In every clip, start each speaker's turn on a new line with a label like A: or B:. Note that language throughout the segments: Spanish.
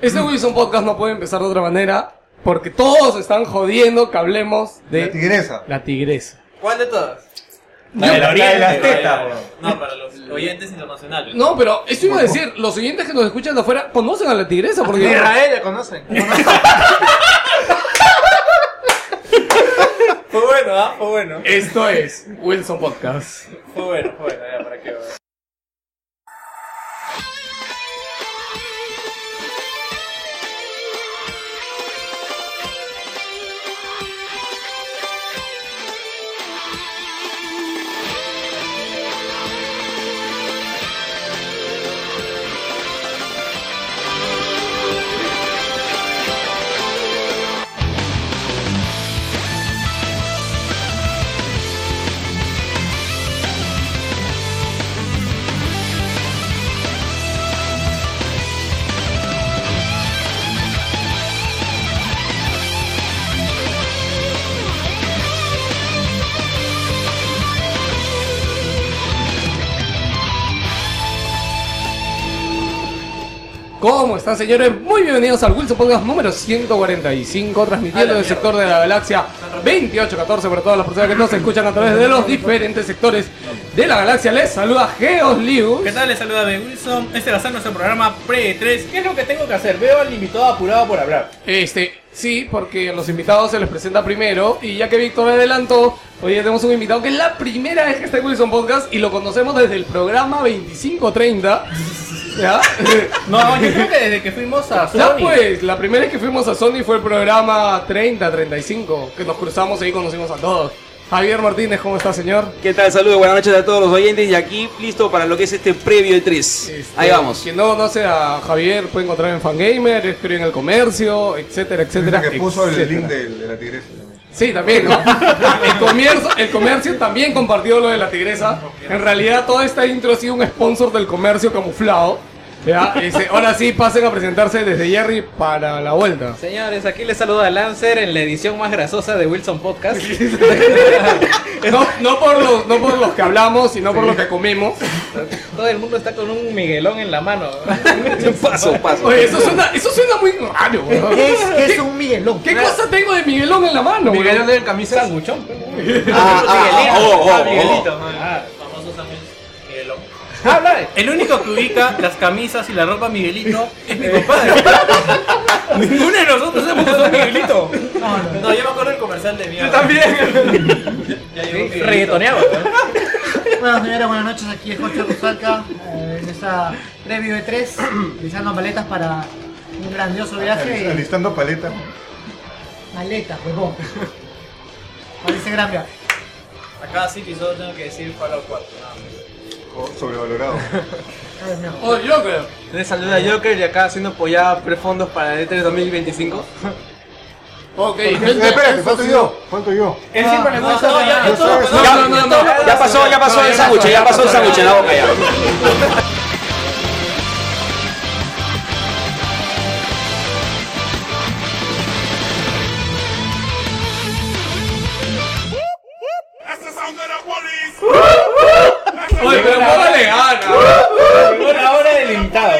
A: Este Wilson Podcast no puede empezar de otra manera porque todos están jodiendo que hablemos
B: De
A: de
B: tigresa.
A: la tigresa.
C: ¿Cuál de todas?
B: La de la oriente,
D: las
B: la de
D: tetas,
B: la-
D: bro.
C: No, para los oyentes internacionales.
A: No, pero esto iba a decir, los oyentes que nos escuchan de afuera conocen a la tigresa
B: Ah,
A: porque...
D: Israel la conocen.
C: Fue bueno, ¿ah? Fue bueno.
A: Esto es Wilson Podcast.
C: Fue bueno, fue bueno, ya, para qué. va.
A: ¿Cómo están señores? Muy bienvenidos al Wilson Podcast número 145, transmitiendo del sector de la galaxia 2814 para todas las personas que nos escuchan a través de los diferentes sectores de la galaxia. Les saluda Geos Liu.
C: ¿Qué tal? Les saluda B. Wilson. Este va a ser nuestro programa pre-3. ¿Qué es lo que tengo que hacer? Veo al invitado apurado por hablar.
A: Este, sí, porque a los invitados se les presenta primero. Y ya que Víctor adelantó, hoy día tenemos un invitado que es la primera vez que está en Wilson Podcast y lo conocemos desde el programa 2530. ¿Ya?
C: No, yo creo que desde que fuimos a Sony.
A: Ya pues, la primera vez que fuimos a Sony fue el programa 30-35, que nos cruzamos y ahí conocimos a todos. Javier Martínez, ¿cómo está, señor?
E: ¿Qué tal? Saludos, buenas noches a todos los oyentes y aquí listo para lo que es este previo de 3.
A: Este,
E: Ahí vamos.
A: Quien no conoce a Javier puede encontrar en Fangamer, escribe en el comercio, etcétera, etcétera.
B: que puso el
A: etcétera.
B: link de, de la tigresa. también.
A: Sí, también, ¿no? El comercio, el comercio también compartió lo de la tigresa. En realidad, toda esta intro ha sido un sponsor del comercio camuflado. ¿ya? Este, ahora sí, pasen a presentarse desde Jerry para la vuelta.
D: Señores, aquí les saluda Lancer en la edición más grasosa de Wilson Podcast.
A: No, no por los, no por los que hablamos, sino por los que comemos.
D: Todo el mundo está con un Miguelón en la mano.
E: Paso, paso.
A: Oye, eso suena, eso suena muy raro, weón.
D: ¿Qué es, un Miguelón?
A: ¿Qué cosa tengo de Miguelón en la mano, weón?
D: Miguelón de camisa sanguchón.
E: Ah, ah, ah, oh, oh, oh.
C: Famoso también. Miguelón.
D: Habla.
C: Ah, El único que ubica las camisas y la ropa Miguelito es mi compadre. Ninguno de nosotros hemos usado Miguelito. No, no, yo me acuerdo del comercial de mierda. Yo también. ya llegó Miguelito.
D: Reggaetoneaba.
F: Bueno señores, buenas noches, aquí es Jorge Rusalca eh, en esta preview de 3, utilizando maletas para un grandioso
B: Alist-
F: viaje.
B: Alistando paleta.
F: Maletas, huevón. Parece gran viaje.
C: A cada episodio tengo que decir Fallout 4. nada más.
B: Oh, sobrevalorado.
F: A ver, no.
A: Oh, yo creo.
D: Les saluda Joker y acá haciendo pollada prefondos para E el E3 2025.
A: Ok,
B: Eh, espérate, ¿cuánto yo? ¿Cuánto yo?
D: Él siempre le
C: No, no, ya, ya todo. no,
B: Ya,
E: Ah, Ya,
C: no, no, no.
E: ya pasó, ya pasó
A: No,
E: el
A: ya
E: sándwich,
A: pasó,
E: ya
A: ya
E: pasó el
A: pasó.
E: sándwich en la boca ya.
A: Oye, pero póngale gana.
D: Una hora delimitada.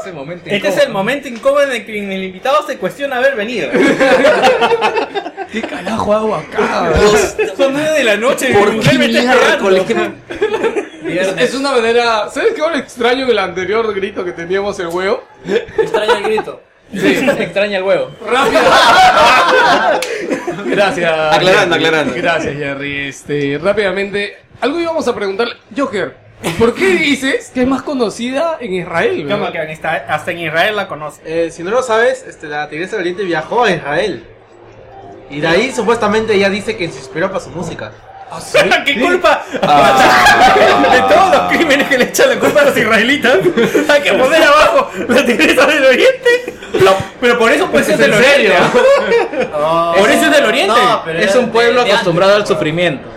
D: Ese momento.
C: Este es el momento incómodo en el que el invitado se cuestiona haber venido.
A: ¿Qué carajo hago acá?
C: Son 9 de la noche y mi
E: ¿Por
C: mujer
E: qué
C: me está
E: miércoles?
C: esperando.
E: ¿Qué me-
A: Es, es una manera. ¿Sabes qué ahora extraño el anterior grito que teníamos el huevo?
C: Extraña el grito.
A: Sí.
D: Extraña el huevo.
A: Rápido. Gracias.
E: Aclarando,
A: Jerry.
E: aclarando.
A: Gracias, Jerry. Este, rápidamente, algo íbamos a preguntarle. Joker, ¿por qué dices que es más conocida en Israel?
C: Como
A: verdad?
C: que hasta hasta en Israel la conoce.
D: Eh, si no lo sabes, este, la Tigresa Valiente viajó a Israel. Y de ahí supuestamente ella dice que se inspiró para su música.
A: ¿Ah, sí?
C: ¿Qué culpa? De
E: Ah.
C: todos los crímenes que le echan la culpa a los israelitas, hay que poner abajo la tigresa del oriente. Pero por eso pues es del oriente. ¿ah? Por eso es del oriente.
D: es un pueblo acostumbrado al sufrimiento.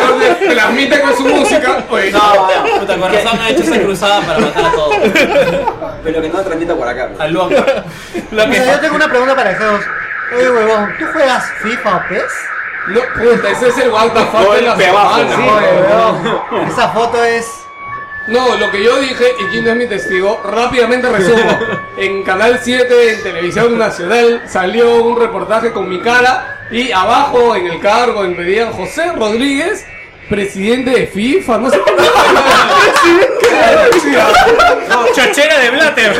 A: Entonces, que la admite con su música. Pues,
C: Puta corazón ha hecho esa cruzada para matar a todos.
E: Pero que no transmita por acá. pues. bro.
C: Al Luanca. Lo
F: Mira, yo tengo una pregunta para todos. Oye, huevón, ¿tú juegas FIFA o PES?
A: no, puta, ese es el what the fuck de la
E: Golpe abajo,
A: semana.
E: Sí,
F: Oye, huevón, esa foto es
A: No, lo que yo dije, y quién es mi testigo, rápidamente resumo. En Canal 7, en Televisión Nacional, salió un reportaje con mi cara y abajo en el cargo en medida José Rodríguez, presidente de FIFA, no sé qué
C: Chochera de Blatter.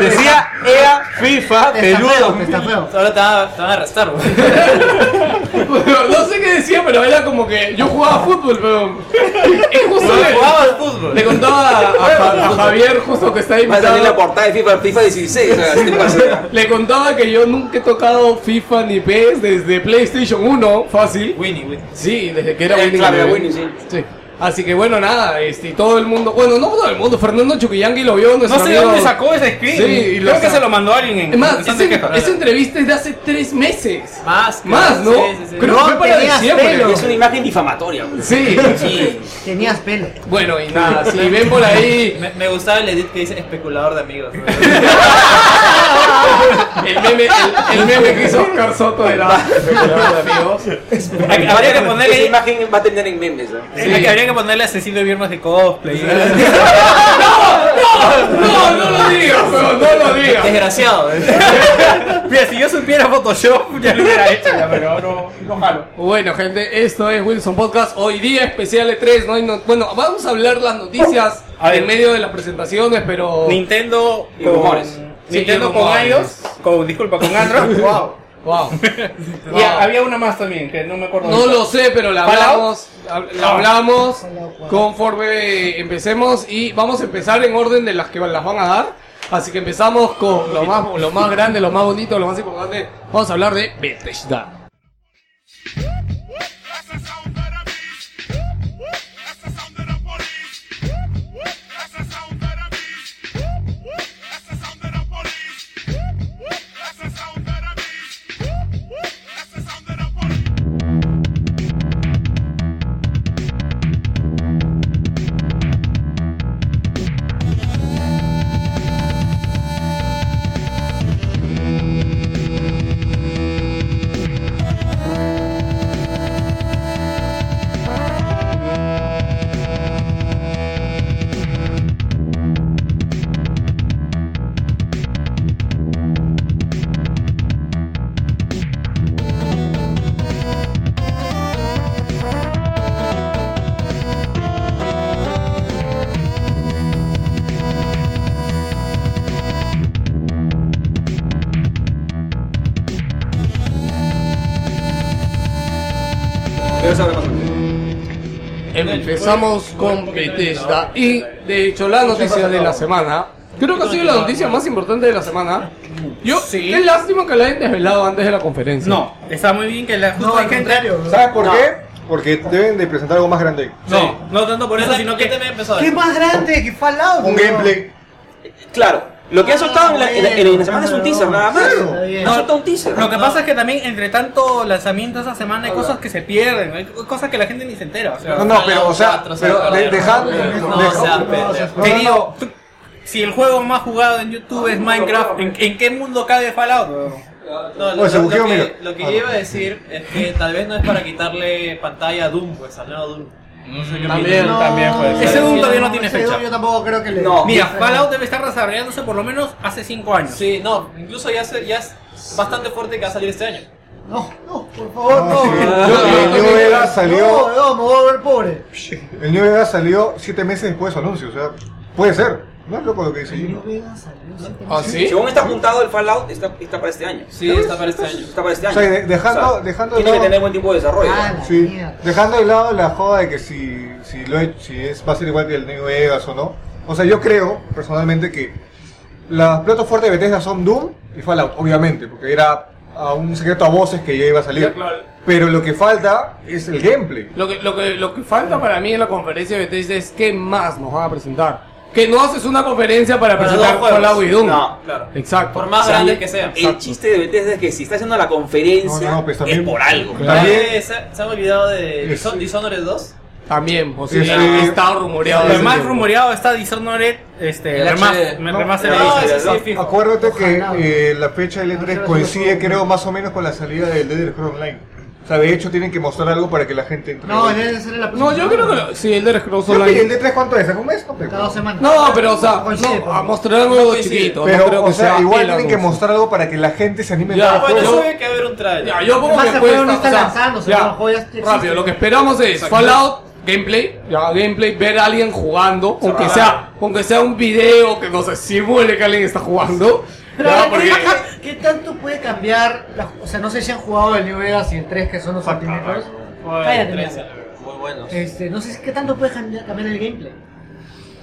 E: Decía EA FIFA
F: Testafeo,
E: peludo.
F: testafeo.
C: Ahora te van a- te van a arrastrar, güey.
A: Bueno, no sé qué decía, pero era como que yo jugaba fútbol, pero. Y justo le,
C: Jugaba al fútbol.
A: le contaba a, a Ja- a Javier, justo que está
E: Va a salir la
A: invitado.
E: portada de FIFA, FIFA 16. o sea, así te pasa.
A: Le contaba que yo nunca he tocado FIFA ni PES desde PlayStation 1, fácil.
C: Winnie, Winnie.
A: Sí, desde que era
E: Eh,
A: Winning
E: claro, era
A: Eleven.
E: Winning,
A: Sí. Así que bueno, nada, este, y todo el mundo, bueno, no todo el mundo, Fernando Chuquillangui lo vio,
C: No
A: nuestro
C: sé de
A: amigo-
C: dónde sacó ese screen.
A: Sí, y lo
C: Creo que
A: sa-
C: se lo mandó alguien en
A: Es más,
C: Constante
A: esa,
C: Queja.
A: esa entrevista es de hace tres meses.
C: Más, creo.
A: Más, ¿no?
C: Sí, sí, sí.
A: Creo
F: No
A: que fue para
F: tenías
A: diciembre.
F: pelo.
E: Es una imagen difamatoria. pues. güey.
A: Sí,
C: Sí.
F: Tenías pelo.
A: bueno, y nada, si ven por ahí
C: Me, me gustaba el edit que dice especulador de amigos. ¿no?
A: el meme, el, el meme que hizo Oscar Soto era amigos.
C: Hay- Habría que ponerle
E: Esa imagen va a terminar en memes. ¿no?
A: Sí.
C: hay que- habría que ponerle asesino de viernes de cosplay.
A: No, no lo digas, pero no lo digas.
C: Desgraciado. Mira, si yo supiera Photoshop, ya lo hubiera hecho, ya, pero no, no jalo.
A: Bueno, gente, esto es Wilson Podcast. Hoy día especial E3. No hay no- Bueno, vamos a hablar las noticias
C: A ver.
A: en medio de las presentaciones, pero.
C: Nintendo
E: Y
C: con
E: rumores.
C: Nintendo
A: Sí, y
C: con
A: rumores.
C: iOS, con disculpa, con Android. wow.
A: Wow.
C: Y
A: Wow.
C: a- había una más también que no me acuerdo.
A: No
C: ahorita.
A: lo sé, pero la
C: ¿Fallout? Ah.
A: hablamos, hab- la hablamos conforme empecemos y vamos a empezar en orden de las que las van a dar. Así que empezamos con lo más, lo más grande, lo más bonito, lo más importante. Vamos a hablar de Bethesda.
E: Pero eso habla más.
A: Empezamos con Bethesda y de hecho la noticia de la semana, creo que ha sido la noticia más importante de la semana. Yo,
C: Sí.
A: qué lástima que la hayan desvelado antes de la conferencia.
C: No, está muy bien que la justo
F: No,
C: hay
F: al
C: gente-
F: contrario.
B: ¿Sabes por qué? Porque deben de presentar algo más grande.
C: No, no tanto por eso, sino que también empezó
F: ¿Qué más grande que Fallout?
B: Un
F: bro?
B: gameplay.
E: Claro, lo que ha soltado en la, en la- en la semana es un teaser, nada más.
F: Claro, está bien.
E: Ha soltado un teaser.
C: Lo que pasa es que también entre tanto lanzamientos esa semana hay cosas que se pierden, hay cosas que la gente ni se entera. O sea,
B: No, no, pero o sea, pero de- dejar.
F: seas
B: no, no, no.
C: Querido, tú- si el juego más jugado en YouTube es Minecraft, ¿en, en qué mundo cabe Fallout?
G: No, lo,
B: Oye, se
G: lo-
B: bugueó,
G: lo
B: mira. Ah,
G: que, lo que yo iba a decir es que tal vez no es para quitarle pantalla a Doom, pues al nuevo Doom. No sé qué
A: También,
G: opinas.
A: también puede ser.
C: Ese Doom todavía no tiene
F: ese
C: fecha.
F: Doom Yo tampoco creo que le.
E: No.
C: Mira, Fallout debe estar desarrollándose por lo menos hace 5 años.
G: Sí, no, incluso ya, se- ya es bastante fuerte que va a salir este año.
F: No, no, por favor, no.
B: El
F: bro.
B: New Era
F: No,
B: salió.
F: no, me voy a volver pobre.
B: El New Era salió siete meses después de su anuncio. O sea, puede ser. No creo por lo que dice Gino.
A: ¿Ah, sí?
E: Según está apuntado, el Fallout está, está para este año.
G: Sí, está para este año.
E: Está para este
B: O
E: año.
B: sea, de- dejando-
E: O sea,
B: dejando de
E: tiene que
B: lado-
E: tener buen tiempo de desarrollo.
F: Ah, la
B: Sí,
F: mierda.
B: dejando de lado la joda de que si, si, lo he- si es, va a ser igual que el New Vegas o no. O sea, yo creo personalmente que las platos fuertes de Bethesda son Doom y Fallout, obviamente, porque era a un secreto a voces que ya iba a salir.
A: Ya, claro.
B: Pero lo que falta es el gameplay.
A: Lo que, lo, que, lo que falta para mí en la conferencia de Bethesda es qué más nos van a presentar. Que no haces una conferencia para,
G: Para
A: presentar
G: dos juegos.
A: Fallout y Doom.
E: No,
G: claro.
A: Exacto.
G: Por más
A: O sea,
G: grande que sea.
E: El chiste de Bethesda es que si está haciendo la conferencia,
B: No, no, pues
E: es
B: también-
E: por algo.
B: Claro. También-
G: Eh, ¿Se, se han olvidado de
B: Es-
G: Dishon- Dishonored 2?
A: También, o sea,
B: Este-
A: está rumoreado.
C: Lo
A: hace
C: más
A: tiempo.
C: rumoreado está Dishonored, este,
G: El
C: remaster,
G: HD.
C: remaster
E: No,
C: edition.
G: No, ese
E: no.
G: sí, fijo. Ah,
B: Acuérdate
F: Ojalá.
B: E que eh, la fecha del E3 coincide, creo, más o menos con la salida del Dead Scrolls Online. O sea, de hecho tienen que mostrar algo para que la gente entre.
F: No, debe ser la próxima
A: No, yo creo que.
F: semana.
A: lo- Sí, Elder Scrolls
B: Yo que ¿Y el
A: Online.
B: de 3 cuánto es? ¿Es un mes? No,
F: Cada dos
B: pero,
F: semanas.
A: No, pero o sea,
F: Coincide,
A: no,
F: pues.
A: a mostrar algo
G: Coincide.
A: chiquito. no
B: pero,
A: creo
B: o
A: que pues.
B: sea, igual
A: el
B: tienen que
A: anuncio.
B: mostrar algo para que la gente se anime a
A: Ya,
B: entrar
G: Ah,
B: al
G: bueno,
B: juego.
G: eso debe que haber un trailer.
A: Ya, yo pongo
F: Además,
A: que
F: el juego
A: cuesta,
F: no está
A: o sea,
F: lanzándose,
A: ya,
F: no, el juego ya existe.
A: rápido, lo que esperamos es Fallout, gameplay, ya, gameplay, ver a alguien jugando, aunque sea, aunque sea un video que no se simule que alguien está jugando.
F: Pero
A: ya,
F: a ver,
A: porque-
F: ¿qué, qué tanto puede cambiar? la- o sea, no sé si han jugado el New Vegas y el 3, que son los ultimatos. Cállate, mierda.
H: Muy bueno.
F: este, no sé si qué tanto puede cambiar, cambiar el gameplay.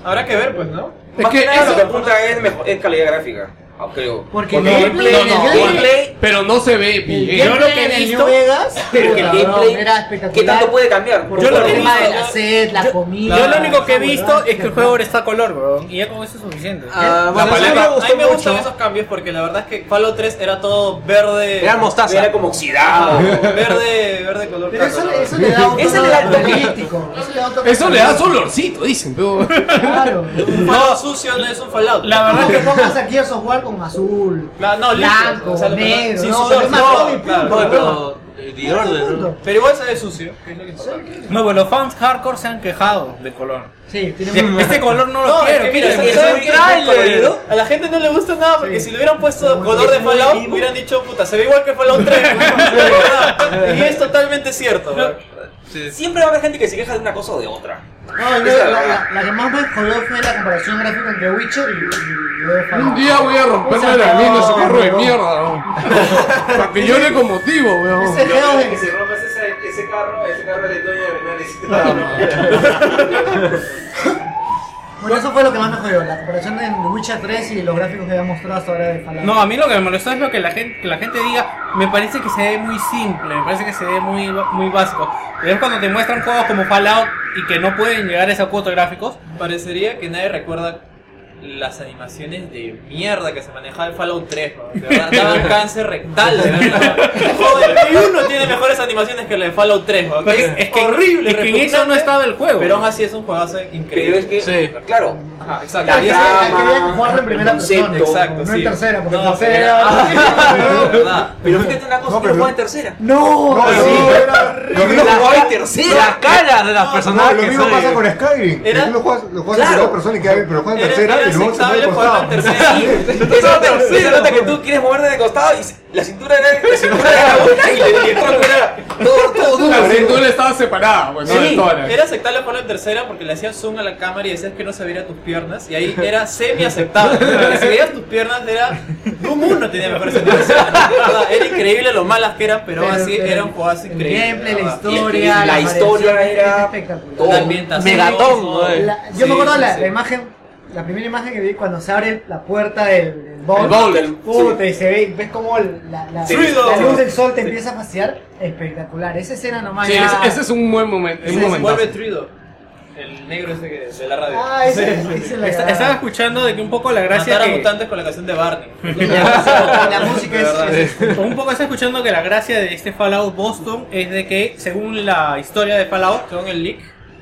C: Habrá que ver, pues, ¿no?
A: es que
E: Claro, lo que
A: eso-
E: apunta es, mejor- es calidad gráfica, ah, creo.
F: Porque
A: no,
F: el gameplay,
A: no,
F: el
A: no,
F: gameplay,
A: pero no se ve bien.
F: el gameplay en el New Vegas,
E: Pero que el
F: puta,
E: gameplay,
F: no, era
E: ¿qué
F: espectacular.
E: tanto puede cambiar?
F: Por
C: Yo
F: todo
C: lo
F: el
C: que he
F: tema de
C: visto-
F: la sed, la comida.
C: Yo lo único que he
F: la
C: visto
F: seguridad,
C: es que el juego ahora está a color, bro. Y ya con eso es suficiente.
E: Ah, bueno,
A: paleta.
E: eso me
G: A mí
E: gustó
G: me
E: mucho.
G: gustan esos cambios porque la verdad es que Fallout 3 era todo verde.
H: Era mostaza.
E: Era como oxidado.
G: Verde, verde color.
F: Pero
G: carro,
F: eso,
G: la
F: le-
G: verdad.
F: eso le da un
E: Ese
F: tono
E: le da el toque.
F: político. Eso le da un toque
A: Eso le da su olorcito, dicen. Pero...
F: Claro.
G: Un Fallout sucio no es un Fallout.
C: La
F: No,
C: verdad
F: que
C: que
F: pongas aquí a software con azul,
G: La- no, limpio,
F: blanco,
G: o sea, lo que-
F: negro,
G: sin
F: no,
G: sudor,
F: es más
G: no,
F: todo y punto,
G: claro.
H: No,
F: ¿no?
H: pero. The Order, ¿no?
G: Pero igual se ve sucio. que es lo que importa.
C: No, pues los fans hardcore se han quejado del color.
F: Sí, tiene un...
C: Este color no lo
G: No, es
C: quiero.
G: que mira,
E: quiero,
G: ¿sabes
E: quiero.
G: qué?
E: Es un
G: Es
E: tráiler.
G: colorido. A la gente no le gusta nada porque si le hubieran puesto color de
E: Es muy
G: Fallout,
E: vivo.
G: hubieran dicho, puta, se ve igual que Fallout 3. ¿verdad? y es totalmente cierto. bro.
E: Siempre va a haber gente que se queja de una cosa o de otra.
F: No, yo- la, la- la que más me jodió fue la comparación gráfica entre Witcher y, y, y lo de Fallout.
A: Un día voy a romperle la
F: Esa-
A: mina a ese
F: no,
A: carro de
F: no.
A: mierda, weón. Para que llore con motivo, weón.
F: Ese geo de-
E: rompas ese, carro, ese carro de Doña
F: Bueno, eso fue lo que más me jodió, la comparación de Witcher 3 y los gráficos que había mostrado hasta ahora de Fallout.
C: No, a mí lo que me molestó es lo que la gente, que la gente diga, me parece que se ve muy simple, me parece que se ve muy, ba- muy básico. Y es cuando te muestran juegos como Fallout y que no pueden llegar a esa cuota de gráficos.
G: Parecería que nadie recuerda las animaciones de mierda que se manejaba en Fallout 3. bro. De verdad, daban cáncer rectal. De verdad. Joder, Play 1 tiene mejores animaciones que la de Fallout 3. bro, que
C: Pero
G: es, es que horrible.
C: es que en eso no
G: repugnante,
C: estaba el juego.
G: Pero aún así es un juegazo increíble.
E: Pero es que,
G: Sí.
E: claro,
G: Ajá,
F: Ya,
G: exacto.
E: La
F: que sea-
E: trama,
F: hay que ver jugarlo en primera
E: concepto,
F: persona,
G: exacto,
F: no
G: sí.
F: en tercera, porque
G: No, Ah,
F: en tercera...
G: De verdad.
E: pero fíjate una cosa,
B: No,
E: quiero
B: pero-
E: jugar en tercera.
F: No,
B: No,
F: sí,
B: no,
F: era
B: Lo mismo,
E: La
B: no,
E: jugaba en tercera.
H: caras de las
B: lo mismo pasa con Skyrim.
G: Era-
B: Tú lo juegas, lo juegas
E: Claro.
B: en primera persona y queda bien, pero lo juegas en
G: Era-
B: tercera
G: era
B: y luego se
G: aceptable
B: mueve al
G: jugarlo en
B: costado.
G: tercera.
E: Esa nota, esa nota que tú quieres moverte de costado y se- la cintura de la, cintura de la boca y le- y el tronco era todo, todo duro.
A: La cintura estaba separada, weón. no de
E: Sí,
A: toda la-
G: Era aceptable poner en tercera porque le hacías zoom a la cámara y decías que no se veía tus piernas y ahí era semi aceptable. Porque si veías tus piernas era Doom 1 tenía mejores animaciones. de verdad, Era increíble lo malas que eran, pero, aún así
F: pero-
G: era un juegazo increíble.
F: El gameplay,
G: de
F: la
G: verdad.
F: historia,
E: La historia
F: variación,
E: era
F: es espectacular.
E: todo.
C: Oh,
G: La ambientación,
H: Megatón,
G: todo.
F: La-
H: ¿no?
F: yo
G: Sí,
F: me acuerdo
G: sí,
F: la,
G: sí.
F: la imagen, la primera imagen que vi cuando se abre la puerta del, del bowl.
A: El bowl, el-
F: Puta, y se ve, y ves como la, la,
E: Sí,
F: la
E: sí.
F: luz del sol te empieza a pasear. Espectacular. Esa escena nomás.
A: Sí,
F: ya-
A: ese, ese es un buen momento.
G: Se
A: Un momento.
G: vuelve Truido, el negro ese que, de la radio.
F: Ah, esa, esa es la
C: Est- Estaba escuchando de que un poco la gracia
G: Matar a
C: que,
G: mutantes con la canción de Barney.
F: La, la música es, es-
C: un poco está escuchando que la gracia de este Fallout Boston es de que según la historia de Fallout
G: Son el leak.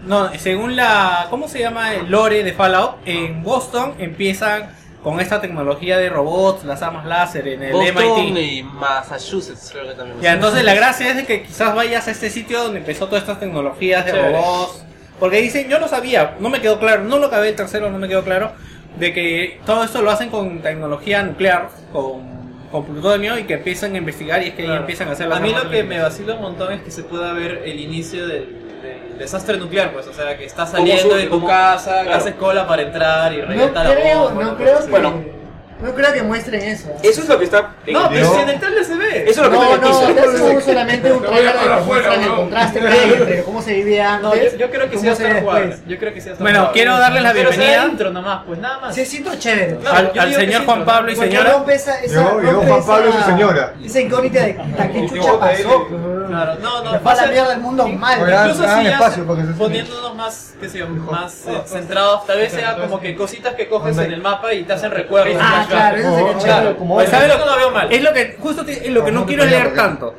C: No, según la. ¿Cómo se llama? El lore de Fallout.
G: Ah.
C: En Boston empiezan con esta tecnología de robots, las armas láser en el
H: Boston
C: MIT.
H: y Massachusetts, creo que también.
C: Ya, entonces la gracia es de que quizás vayas a este sitio donde empezó todas estas tecnologías de
G: Chévere.
C: robots. Porque dicen, yo no sabía, no me quedó claro, no lo acabé el tercero, no me quedó claro, de que todo esto lo hacen con tecnología nuclear, con, con plutonio, y que empiezan a investigar y es que ahí
G: Claro.
C: empiezan a hacer las
G: A mí
C: armas
G: lo que me
C: láser.
G: vacila un montón es que se pueda ver el inicio del, del desastre nuclear, pues, o sea, que estás saliendo
E: surge?
G: de tu
E: ¿Cómo?
G: casa, que
E: Claro.
G: haces cola para entrar y
F: No
G: revienta la
F: creo,
G: bomba,
F: no
G: una
F: creo
G: cosa
F: que.
E: Bueno.
F: No creo que muestren eso. ¿eh?
E: Eso es lo que está.
G: así. No, pero
B: Yo-
G: si en el trailer se ve.
E: Eso es lo que
F: no,
E: está
F: no,
E: en el
F: eso
E: teaser.
F: es solamente un
A: Te voy a
F: trailer
A: dejar
F: que
A: afuera,
F: muestran el
A: weón.
F: contraste que hay entre cómo se vivía antes.
G: No, yo, yo creo que sí va a
F: cómo se
G: estar
F: ve
G: jugando.
F: después.
G: Yo creo que sí va a estar
C: Bueno,
G: jugable.
C: quiero darles la
G: Pero se
C: bienvenida.
G: da intro nomás, pues nada más.
F: Se siento chévere.
G: No,
C: al,
G: yo
C: al
G: digo que
C: señor
G: sí,
C: Juan
G: pero-
C: Pablo y
F: Porque
C: señora.
F: rompe esa, esa,
B: Yo- yo,
F: rompe
B: Juan Pablo y su
F: esa-
B: señora.
F: Esa incógnita de la que chucha pasó.
G: Claro, no,
F: Le
G: no, va a
F: fue a la
G: ser-
F: mierda el mundo
B: Oigan,
F: mal.
G: Incluso
B: hagan
G: así ya
B: espacio
G: se-
B: para que se siente.
G: poniéndonos más, qué sé yo, más eh, centrados, tal vez sea como que cositas que coges en el mapa y te hacen recuerdos.
F: Ah, claro, eso sería chévere.
B: como
G: Pues,
B: hoy.
G: ¿sabes lo que no veo mal?
C: Es lo que justo te- es lo que no
B: No,
C: quiero
B: no,
C: leer
B: no.
C: tanto.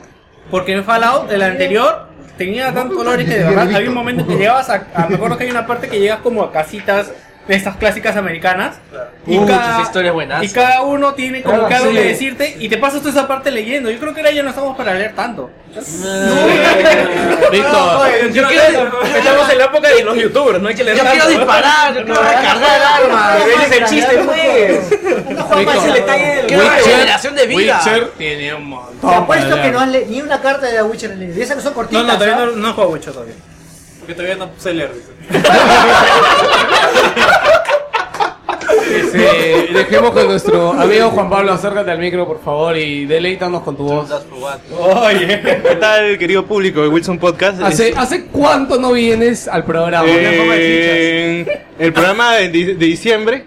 C: Porque en Fallout, el anterior, tenía tantos colores que de verdad había un momento que llegabas a, a- Me acuerdo que hay una parte que llegas como a casitas de estas clásicas americanas. Y,
I: Muchas
C: cada,
I: historias buenas.
C: y cada uno tiene como
B: Claro,
C: que algo
B: sí.
C: que decirte y te pasas toda esa parte leyendo. Yo creo que ahora ya no estamos para leer tanto.
J: Yo quiero- Estamos en la época de los youtubers, no hay que leer tanto.
I: disparar, yo quiero recargar armas.
J: Ese es el chiste, pues.
A: Víctor,
J: el detalle del-
I: Qué revelación de vida.
A: Witcher tiene un montón.
F: Te apuesto
A: para
F: que
A: leer.
F: no has leído ni una carta de The Witcher en el libro. Y esas que son
C: No,
F: cortitas.
C: no, todavía
F: ¿ah?
C: no, no juego mucho todavía.
G: Porque todavía no sé leer. dice.
A: Este, dejemos que nuestro amigo Juan Pablo acércate al micro, por favor, y deleítanos con tu voz.
K: ¿Qué tal, querido público de Wilson Podcast? Este,
A: ¿Hace, ¿Hace cuánto no vienes al programa?
K: Eh, el programa de, di- de diciembre,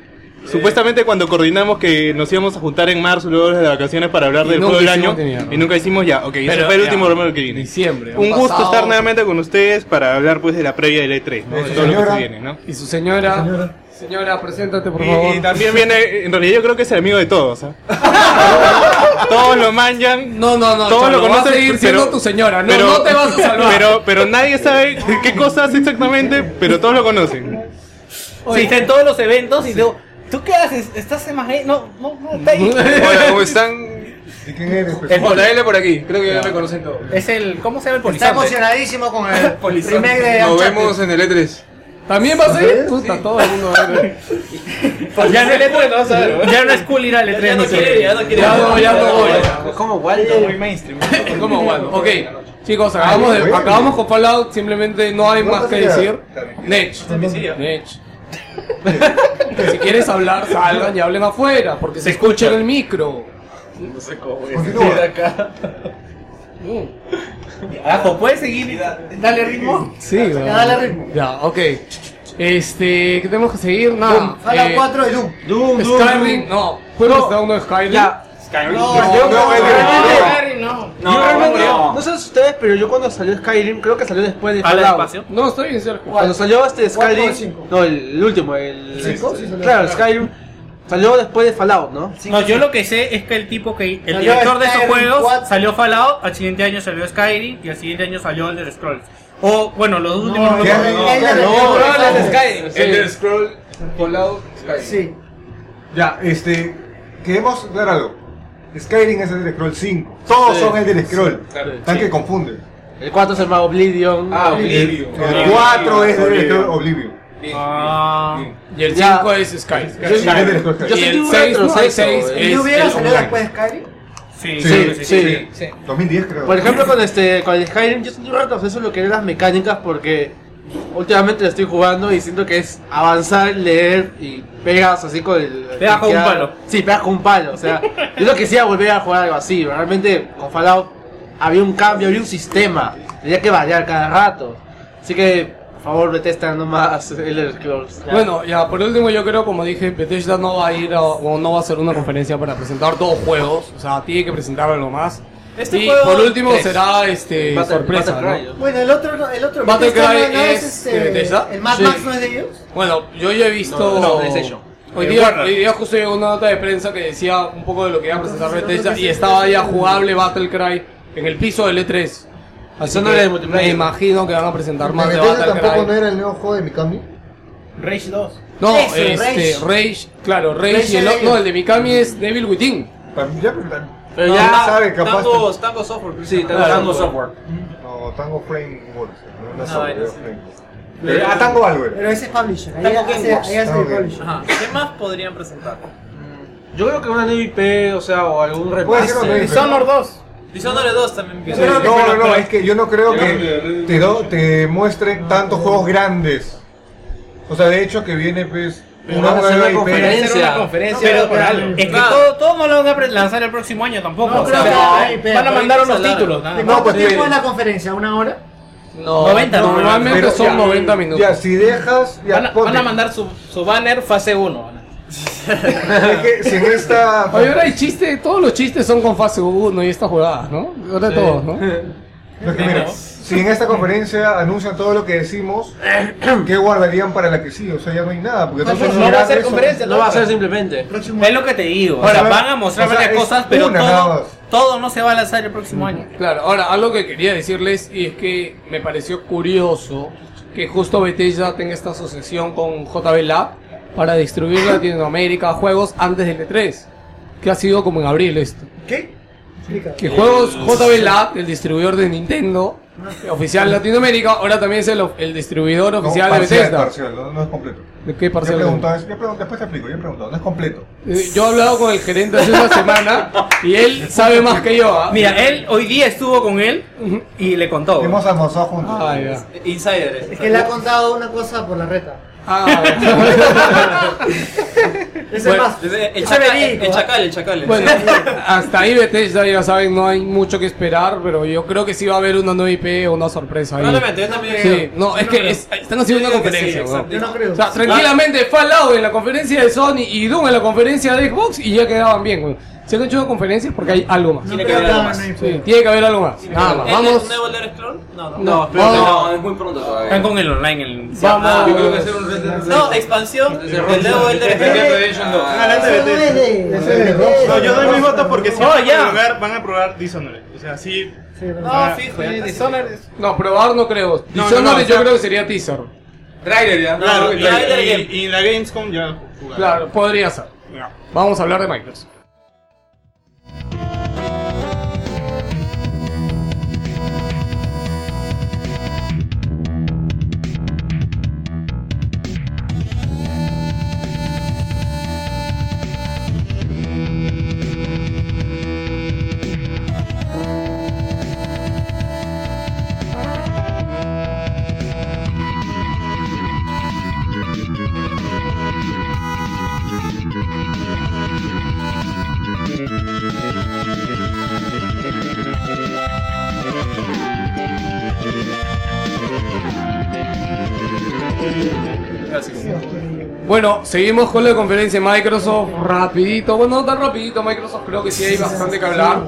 K: supuestamente cuando coordinamos que nos íbamos a juntar en marzo, luego de las vacaciones para hablar
A: Y
K: del
A: nunca
K: juego del
A: hicimos
K: año,
A: ni mierda.
K: y nunca hicimos ya. Ok, ese
A: Pero
K: fue el
A: ya,
K: último programa que viene.
A: diciembre,
K: Un
A: han
K: gusto
A: pasado-
K: estar nuevamente con ustedes para hablar pues de la previa del E3, ¿no? De todo lo que
B: señora.
K: se viene, ¿no?
A: Y su señora. Señora, preséntate, por favor.
K: Y, y también viene, en realidad yo creo que es el amigo de todos, ¿ah? todos lo manjan.
A: No, no, no.
K: Todos
A: Cholo,
K: lo conocen,
A: vas a seguir siendo tu señora. No, no te vas a salvar.
K: Pero, pero nadie sabe qué cosa hace exactamente, pero todos lo conocen.
C: Sí, está en todos los eventos y digo, ¿tú qué haces? ¿Estás en Madrid? No, no, no, está ahí.
J: Hola, ¿cómo están?
B: ¿De quién eres? pues?
J: El JL por aquí, creo que ya me conocen todos.
C: Es el, ¿cómo se llama el
F: Está
C: polizonte?
F: emocionadísimo con el primer de
J: Nos
F: Uncharted.
J: vemos en el E3.
A: También vas a ir. Puta, todo el mundo va a ir.
C: Ya no, ya no es cool ir al E3.
G: Ya no
C: dice.
G: quiere, ya no quiere.
A: Ya no, ya no voy.
I: Como Walter.
A: ¿Cómo bueno? Ok, chicos, acabamos, de- acabamos con Fallout. Simplemente no hay
B: No,
A: más que
B: no, no.
A: decir. Nech. Nech. Si quieres hablar, salgan y hablen afuera. Porque se escucha en el micro.
B: Continúa.
C: Ajo, ¿puedes seguir? Dale ritmo.
A: Sí, ¿verdad?
F: Ya, dale ritmo.
A: Ya, ok. Este, ¿qué tenemos que seguir? Nada.
F: Fallout
A: eh,
F: 4 y Doom.
A: Skyrim, no. ¿Juegos está uno de Skyrim?
B: No, yo no,
I: No, yo realmente, no, sé ustedes, pero yo cuando salió Skyrim, creo que salió después de
G: Habla
I: Fallout.
G: despacio.
A: No, estoy en serio.
I: Cuando salió este
F: ¿Cuatro o
I: Skyrim,
F: cinco?
I: no, el, el último, el este,
B: ¿Cinco? Sí, salió.
I: claro, Skyrim salió después de Fallout, ¿no?
C: No, yo lo que sé es que el tipo que. El
F: Salió
C: director de esos
F: Skyrim
C: juegos
F: 4.
C: salió Fallout, al siguiente año salió Skyrim y al siguiente año salió Elder Scrolls. O, bueno, los dos últimos. no
B: ¿qué?
C: me acuerdo.
F: Elder
I: no,
F: Scrolls.
I: no, no,
J: Elder Scroll, Fallout, Skyrim.
F: Sí.
B: Ya, este. Queremos aclarar algo. Skyrim es el del Scroll 5. Todos son el del Scroll. Están que confunden.
I: El 4 se llama Oblivion.
J: Ah,
B: El
J: Oblivion.
B: 4 es del Scroll Oblivion.
A: Ah. Y el
I: Ya.
A: 5 es Skyrim.
B: Es del Scroll
I: Yo
A: y
I: sentí
A: el
I: un
A: 6 no
I: retroceso,
A: el 6
I: eh.
F: ¿Y
A: es
F: hubiera
A: el
F: salido
A: online.
F: después de Skyrim?
C: Sí,
B: Sí,
C: creo que sí.
I: sí.
J: Sí.
B: 2010 creo.
I: Por ejemplo, con este con el Skyrim yo sentí un retroceso en lo que eran las mecánicas porque últimamente lo estoy jugando y siento que es avanzar, leer y pegas así con el
C: Pegas con un
I: cliquear.
C: palo.
I: Sí, pegas con un palo, o sea, yo lo quisiera volver a jugar algo así, realmente con Fallout había un cambio, había un sistema, tenía que variar cada rato. Así que, por favor, detesta nomás Elder Scrolls. Ya.
A: Bueno, ya por último yo creo, como dije, Bethesda no va a ir a- o no va a hacer una conferencia para presentar dos juegos, o sea, tiene que presentar algo más.
G: Este
A: y
G: juego-
A: por último
I: Tres.
A: será este
I: Battle-
A: sorpresa,
I: Battle
A: ¿no?
I: Royale.
F: Bueno, el otro, no- el otro
A: Battle
F: Bethesda
A: Cry
F: no
A: es de Bethesda.
F: el Mad
A: Sí.
F: Max no es de ellos.
A: Bueno, yo ya he visto
I: No, no, PlayStation.
A: Hoy
C: Eh,
A: día,
C: Warner.
A: hoy día justo llegó una nota de prensa que decía un poco de lo que iba a presentar Bethesda y estaba ya jugable Battlecry en el piso del E3. Así
I: Eso no
A: que
I: era de multiplayer.
A: me imagino que van a presentar más de
B: Bethesda tampoco no
A: Battlecry.
B: era el nuevo juego de Mikami.
F: Rage 2.
A: No,
F: Eso,
A: este,
F: Rage.
A: Rage, claro, Rage,
F: Rage
A: y el,
F: era
A: o-
F: ellos.
A: no, el de Mikami es Devil Within.
B: También- Ya, pero tan-
I: Pero
B: no,
I: ya-
B: no sabe, capaz.
G: Tango, tango software.
I: Sí,
C: Ah.
I: Tango
A: Tango
G: software.
B: No, Tango Frame Works. No, no,
G: Ah,
B: sabe,
G: bueno,
B: era
G: sí.
B: Frame Works. Pero- Ah, Tango algo era.
F: Pero ese es publisher. Ahí
G: Tango
F: hace,
G: Gameworks.
F: ahí hace
B: Tango
F: el publisher.
G: Ajá. ¿Qué más podrían presentar?
I: Yo creo que una nueva IP, Este, o sea, o algún
B: Puede ser
I: remaster.
B: o no,
C: Dishonored 2.
G: Dishonored 2 también
B: No,
G: empieza.
B: no, no, no, es que yo no creo que te, do- te muestre tantos juegos grandes. O sea, de hecho que viene pues
I: Pero van a hacer una conferencia.
C: Pero es que
G: Claro.
C: todo, todo no lo van a pre- lanzar el próximo año tampoco.
F: No,
C: o
F: creo
C: sea,
F: que-
C: van a mandar unos títulos. nada
F: ¿De
C: más.
F: cuánto
B: pues,
F: tiempo
B: mire.
F: es la conferencia? ¿Una hora?
A: No,
C: 90, no,
A: normalmente
B: pero
A: son
B: ya,
A: 90 minutos.
B: Ya, si dejas, ya
C: Van a,
B: ponte.
C: van a mandar su, su banner fase 1.
B: Es que si en esta
A: Oye, ahora hay chiste, todos los chistes son con fase 1 y estas jugadas, ¿no? Ahora todos, ¿no?
B: No, es que mira, si en esta conferencia anuncian todo lo que decimos, ¿qué guardarían para la que sí? O sea, ya no hay nada, porque entonces
C: No va a
B: mirar
C: ser
B: eso-
C: conferencia,
I: No va a ser simplemente.
F: Próximo.
C: Es lo que te digo.
B: Ahora,
C: o sea,
B: va-
C: van a mostrar
B: o sea,
C: varias
B: es
C: cosas, pero
B: una nada
C: todo,
B: más.
C: todo no se va a lanzar el próximo año.
A: Claro, ahora algo que quería decirles y es que me pareció curioso que justo Bethesda tenga esta asociación con JB Lab para distribuir en Latinoamérica juegos antes del E3, que ha sido como en abril esto.
B: ¿Qué? Explica.
A: Que juegos
B: Eh,
A: JB Lab, el distribuidor de Nintendo, oficial Latinoamérica, ahora también es el, of- el distribuidor
B: No,
A: oficial de
B: parcial,
A: Bethesda.
B: parcial, no, no es completo.
A: ¿De qué
B: Yo he
A: parcial?
B: preguntado, eso, yo he preguntado- después te explico, yo he preguntado, no es completo.
A: Eh, Yo he hablado con el gerente hace una semana y él sabe más que yo. ¿ah?
C: Mira, él hoy día estuvo con él y le contó.
B: Hemos almorzado juntos.
A: Ah, ya.
G: Insider.
F: Es que le ha contado una cosa por la reta.
A: Ah, ya.
F: Ese
A: Bueno,
F: más.
G: El
F: ese
G: chacal,
F: verídico,
G: el
F: ¿ah?
G: chacal, el chacal.
A: Bueno, hasta ahí Bethesda, ya saben, no hay mucho que esperar, pero yo creo que sí va a haber una nueva IP o una sorpresa ahí.
G: Probablemente, yo también.
A: Sí, no, es que
G: creo.
A: es- están haciendo una
G: Yo digo que sí,
A: conferencia.
G: exacto.
A: weón.
F: Yo no creo.
A: O sea, tranquilamente Fallout en la conferencia de Sony y Doom en la conferencia de Xbox y ya quedaban bien, weón. Se han hecho conferencias porque hay algo más.
F: No
G: Tiene
F: creo
G: que haber
F: que
G: algo
F: hagan
G: más.
F: una info.
A: Sí, tiene que haber algo más. Nada más.
G: ¿El-
A: Vamos.
G: ¿El nuevo Elder Scrolls? No, no.
A: No,
J: No,
A: vamos.
J: no, es muy pronto todavía.
C: Están con el online. El...
J: Yo creo que
A: Vamos.
J: hacer un Red Dead
G: No, expansión del nuevo Elder Scrolls.
J: Redemption
F: Ah.
J: 2.
K: Adelante,
F: Eso no
K: Bethesda.
F: es de-
B: Ese de Rockstar.
F: Bethesda.
K: No, yo doy mi voto porque si no
C: Oh, ya.
K: lugar van a probar Dishonored. O sea, sí.
F: Sí, verdad.
G: No, fijo. ya está.
A: No, probar no creo.
K: No,
A: Dishonored
K: no, no, o
A: yo
K: sea-
A: creo que sería teaser.
J: Trailer ya.
K: Claro, y,
G: ya, ya, ya.
K: y- y la Gamescom ya jugaron.
A: Claro, podría ser.
K: No.
A: Vamos a hablar de Microsoft. Bueno, seguimos con la conferencia de Microsoft rapidito. Bueno, no tan rapidito, Microsoft creo que sí hay bastante que hablar.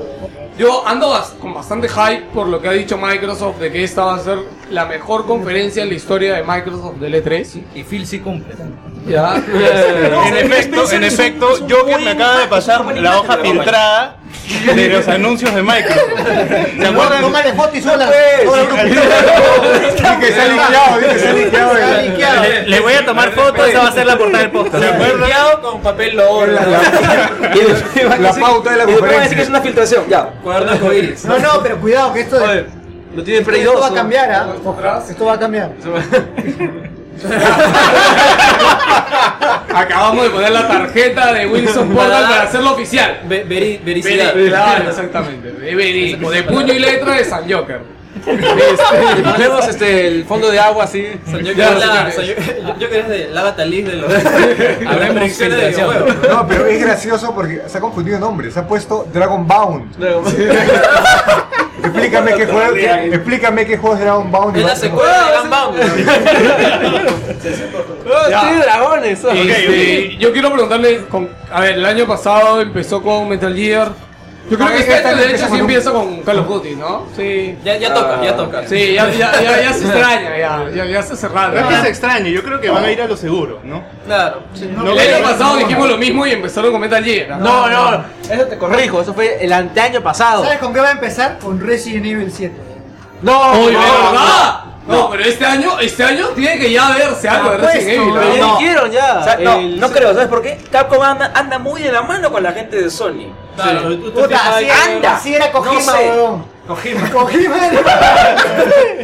A: Yo ando bas- con bastante hype por lo que ha dicho Microsoft de que esta va a ser la mejor conferencia en la historia de Microsoft del E3.
E: Y Phil sí cumple.
A: Ya.
K: Eh, en efecto, en efecto, yo que me acaba de pasar la hoja filtrada de los anuncios de Microsoft. ¿Se acuerdan?
F: Tómale foto y sola.
B: Dije que se ha liqueado, dije que se ha liqueado.
F: Se ha liqueado.
C: Le, le voy a tomar foto, esa va a ser la portada del podcast.
K: ¿Se acuerdan?
G: Bloqueado con papel lobo.
B: La, la- la pauta de la
J: Y después van a decir que es
B: conferencia.
J: una filtración, ya.
G: Cuaderno arcoíris.
F: No, no, pero cuidado que esto, de-
J: Lo tiene Play
F: esto
J: 2.
F: va a
J: ¿no?
F: cambiar, ¿ah? Esto va a cambiar.
A: Acabamos de poner la tarjeta de Wilson Portal para hacerlo oficial.
G: Ve- veri- Vericidad.
A: Veri- Claro, exactamente. De verídico, de puño y letra de San Joker.
J: Le ponemos este, el fondo de agua así.
G: Yo
A: Ya,
G: quiero la-
A: señores.
G: soy- yo- yo quiero de la bataliz de los. Hablemos de videojuegos.
B: No, pero es gracioso porque se ha confundido el nombre, se ha puesto Dragon Bound. Explícame qué juego, explícame qué juego es Dragon Bound. y
G: Es
B: va-
G: la secuela de Gunbound.
J: ¡Oh, tiene dragones! oh.
A: Este, Yo quiero preguntarle, con, a ver, el año pasado empezó con Metal Gear. Yo creo
B: Ah,
A: que
B: es
A: este
B: que
A: año de
B: empieza
A: hecho sí
B: con un-
A: empieza con Call of Duty, ¿no? Sí.
G: Ya, ya toca, ya toca.
A: Sí, ya, ya, ya, ya se extraña, ya, ya, ya se cerraron.
K: No es que se
A: El
K: extrañe, yo creo que van a ir a lo seguro, ¿no?
G: Claro.
A: año pasado dijimos lo mismo y empezaron con Metal Gear.
I: No, no, no.
J: Eso te corrijo, eso fue el anteaño pasado.
F: ¿Sabes con qué va a empezar? Con Resident Evil 7.
J: No,
A: Oye,
J: no,
A: ¿verdad? No, pero este año, este año tiene que ya verse algo de Resident Evil.
J: Pero
A: ¿no?
J: ya
H: ¿eh?
J: dijeron ya.
I: O sea, no,
J: el-
I: no
J: Ah, creo, ¿sabes por qué? Capcom anda, muy de la mano con la gente de Sony.
G: Claro, tú- tú te
F: Puta, así,
G: pagas-
F: era- así era Kojima,
J: No sé.
F: weón. Kojima. Kojima.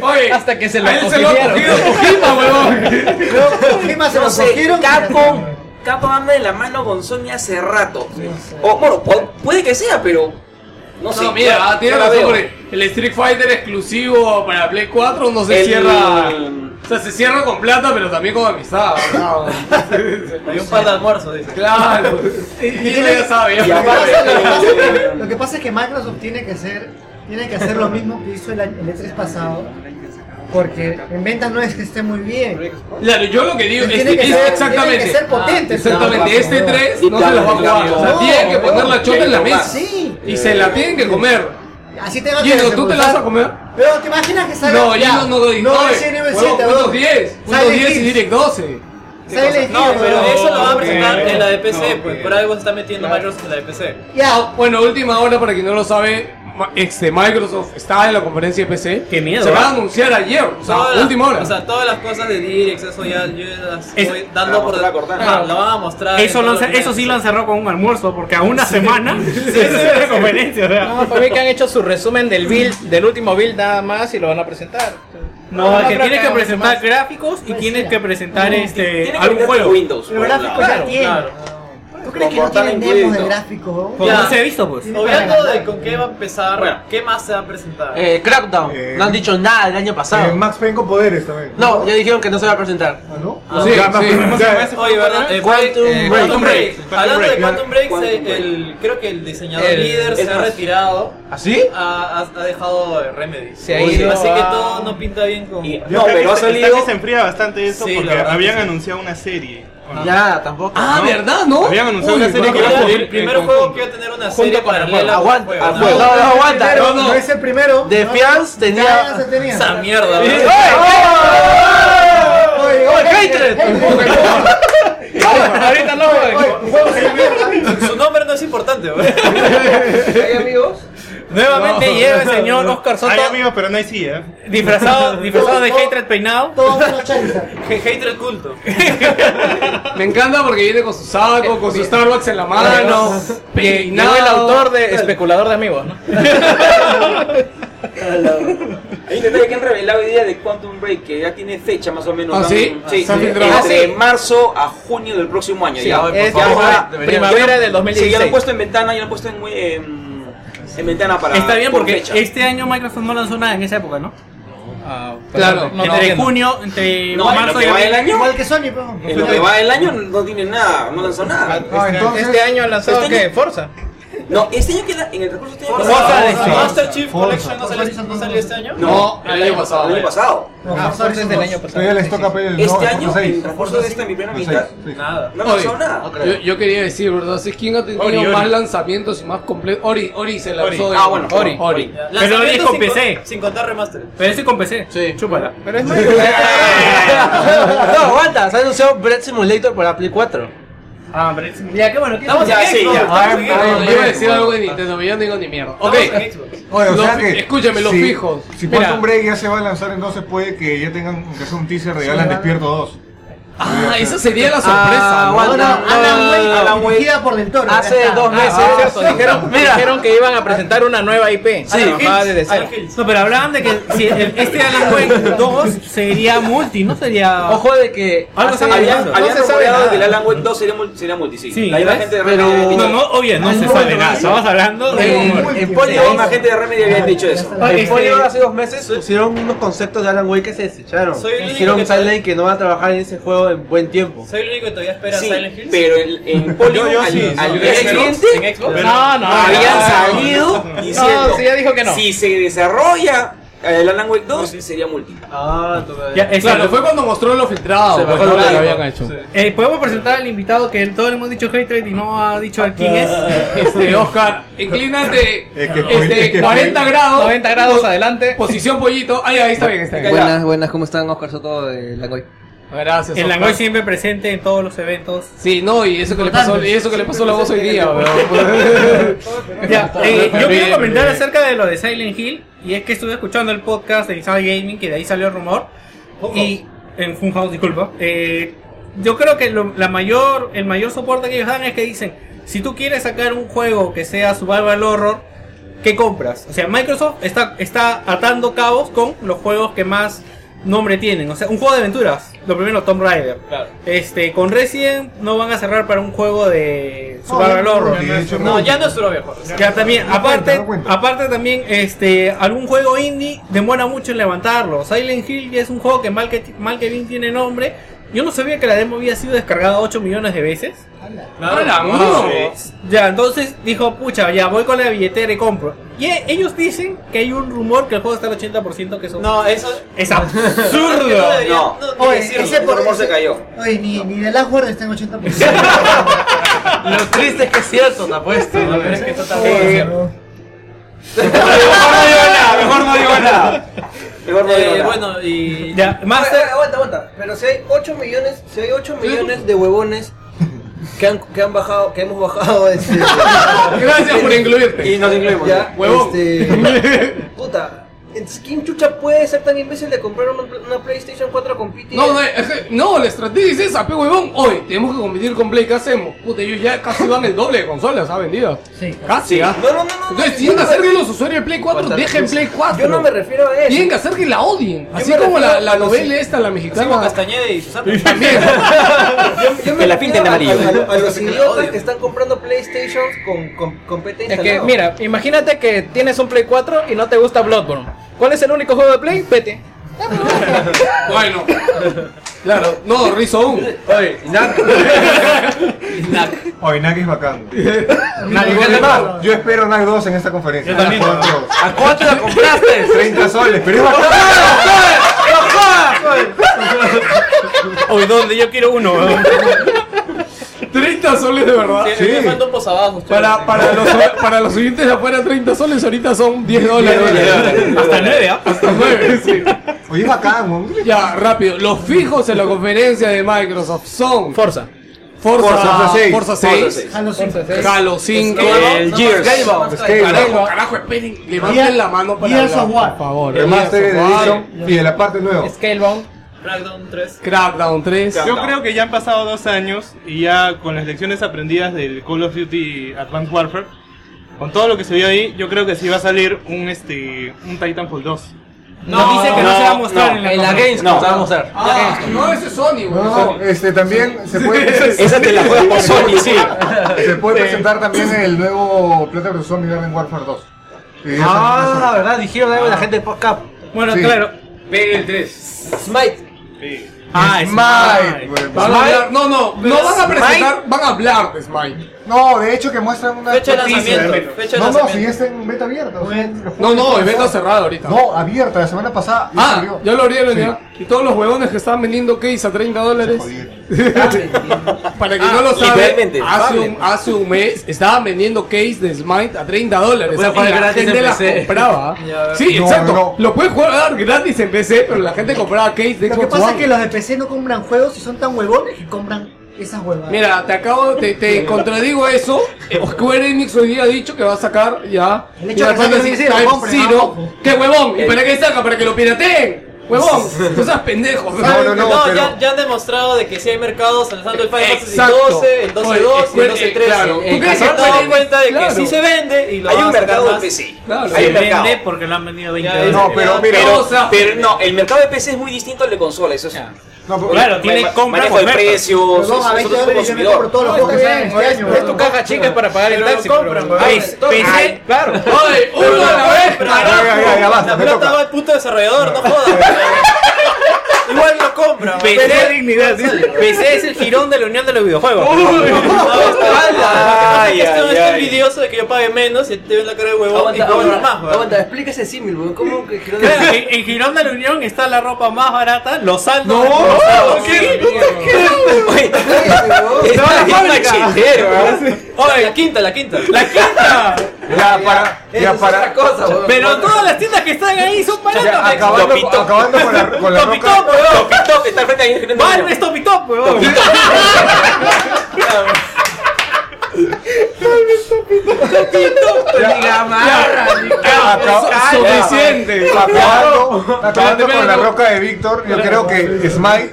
A: Oye,
I: Hasta que se lo
A: a él se lo ha cogido
I: cogieron.
A: Kojima, huevón.
F: Kojima Ah, se
J: No
F: lo
J: sé,
F: cogieron.
J: Capcom, Capcom anda de la mano con Sony hace rato. O, bueno, pu- puede que sea, pero. No sé.
A: No, mira,
J: no-
A: ah, tiene
J: no la
A: razón,
J: veo.
A: porque el Street Fighter exclusivo para Play 4 no se
J: El-
A: cierra. O sea, se cierra con plata, pero también con amistad. ¿no?
G: Hay un par de almuerzos, dice.
A: claro. Y y ya sabe.
J: Y
A: ya.
F: Lo que
J: aparte-
F: pasa- lo que pasa- Lo que pasa es que Microsoft tiene que hacer, tiene que hacer lo mismo que hizo el, año- el E3 pasado. Porque en ventas no es que esté muy bien.
A: Claro, yo lo que digo es,
F: Tiene que
A: es-
F: ser-
A: exactamente.
F: tiene que ser potente.
A: Exactamente, este 3 no se los va a jugar. O sea,
F: No,
A: tienen que
F: no,
A: poner la chota en la
J: tienen que
A: mesa.
F: Sí.
A: Y se la tienen que comer.
F: Así te vas a
A: Gino, ¿tú te la vas a
F: desembolsar.
A: comer?
F: Pero te imaginas que salga.
A: No, ya no, no doy.
F: No,
A: doy.
F: Resident Evil
A: Huevón,
F: 7,
A: Unos
F: weón.
A: 10, unos
F: Silent
A: 10 y
F: Hill.
A: Direct 12.
F: Silent
G: No,
F: Hill,
G: pero
F: weón.
G: eso lo va a presentar
B: ok.
G: en la de PC,
B: No,
G: pues
B: ok.
A: Ah,
G: por algo está metiendo Microsoft en la de PC.
F: Ya,
A: Bueno, última hora para quien no lo sabe. ma- este, Microsoft está en la conferencia de PC.
C: Qué miedo,
A: Se va a
C: ¿eh?
A: anunciar ayer, o sea,
G: Todas las-
A: última hora.
G: O sea, todas las cosas de Direct, eso ya yo ya las
C: Es-
G: voy dando por
J: mostrar a Cortana.
G: Ajá, Lo van a mostrar.
C: Eso,
G: en
C: lo
G: todos
C: han-
G: los
C: eso sí lo
G: medios.
C: han cerrado con un almuerzo, porque a una semana es una conferencia. o sea.
D: No, para mí que han hecho su resumen del build, del último build nada más y lo van a presentar.
C: No, es que
D: creo
C: tienes que
D: hagan
C: presentar
D: más.
C: gráficos y tienes que presentar este,
J: Tiene que
C: algún
J: vender
C: juego.
J: Windows. pues,
F: Pero
J: por un
F: gráficos
J: lado.
F: ya tienen.
C: claro.
F: ¿Tú crees que no
J: Cortana
F: tienen demos de
J: incluido.
F: gráficos? huevón?
C: Pues
G: Ya.
C: no se ha visto, pues.
G: Obviando de con qué va a empezar, ¿qué más se va a presentar?
I: Eh, Crackdown,
B: Eh,
I: no han dicho nada del año
B: Eh,
I: pasado.
B: Max Payne con poderes también.
I: No, ya dijeron que no se va a presentar.
B: Ah, ¿no?
A: sí,
B: Ya, Max
A: sí.
B: Payne,
A: ¿Cómo
B: ya,
G: Oye, ¿verdad? Eh,
I: Quantum
G: eh,
I: Break.
G: Quantum Break.
K: Quantum
G: Hablando
K: Break.
G: de Quantum Break, se-
J: Quantum Break.
G: el, creo que el diseñador
D: El-
G: líder
J: es
G: se ha
J: más.
G: retirado.
A: ¿Ah,
I: ¿Así?
G: Ha, ha- ha dejado eh, Remedy.
D: Se ha ido
G: Así que
D: a-
G: todo no pinta bien con.
J: Y-
K: Yo
J: No, pero
K: creo que
J: ha
K: se- está
J: salido.
K: que se enfría bastante eso
G: Sí, la
K: porque
G: verdad
K: habían
G: que sí.
K: anunciado una serie. ¿o no?
I: Ya, tampoco.
A: ah,
I: ¿no?
A: ¿verdad? ¿No?
K: Habían anunciado una serie que
G: Creo
K: iba a
G: que
K: salir
G: el primer juego que iba a tener una
I: Junto
G: serie
I: con el
G: paralela.
I: juego.
G: al
I: Aguanta, al
G: ¿no?
I: juego. No, no, aguanta.
F: Primero,
I: No, no.
F: no es el primero.
I: The
F: No,
I: Fiance tenía-
F: Fiance tenía.
G: Esa mierda,
I: ¡Ey!
G: ¿verdad?
I: ¡Oye, oye, hatred! Ahorita no, güey.
G: Su nombre no es importante, güey.
D: ¿Hay amigos?
C: Nuevamente lleva el señor Oscar
K: Hay
C: Soto
K: amigos, pero no hay ¿eh? silla.
C: disfrazado, disfrazado de Hatred peinado.
F: Todo menos Charizard.
G: Hater culto.
A: Me encanta porque viene con su saco,
C: Eh,
A: con su Starbucks en la mano,
D: Llegó
A: peinado.
D: el autor de Especulador de Amigos, ¿no?
J: Hay un detalle que han revelado hoy día de Quantum Break que ya tiene fecha más o menos.
A: ¿Ah,
J: ¿no?
A: sí? ¿Se ha filtrado?
J: Entre
D: Ah, sí.
J: marzo a junio del próximo año.
D: Sí,
J: ya.
D: por
J: Ya
D: favor,
J: está-
D: deberían.
J: ya-
D: Primavera del 2016.
J: Sí, ya lo han puesto en ventana, ya lo han puesto en, eh, en ventana para.
C: Está bien
J: Ah, por
C: porque
J: fecha.
C: este año Microsoft no lanzó nada en esa época, ¿no?
A: Claro.
D: Ah, pues No,
C: entre
D: entiendo.
C: junio, entre
J: No, en lo
C: marzo y
J: que va el
C: abril.
J: año.
F: Igual que Sony, pero.
J: En lo que va el año no tiene nada, no lanzó nada.
B: Ah, entonces.
D: Este año han lanzado
J: Este
D: que
J: año-
D: Forza.
J: No, este año queda en el recurso este año
G: Forza,
J: pasado.
C: Forza,
G: Forza,
C: sí.
G: Master Chief
B: Forza.
G: Collection no salió, no salió este año.
A: No, el año pasado.
J: El año pasado.
F: No,
D: Ah,
F: Forza
D: Forza es del año pasado.
B: pues, Todavía les
D: Sí, sí,
B: toca
D: sí.
B: pedir el
J: Este
B: no,
J: año,
B: seis.
J: en refuerzo de esta mi primera
B: No,
J: mitad,
B: seis, sí.
G: Nada.
J: no
A: Oye,
J: lanzó nada.
A: Yo, yo quería decir, ¿verdad? ¿Es quién ha tenido
K: Ori, Ori.
A: más lanzamientos y más completos? Ori, Ori se lanzó
J: Ori.
A: de-
J: Ah, bueno,
A: Ori.
J: Ori.
A: Ori.
C: Pero
G: Lanzamiento
C: dijo
G: sin
C: PC.
G: con- Sin contar remaster.
C: Pero ese con PC.
I: Sí.
C: Chúpala.
D: Pero es más.
I: No, aguanta, se ha anunciado Bread Simulator para Play 4.
C: Ah, pero es-
D: Ya, qué bueno. ¿qué
G: Estamos
J: Ya,
G: en
J: sí,
G: Xbox,
J: ya.
G: estamos en
B: Ah,
G: Xbox.
A: Yo iba a decir algo de Nintendo, pero yo no digo ni mierda. Ok.
G: Estamos en Xbox.
B: Oye, o
A: Los
B: sea
A: fi-
B: que.
A: escúchame, los
B: si-
A: fijos.
B: Si
A: Mira.
B: Quantum Break ya se va a lanzar, entonces puede que ya tengan que hacer un teaser de Alan Despierto 2.
A: Ah, esa sería la
I: Ah,
A: sorpresa.
I: aguanta.
A: ¿no?
F: Bueno, Alan Wake,
I: Alan Wake.
F: dirigida por Del Toro.
I: Hace
F: ya está.
I: dos meses
D: Ah, cierto, dijeron,
I: Mira.
D: dijeron que iban a presentar una nueva IP.
C: Ah,
G: Silent Hills.
D: trabajada desde cero.
G: Silent Hills.
C: No, pero hablaban de que si el- este Alan Wake 2 sería multi, no sería.
I: Ojo de que.
C: Algo
I: hace-
C: está
J: Habían,
C: No
J: habían
D: se sabe
J: rumoreado
D: nada.
J: que el Alan Wake 2 sería, mul- sería multi, sí.
C: Sí,
J: la misma
C: ¿ves?
J: gente de
I: Pero-
J: Remedy había
C: No,
J: dicho-
C: no, obvio, no
F: Ay,
C: se
F: no,
C: sabe
F: no,
C: nada.
F: no.
C: Estamos hablando
I: En,
C: de.
I: en
J: la misma
I: Polygon,
J: gente de Remedy había dicho eso.
F: Ah,
I: en
C: este-
I: Polygon hace dos meses pusieron unos conceptos de Alan Wake que se desecharon.
G: Soy el único
I: Dijeron
G: que-
I: Silent que no va a trabajar en ese juego en buen tiempo.
G: Soy el único que todavía espera
J: Sí,
G: Silent Hills.
J: pero el- en Polygon
K: Yo- yo
J: al-
K: sí,
J: al
K: sí.
J: día
G: ¿En Xbox?
J: siguiente
G: ¿En Xbox?
C: No, no,
J: habían
C: no.
J: salido diciendo
D: No, sí, ya dijo que no.
J: si se desarrolla el Alan Wake 2 sería multi.
I: Ah,
C: Ya,
I: todavía.
C: es
A: Claro,
C: el-
A: fue cuando mostró lo filtrado.
I: Se
A: pues,
I: bajó
A: ¿no?
I: el
A: que
I: código.
A: habían hecho.
C: Eh, Podemos presentar al invitado que todos le hemos dicho Hatred y no ha dicho a quién es.
A: Este, Oscar, inclínate
B: Es que-
A: este,
B: es que-
A: 40 grados.
D: 90 grados adelante.
A: Posición pollito. Ahí, ahí está bien, está bien.
H: Buenas, buenas, ¿cómo están? Oscar Soto de Langoy.
A: Gracias.
C: El
A: Oscar.
C: Langoy siempre presente en todos los eventos.
A: Sí, no, y eso que le pasó, y eso que le pasó la voz hoy día, weón.
C: Ya, eh, yo
A: Bien,
C: quiero comentar
A: bien.
C: acerca de lo de Silent Hill. Y es que estuve escuchando el podcast de Inside Gaming, que de ahí salió el rumor. Y en Funhouse, disculpa. Eh, yo creo que lo- la mayor, el mayor soporte que ellos dan es que dicen, si tú quieres sacar un juego que sea survival horror, ¿qué compras? O sea, Microsoft está, está atando cabos con los juegos que más nombre tienen. O sea, un juego de aventuras, lo primero Tomb Raider.
G: Claro.
C: Este, con Resident no van a cerrar para un juego de
B: No,
C: survival
B: no,
C: horror.
B: no, de hecho,
G: No, ya no es Surabia, Jorge.
C: Ya también,
B: No cuenta,
C: aparte,
B: no cuenta.
C: aparte también, este, algún juego indie demora mucho en levantarlo. Silent Hill ya es un juego que mal que, mal que bien tiene nombre. Yo no sabía que la demo había sido descargada 8 millones de veces.
A: Hola, mano.
C: Ya, entonces dijo, pucha, ya voy con la billetera y compro. Y e- ellos dicen que hay un rumor que el juego está al 80% que son...
G: No, eso.
C: es
G: No,
C: absurdo.
G: debería-
J: No.
G: no, no
F: Oye,
G: decirlo.
F: ese
J: por rumor se
F: ese-
J: cayó.
F: Oye, ni, ni The Last Guardian está en 80%.
I: Lo triste es que es cierto, te apuesto. ¿no?
J: Eh,
K: Mejor no digo nada.
J: Mejor no digo
G: Eh,
J: nada.
G: bueno, y.
C: Ya,
D: Oye,
C: Master,
D: oye, Aguanta, aguanta. Pero si hay 8 millones, si hay 8 millones de huevones
J: que han, que han bajado, que hemos bajado. este-
A: Gracias por incluirte.
J: Y nos incluimos. Ya,
A: Huevón.
J: este, puta. Entonces, ¿quién chucha puede ser tan imbécil de comprar una, una PlayStation 4 con PT?
A: No, no, es que- no, la estrategia es esa, pe huevón. Hoy tenemos que competir con Play, ¿qué hacemos? Puta, ellos ya casi van el doble de consolas, ¿ha vendido? Sí. Casi,
J: Sí.
A: ¿ah?
J: No, no, no, no, no,
A: Entonces
J: no,
A: tienen que
J: no,
A: hacer que
J: no, pues.
A: los usuarios de Play 4 dejen
J: Yo
A: Play 4.
J: no me refiero a eso.
A: Tienen que hacer que la odien.
J: Yo
A: Así
J: me
A: como la,
J: refiero
A: la
J: a los-
A: novela esta, la
G: Así como
A: mexicana.
G: Castañeda y Susana.
A: También.
J: Que la pinten de
G: amarillo. ¿eh?
J: A, a los
G: Que la
J: idiotas
G: odien.
J: que están comprando PlayStation con, con, con PT
D: Es que,
J: instalado.
D: mira, imagínate que tienes un Play 4 y no te gusta Bloodborne. ¿Cuál es el único juego de Play? Vete.
A: Bueno. Claro, no, Rizo aún.
B: Oye, Inak. Oye, Inak es bacán.
A: Inak,
B: Yo-
A: ¿qué
B: yo- Yo espero Inak 2 en esta conferencia.
A: Yo también.
B: Inak 2.
A: ¿A cuánto la compraste?
B: 30 soles, pero es bacán.
C: Hoy donde yo quiero uno, weón.
A: 30 soles de verdad.
G: Sí, me falta un posavasos.
A: Para, para, los, para los oyentes de afuera, 30 soles ahorita son 10 dólares.
C: Hasta nueve, ¿ah?
A: Hasta 9, sí.
B: Oye, es bacán, weón.
A: Ya, rápido. Los fijos en la conferencia de Microsoft son Forza. Forza,
B: Forza
A: Forza
B: 6.
A: 6.
B: Forza 6.
F: Halo 5.
A: Halo 5.
J: El Gears.
A: Carajo, carajo, esperen.
F: Gears-
A: Levanten la mano para
F: Gears
A: hablar,
F: of War.
A: Por favor.
B: Remaster
A: Gears of War.
B: Edition y de la parte nueva.
D: Scalebound.
G: Crackdown 3.
A: Crackdown 3.
K: Yo creo que ya han pasado dos años y ya con las lecciones aprendidas del Call of Duty Advanced Warfare, con todo lo que se vio ahí, yo creo que sí va a salir un este un Titanfall 2.
C: No, dice que no, se va a mostrar en la,
J: En la
C: conferencia.
J: Gamescom se va a mostrar.
A: Ah, no, ese es Sony, güey.
B: No, no, este también se puede.
J: Esa te la juegas por Sony, sí.
B: Se puede presentar también el nuevo Plata vs. Zombie Garden Warfare 2. Sí, esa-
I: Ah, ¿verdad? Dijeron algo la gente de podcast.
C: Bueno,
B: Sí.
C: claro.
E: Pegue el 3.
J: Smite.
C: Ah, es
B: Smite, weón.
A: Van a hablar- no, no, no van a presentar, van a hablar de Smite.
B: No, de hecho que muestran una
G: Fecha de
B: noticia.
G: lanzamiento, fecha de
B: No, no,
G: lanzamiento.
B: si está en beta abierta. o sea, los
A: No,
B: juegos
A: no,
B: que
A: evento
B: pasaron-
A: cerrado ahorita.
B: No, abierta, la semana pasada. ya
A: Ah,
B: salió.
A: ya lo abrieron ya. Y todos los huevones que estaban vendiendo case a 30 dólares. Para que no lo saben,
J: literalmente,
A: hace un,
J: vale.
A: hace un mes estaban vendiendo case de Smite a 30 dólares.
H: puedes
A: Y
H: jugar
A: la
H: gratis
A: gente
H: en
A: las
H: PC.
A: compraba. Sí,
B: No,
A: exacto.
B: no.
A: Lo puedes jugar gratis en PC, pero la gente compraba case de
F: Lo que
A: Xbox
F: pasa es
A: One.
F: que los de PC no compran juegos y son tan huevones que compran esas huevadas.
A: Mira, te acabo, te, te contradigo eso. Eh, Square Enix hoy día ha dicho que va a sacar ya.
F: El hecho de que
A: Final
F: salga
A: Fantasy
F: el
A: Type
F: compre, ¿no?
A: Zero. ¡Qué huevón! ¿Y para qué saca? ¿Para que lo pirateen? ¡Huevón! ¡Tú seas pendejo!
B: No, no, no,
G: No,
B: pero-
G: ya, ya han demostrado de que sí hay mercados lanzando el Final Fantasy
A: Exacto.
G: 12, el 12
A: Oye,
G: 2 y el 12
A: eh,
G: 13.
A: claro. ¿Tú
G: Eh,
A: crees
G: se
A: que
G: han
A: pueden-
G: dado cuenta de
A: claro.
G: que sí se vende y lo
J: Hay
G: van
J: un
G: a sacar
J: mercado de
G: más.
J: PC.
A: Claro.
J: Hay
C: Se
J: un mercado.
C: vende porque lo han vendido 20
G: Ya,
C: dólares.
B: No, pero mira.
J: Pero,
A: O sea-
J: pero no, el mercado de PC es muy distinto al de consola, eso es.
B: No, pero-
C: Claro, tiene compra
J: manejo de
C: con oferta.
J: precios,
F: Perdón, a 20
J: nosotros somos
F: dólares yo me compro
J: consumidor.
F: todos los juegos que salen este año.
D: Es tu caja chica para pagar el taxi. pero-
C: Ay,
J: Todo-
C: PC, claro.
A: ¡Oye, uno a la vez!
B: Ya, ya, ya, ya, basta,
G: La
B: me
G: plata va
B: toca.
G: al puto desarrollador, no jodas. Igual lo compra. man.
D: PC, dignidad, PC es el girón de la unión de los videojuegos.
J: Ay,
G: Este no
J: ay,
G: está
J: ay.
G: envidioso de que yo pague menos y te ven la cara de huevón y
J: Aguanta,
G: cobra más,
J: aguanta,
G: weón.
J: aguanta, explica ese símil, weón. ¿Cómo que giró de-
C: Claro, en, en Girón de la Unión está la ropa más barata, los
A: ¡No!
C: saldos.
J: Oye, Está bien machetero, weón.
G: Oye, la quinta, la quinta.
C: ¡La quinta!
B: Ya para.
J: Eso
B: Ya
J: es otra
B: para.
J: cosa, weón.
C: Pero todas las tiendas que están ahí son
B: ya,
C: baratas.
B: acabando,
J: Topito.
B: acabando con la, con la
C: Topito,
B: roca.
C: weón.
J: Topito que está al frente de ahí, girando.
C: Valve es Topi Top, weón.
B: Acab-
A: ¡Suficiente!
B: Acabando,
A: Espérate,
B: acabando
A: espérate,
B: con la
A: no.
B: roca de Víctor, yo creo que Smite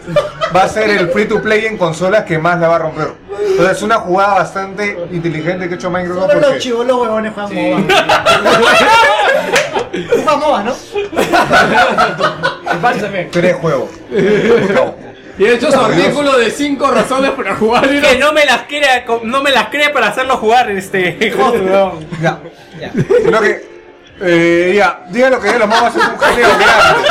B: va a ser el free to play en consolas que más la va a romper. Entonces es una jugada bastante inteligente que ha hecho Microsoft
F: Solo los
B: porque
F: chivolos huevones juegan MOBA. Juegan MOBA, ¿no?
B: tres juegos.
A: Y he hecho su artículo de 5 razones para jugar. y
C: Que no me las crea, no me las cree para hacerlo jugar este hot, weón.
B: Ya. Sino que eh, ya, digan lo que digan, los mamás es un genio grande.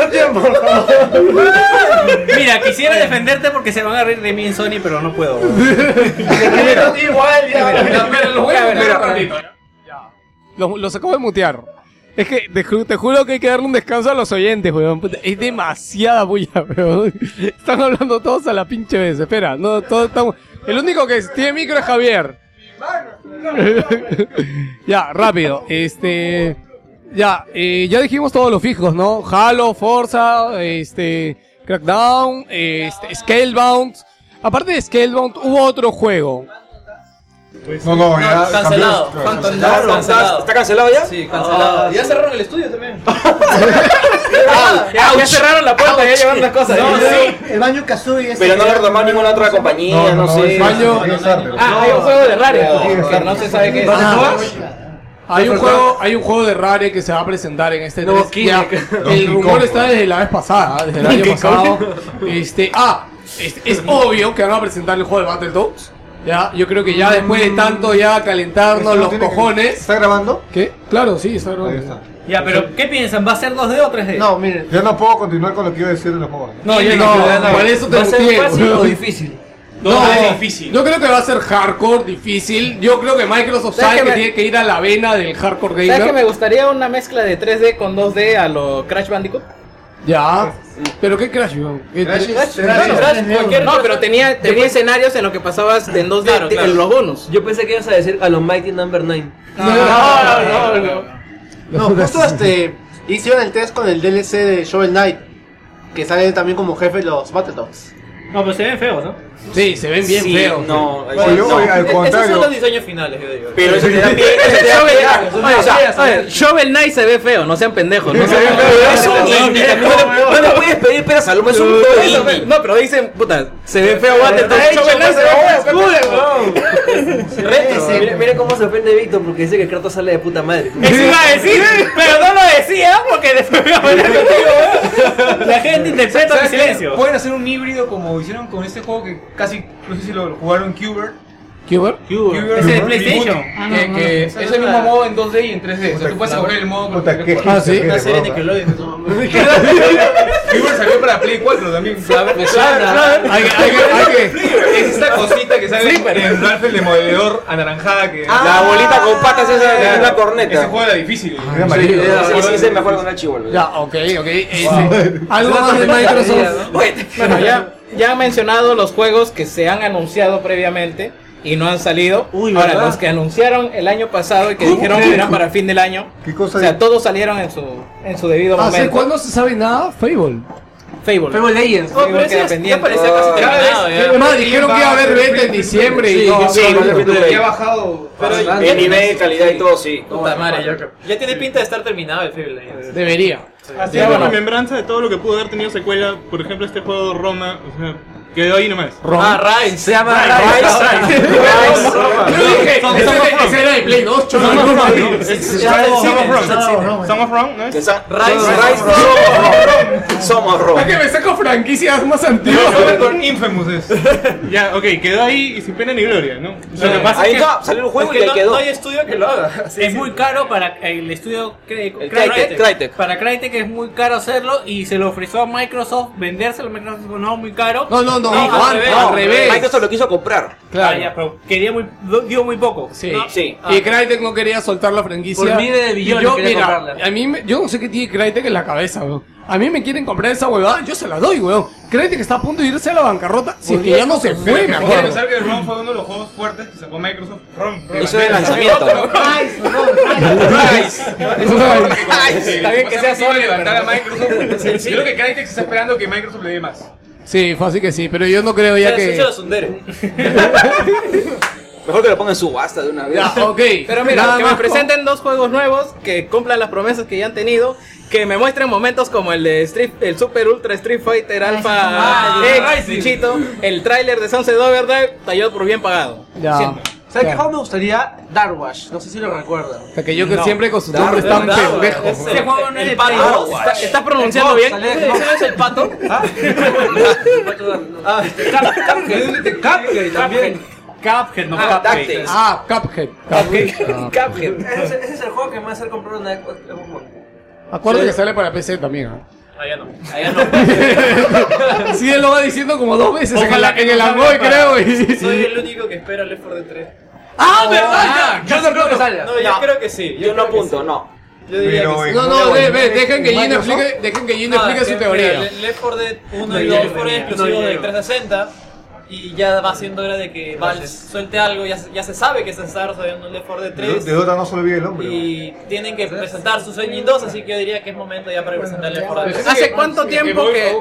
B: Ya, escucha.
C: Mira, quisiera defenderte porque se van a reír de mí en Sony, pero no puedo.
A: los voy a mutear un ratito, ¿ya? Los, los acabo de mutear. Es que te, ju- te juro que hay que darle un descanso a los oyentes, weón. Puta, Es demasiada bulla, weón. Están hablando todos a la pinche vez. Espera, no, todos estamos. El único que tiene micro es Javier. ya, rápido. Este. Ya, eh, ya dijimos todos los fijos, ¿no? Halo, Forza, este. Crackdown, eh, este, Scalebound. Aparte de Scalebound, hubo otro juego.
B: No, no, ya cambió.
J: Cancelado.
B: Phantom
J: Phantom Dance, cancelado.
A: ¿Está cancelado ya?
J: Sí, cancelado.
A: Ah,
J: ya cerraron el estudio también.
C: Ah,
D: Ya, ya cerraron la puerta, ya llevaron las cosas.
J: No, sí.
F: El baño Kazooie
J: Pero no lo retomó ninguna otra compañía, no, sé.
D: Ah, hay un juego de Rare.
C: pues.
J: No, que no se sabe qué es.
F: Ah,
A: Hay un,
J: Perfecto.
A: juego, hay un juego de Rare que se va a presentar en este
D: Nuevo
A: 3.
D: King.
A: Ya,
B: Donkey
A: el rumor
B: Kong.
A: está desde la vez pasada, desde el año pasado. Este, ah, es, es obvio que van a presentar el juego de Battletoads. Ya, yo creo que ya después de tanto ya
B: Eso
A: calentarnos
B: no
A: Ah, los
B: tiene que-
A: cojones.
B: ¿Está grabando?
A: ¿Qué? Claro, sí, está
B: Ahí
A: grabando.
B: está.
C: Ya, pero ¿qué piensan? ¿Va a ser 2D o 3D?
I: No, miren.
B: Yo no puedo continuar con lo que iba a decir de los juegos.
A: No, yo no, por eso te
J: ¿Va a ser
A: muteé,
J: fácil
A: boludo.
J: o difícil?
A: No,
E: es difícil.
A: Yo creo que va a ser hardcore, difícil. Yo creo que Microsoft sabe
D: ¿Sabes
A: que,
D: que me-
A: tiene que ir a la vena del hardcore
D: ¿Sabes que
A: gamer.
D: me gustaría una mezcla de 3D con 2D a lo Crash Bandicoot?
A: Ya. Pero qué crash, bro? ¿Qué-
D: No, pero tenía, tenía escenarios en los que pasabas de en 2D
J: Claro,
D: de-
J: claro.
D: en los bonus.
J: Yo pensé que ibas a decir a los Mighty Number 9.
I: No, no, no, no.
A: No,
I: No, justo este. Hicieron el test con el DLC de Shovel Knight. Que salen también como jefe los Battletoads.
C: No, pero se ven feos, ¿no?
A: Sí, se ven bien
J: sí,
A: feos.
J: No,
B: Oye,
J: no.
B: oye, Pues al
G: E- Esos son los
B: contrario.
G: diseños finales, yo digo.
J: Pero eso te da pie. Eso te da
D: Shovel
J: pie.
D: Knight.
J: Eso
D: Oye,
J: te
D: o sea,
J: da pie.
D: a ver, Shovel Knight se ve feo, no sean pendejos. No,
B: Se ve feo.
J: Eso es un indie. No le- no le puedes pedir peras a Luma, es un juego indie.
D: No, pero dicen, puta, se ve feo Battletoads. Shovel Knight se ve feo.
J: Retro. Mira- Mira cómo se ofende Víctor porque dice que Kratos sale de puta madre.
D: Eso iba a decir, pero no lo decía porque después me iba a poner contigo,
C: La gente interpreta mi
E: ¿Sabes qué?
C: silencio.
E: Pueden hacer un híbrido como hicieron con este juego que casi, no sé si lo jugaron Cuber.
A: ¿Cuber?
E: Cuber
C: Ese de PlayStation.
E: que, que es el mismo modo en 2D y en 3D. O sea, tú puedes escoger el modo con
B: Puta, qué
E: el
A: Ah, sí.
B: Una serie
E: Cuber salió para Play 4 también.
J: Me suena.
A: Hay que, hay que, hay que.
E: Es esta cosita que sale
D: pues.
E: en Ralph el demoledor anaranjada que.
J: La bolita con patas esa es una
E: Ese
J: corneta.
E: juego era difícil.
J: Sí,
B: amarillo.
J: sí, sí, me acuerdo de una chivola.
A: Ya, ok, eh, ok. Ese. Algo más de Microsoft.
D: Bueno, ya, ya he mencionado los juegos que se han anunciado previamente y no han salido. Ahora, los que anunciaron el año pasado y que dijeron que eran para fin del año.
B: ¿Qué cosa
D: O sea,
B: de-
D: todos salieron en su, en su debido
A: ¿Hace
D: momento.
A: Ah, cuándo se sabe nada? Fable.
D: Fable. Fable Legends.
G: No, Oh, pero ese ya- ya parecía casi terminado, ya.
A: Además, dijeron que iba a haber beta en diciembre y no,
J: sí,
A: no,
J: sí,
A: no,
J: sí.
A: no.
E: Ya ha bajado.
I: Ah,
J: El nivel, calidad y todo, sí.
G: Puta madre, ya- ya tiene pinta de estar terminado el Fable Legends.
A: Debería.
K: Así es la remembranza de todo lo que pudo haber tenido secuela. Por ejemplo, este juego Roma. O sea, quedó ahí nomás.
G: Ah, Rise. Se llama
A: Yo dije, ese ese era de Play 2, cholo. No, no, no.
K: Es- Somos Wrong. Somos Wrong, ¿no es?
J: Rice,
G: Rice,
J: Rice, somos
A: Es
J: Ron.
A: que me saco franquicias más antiguas.
E: Con Infamous es.
K: Ya, ok, quedó ahí y sin pena ni gloria, ¿no?
C: Lo que pasa
J: Ahí
C: es que
J: está, salió un
G: Es
J: juego y
G: que
J: ahí
G: no,
J: quedó.
G: no hay estudio que lo haga.
C: es muy caro para el estudio Cry-
J: El
C: Crytek.
J: Crytek, Crytek.
C: Para Crytek es muy caro hacerlo y se lo ofreció a Microsoft vendérselo. Microsoft dijo, no, muy caro. Ah,
A: No, no, no,
C: No, al
A: Juan,
C: revés.
A: al revés.
J: Microsoft lo quiso comprar.
C: Ah,
A: Claro.
C: ya, pero quería muy, dio muy poco.
A: Sí.
J: Sí.
A: Y Crytek no quería soltar la franquicia.
D: Por miles de billones
A: Y yo,
D: quería
A: mira,
D: comprarla.
A: a mí me- yo no sé qué tiene Crytek en la cabeza, weón. A mí me quieren comprar esa huevada, yo se la doy, weón. Crytek está a punto de irse a la bancarrota si es que ya no se fue, me
E: Quiero
A: acuerdo.
E: pensar que Ron fue uno de los juegos fuertes que sacó Microsoft. Ron. Ron.
J: Eso es lanzamiento.
D: Está bien que sea
E: Pasaba
D: Sony,
E: a levantar a Microsoft. Yo creo que Crytek se está esperando que Microsoft le dé más.
A: Sí, fácil que sí, pero yo no creo ya que.
G: Se los Sundere.
J: Mejor que lo pongan en subasta de una vez.
A: Ya, ok.
D: Pero mira,
A: Nada
D: que
A: más
D: me
A: co-
D: presenten dos juegos nuevos, que cumplan las promesas que ya han tenido, que me muestren momentos como el de Street, el Super Ultra Street Fighter Alpha
G: Ah,
D: X,
G: sí.
D: bichito, el tráiler de Sunset Overdrive, tallado por bien pagado.
A: Ya.
I: ¿Sabes qué
A: Claro.
I: juego me gustaría? Darwash. No sé si lo recuerdan.
A: O sea, que yo que siempre con sus nombres
G: Claro,
A: tan
G: claro,
A: pendejos.
G: Ese juego no es de Play
J: pato.
G: dos.
D: ¿Está- ¿Estás pronunciando bien?
G: ¿Sabes el pato?
J: Cuphead también.
C: Cuphead, no
J: Ah,
C: Cuphead.
J: Tactics.
A: Ah, Cuphead. Cuphead. Ah.
J: Cuphead.
G: Ese es el juego que más se compró una Xbox
A: Acuérdate que sale para PC también. ¿ah?
G: Allá no. Allá no.
A: Sí, él lo va diciendo como dos veces en el,
C: Ojalá que
A: en el
C: no salga
A: Angoy,
C: para-
A: creo. y-
G: Soy el único que espera Left 4 Dead 3.
A: ¡Ah, verdad!
D: Yo no creo que salga.
G: No, yo creo que sí.
J: Yo no
G: creo que
J: apunto, no.
G: sí. Yo diría que sí.
A: ya! No, no, ve, ve, dejen que Gino explique, dejen que Gino
G: No,
A: explique su
G: que- Ah, mira,
A: teoría.
G: Le- Left 4 Dead 1 y 2 fueron exclusivos de 360. Y ya va siendo hora de que Valve suelte algo, ya, se- ya se sabe que se está desarrollando el Left 4 Dead
B: De,
G: 3.
B: de Dota no se olvide el hombre.
G: y tienen que presentar su Sueño 2, así que yo diría que es momento ya para presentar el Left 4 Dead.
D: ¿Hace cuánto tiempo que.?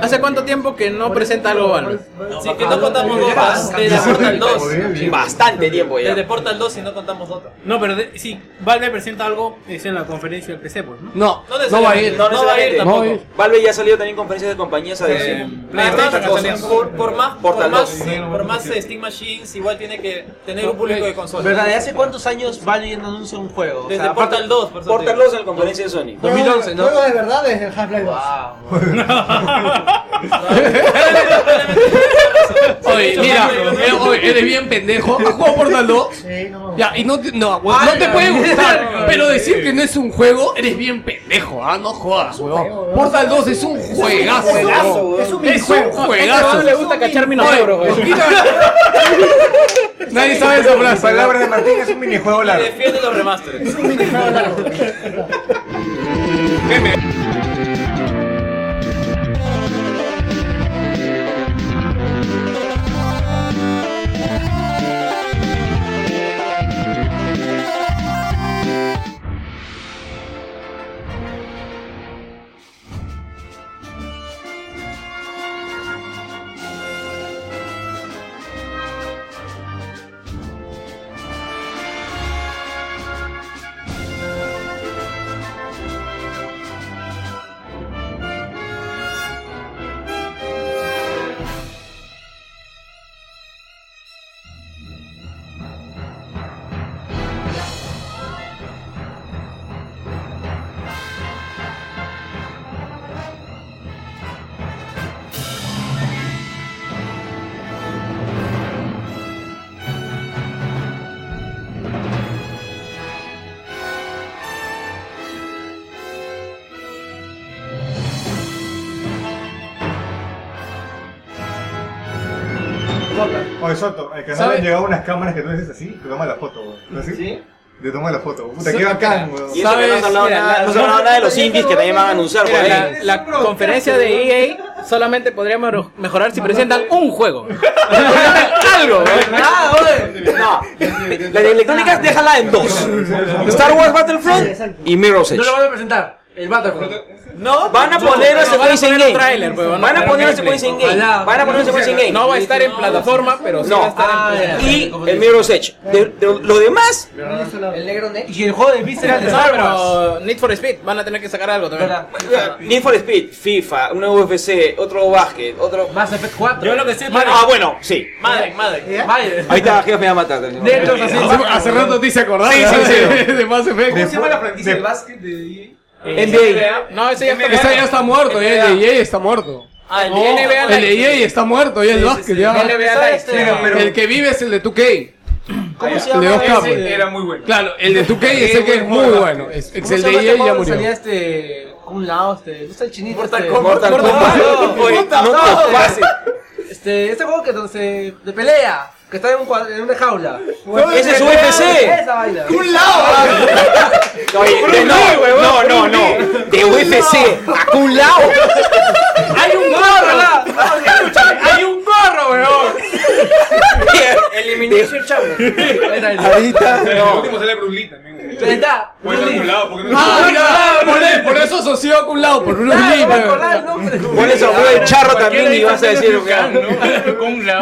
D: ¿Hace cuánto tiempo que no presenta algo, Valve?
G: Sí, que no contamos Dota, desde Portal 2.
C: Bastante tiempo ya.
G: Desde Portal 2 y no contamos Dota.
L: No, pero de- si Valve presenta algo, es en la conferencia del PC, pues, ¿no?
A: No,
G: No
A: no va a
G: necesariamente,
A: ir.
G: no, no va a ir
A: No va
G: tampoco.
A: a ir.
C: Valve ya ha salido también en conferencias de compañías a decir.
H: Eh,
G: Además,
C: estas cosas.
G: por, por más, por
C: Portal
G: más,
C: 2.
G: sí, por más eh, Steam Machines, igual tiene que tener un público de
D: Pues,
G: consolas.
H: ¿Verdad? ¿De hace cuántos años Valve no anuncia un juego? O
G: Desde
H: sea, aparte-
G: Portal 2, por eso
C: Portal
G: te
C: 2 en la conferencia de Sony.
J: 2011, ¿no?
F: Juego de verdad desde el Half-Life 2.
A: Oye, mira, eh, oye, eres bien pendejo. ¿Has jugado Portal 2?
F: Sí, no me gusta.
A: Ya, y no, te- no, weón, no te puede gustar, pero decir que no es un juego, eres bien pendejo, ah, no jodas, weón. Portal 2 es un juegazo, weón.
F: Es un Este
A: Es un
F: videojuego.
A: juegazo. Este
D: le gusta cachar minotauro,
A: Oye,
D: güey.
A: mira- Nadie sabe esa
B: Las
A: frase.
B: palabras de Martín es un minijuego largo.
G: Defiende los remasters.
F: Es un videojuego largo.
B: Oye, Soto, eh, al canal
A: ¿Sabe?
B: han llegado unas cámaras que tú dices así, te toma la foto, weón. ¿No es así? Te toma la foto. Puta, qué bacán, weón.
C: Y eso que no
A: ¿Sabes?
C: has hablado
D: Mira,
C: nada,
D: la-
C: no has hablado nada de los indies que también van a anunciar por
D: Mira,
C: ahí.
D: la, la conferencia de EA solamente podría mero- mejorar si presentan un juego. Algo, ¿eh? güey.
C: Nada, oye. No. La de electrónicas déjala en dos. Star Wars Battlefront y Mirror's Edge.
H: No lo van a presentar. El Battlefield.
C: No, van a poner
D: no,
C: ese
D: van a
C: secuencia en
D: poner un
C: game.
D: tráiler, pues, van a
C: Van a
D: poner
C: poner
D: un
C: ese secuencia en
D: gameplay.
C: game.
H: Ojalá.
C: Van a poner ese secuencia en game.
D: No va a estar en plataforma, pero sí va a
C: No.
D: estar en
C: Y el Mirror's Edge. De- de- lo demás,
J: El negro Nex.
H: Y el juego de Visceral de
D: No,
H: Star Wars.
D: pero Need for Speed van a tener que sacar algo también.
H: ¿Verdad?
C: Need for Speed, FIFA, una UFC, otro básquet, otro.
H: Mass Effect 4.
G: Yo lo que estoy
C: Ah, bueno, sí.
G: Madre, madre.
C: Ahí está, Jeff me va a matar.
H: Dentro, así.
A: Hace, hace rato te hice acordar de, de Mass Effect.
B: De-
C: NBA.
D: No, ese ya está.
A: Ese ya está muerto, ya el de EA está muerto.
G: Ah, el
A: No,
G: de NBA
A: el de
G: Live.
A: EA está muerto, ya el básquet, ya. El que vive es el de 2K.
C: ¿Cómo se
A: El de
C: llama?
A: 2K, pues.
E: Era muy bueno.
A: Claro, el de 2K es el que es muy bueno. Es, es el de EA ya
H: Salía
A: murió.
H: este. Un lado, este. ¿Gusta el chinito? este,
C: Mortal Kombat. Oye, No te pases.
H: Este, este juego que donde de pelea, que está en, un cuad- en una jaula.
C: Ese es
H: Esa
C: UFC.
H: vaina.
C: Oye, de- no, no, no, no. De UFC. A un lado.
H: Hay un gorro, Hay un gorro, weón.
C: Elimination Chamber.
H: Ahí está.
C: Ahorita.
E: El último sale Bruce Lee también. güey.
H: Ahí está.
E: Fue calculado, porque no-
A: Ah, ya, por, eso- por eso asoció a un lado, por un
H: Ah, no me acordaba
A: libro.
H: el nombre.
C: Pones a prueba de charro también y vas a decir.
E: Con la-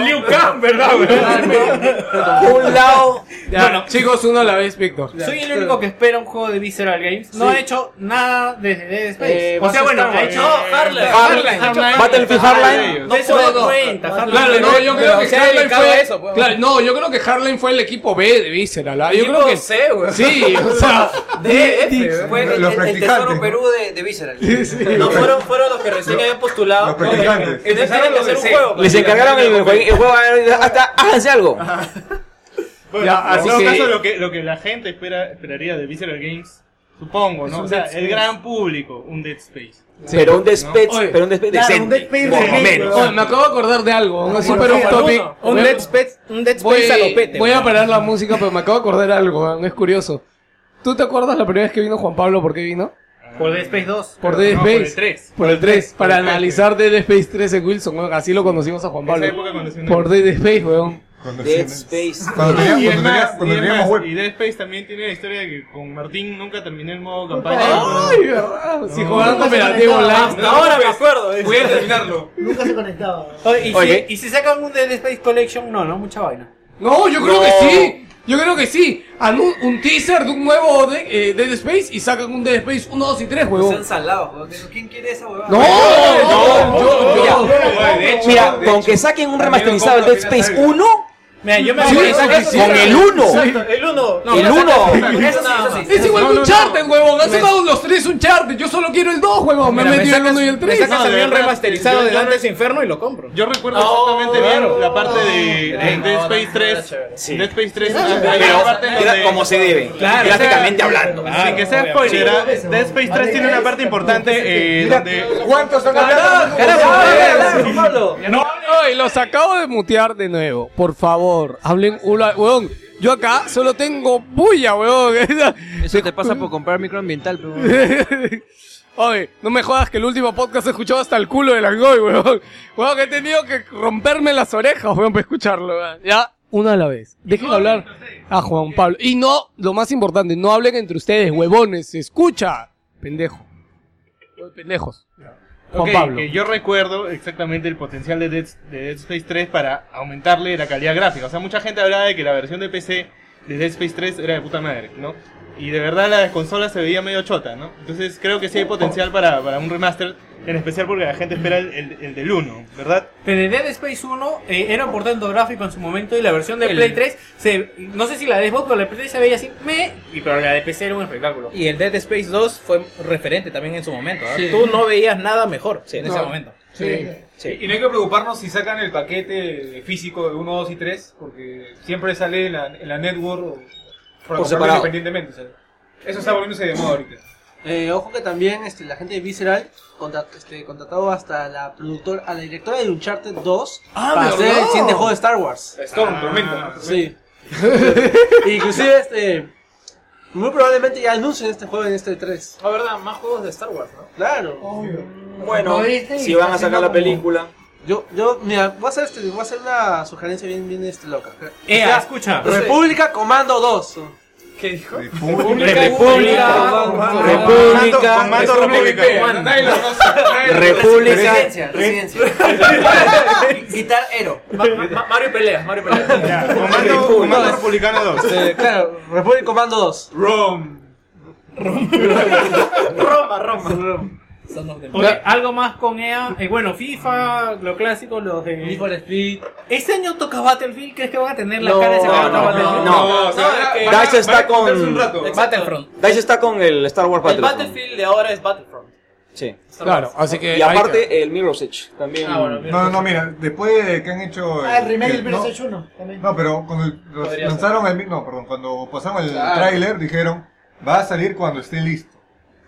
C: Un lado.
A: Ya, chicos, uno a la vez, Víctor.
L: Soy el único que espera un juego de Visceral Games. No ha hecho nada desde Dead Space.
D: Eh,
L: o sea, bueno, ha hecho
G: No, Harley.
D: Hardline.
C: Battlefield Hardline.
L: No se da cuenta, Harley.
A: Claro, no, yo creo que
D: se ha
A: Harlan
D: dedicado
A: fue.
D: a eso, pues.
A: claro, no, yo creo que Harlan fue el equipo B de Visceral. ¿ah? Yo creo que
C: sé, güey.
A: sí, o sea,
C: Fue el,
B: Los
C: el- el
B: practicantes.
C: tesoro Perú de, de Visceral.
G: No fueron, fueron los que recién habían postulado.
B: los practicantes.
G: Ustedes tienen que hacer un juego.
C: Les encargaron el, jue- el juego. Hasta háganse algo.
K: Bueno,
A: Ya, así
K: en todo
A: que-
K: caso, lo que, lo que la gente espera, esperaría de Visceral Games, supongo, ¿no? O sea, el gran público, un Dead Space.
C: Pero un desped,
A: Oye.
C: pero un desped
F: Claro, un
C: decente.
F: desped
C: por lo
F: decente,
C: menos.
A: Oye, me acabo de acordar de algo, un super off topic.
D: Un
A: Voy a-
D: Dead Space, un Dead
A: voy,
D: Space a lo pete.
A: voy a
D: güey.
A: parar la música, pero me acabo de acordar de algo, ¿ah? es curioso. ¿Tú te acuerdas la primera vez que vino Juan Pablo? ¿Por qué vino?
C: Por Dead Space 2.
A: Por Dead
C: No,
A: Space.
C: el 3.
A: Por el 3.
C: Por
A: Para
C: el 3,
A: analizar Dead Space 3 en Wilson, weón. Así lo conocimos a Juan
K: Esa
A: Pablo.
K: época conocimos.
A: Por Dead Space, weón.
J: Dead Space.
B: Cuando tenía-
K: y es
B: cuando tenía-
K: más,
B: cuando
K: y es
B: teníamos
K: más,
B: web.
K: y Dead Space también tiene la historia de que con Martín nunca terminé el modo campaña.
A: Ay, verdad. Si jugaban
F: nunca se
A: cooperativo
F: conectaba.
A: online.
G: Ahora me acuerdo. eh.
E: Voy a terminarlo.
F: Nunca se conectaba.
C: Oye, ¿y,
J: Ok.
C: si, y si sacan un Dead Space Collection, no, no, mucha vaina.
A: No, yo creo que sí. Yo creo que sí. Anun un teaser de un nuevo de, eh, Dead Space y sacan un Dead Space 1, 2 y 3,
J: Están
A: weón.
J: salados, weón. ¿Quién quiere esa huevada?
A: No, no,
K: Oh,
A: yo, yo.
J: Mira, con que saquen un remasterizado del Dead Space 1,
C: Mira, yo me
A: Sí,
C: acuerdo-
A: eso
C: eso sí
J: con
C: era-
J: el 1,
C: El 1.
J: el 1.
G: Eso sí, eso sí.
A: Es igual que un charter, huevón. Han sacado los tres un charter. Yo solo quiero el 2, huevón. Me he
D: Mira, me
A: metido el
D: sacas-
A: 1 y el
D: Me
A: 3.
D: sacas
K: No, de
D: también
K: verdad,
D: remasterizado
K: yo-
D: de
K: yo-
D: Dante's Inferno y lo compro.
K: Yo recuerdo exactamente
A: Oh,
K: bien la parte de, de Dead Space 3.
J: Sí.
K: Dead Space 3 hay una
J: Pero
K: parte en
J: queda
K: donde-
J: como se debe,
K: Claro,
J: gráficamente
K: o sea,
J: hablando.
K: Sin que sea spoiler, ah, Dead Space 3 tiene una parte importante eh, donde.
B: ¿Cuántos han hablado?
A: No, no, y los acabo de mutear de nuevo. Por favor, hablen una, huevón. Yo acá solo tengo bulla, huevón.
H: Eso te pasa por comprar microambiental, pero.
A: Oye, no me jodas que el último podcast he escuchado hasta el culo de Langoy, huevón. Huevón, que he tenido que romperme las orejas, huevón, para escucharlo, huevón. Ya, una a la vez. Dejen hablar a Juan Pablo. Y no, lo más importante, no hablen entre ustedes, huevones. Se escucha, pendejo. Huevón, Pendejos. Juan
K: Ok,
A: Pablo.
K: que yo recuerdo exactamente el potencial de Dead, de Dead Space 3 para aumentarle la calidad gráfica. O sea, mucha gente hablaba de que la versión de PC de Dead Space 3 era de puta madre, ¿no? Y de verdad la consola se veía medio chota, ¿no? Entonces creo que sí hay potencial para, para un remaster, en especial porque la gente espera el, el- el del 1, ¿verdad?
C: Pero el Dead Space 1 eh, era por tanto gráfico en su momento y la versión de Play 3, se, no sé si la de Xbox, pero la de Play 3 se veía así, me, y pero la de PC era un espectáculo.
D: Y el Dead Space 2 fue referente también en su momento. ¿ah? Tú no veías nada mejor sí, en ese momento.
E: Y y no hay que preocuparnos si sacan el paquete físico de 1, 2 y 3, porque siempre sale en la, en la network o para comprarlo
J: separado.
E: independientemente. o sea, eso está volviéndose de moda ahorita.
H: Eh, ojo que también este, la gente de Visceral contra- este, contrató hasta la productora, a la directora de Uncharted 2 para hacer el siguiente juego de Star Wars.
E: Storm, tormenta.
H: Sí. Inclusive este muy probablemente ya anuncien este juego en este 3.
G: La verdad, más juegos de Star Wars, ¿no?
H: Claro.
J: Bueno, si van a sacar la película.
H: Yo yo mira, voy a hacer este, voy a hacer una sugerencia bien bien este loca.
C: Eh,
H: O sea,
C: escucha.
H: República Comando 2.
G: ¿Qué dijo?
D: República,
K: República,
E: Nadie lo conoce.
D: República.
J: Residencia, residencia. Quitar Ero.
G: Ma- ma- ma- Mario Peleas, Mario Peleas.
K: Ya, Comando, Comando Republicano 2.
H: Eh, claro, República Comando 2.
G: Roma, Roma.
C: Ok, algo más con EA, eh, bueno, FIFA, lo clásico, los de... Este año toca Battlefield, ¿crees que van a tener la cara de sacar
J: no,
C: otro
J: no,
C: Battlefield?
J: no.
E: o sea, ahora
G: es que-
E: van a-
J: Dice está
E: van a esconderse
J: con-
E: un rato.
D: Battlefront.
J: Dice está con el Star Wars
G: El
J: Battlefront.
G: Battlefield de ahora es Battlefront.
J: Sí.
A: Claro, así que.
J: Y
A: ahí queda.
J: aparte el Mirror's Edge también.
G: Ah, bueno, mira.
B: No, no, mira, después de que han hecho.
F: Ah, el remake del
B: no,
F: Versus 1 también.
B: no, pero cuando el- los lanzaron el. mi- No, perdón, cuando pasaron el tráiler dijeron, va a salir cuando esté listo.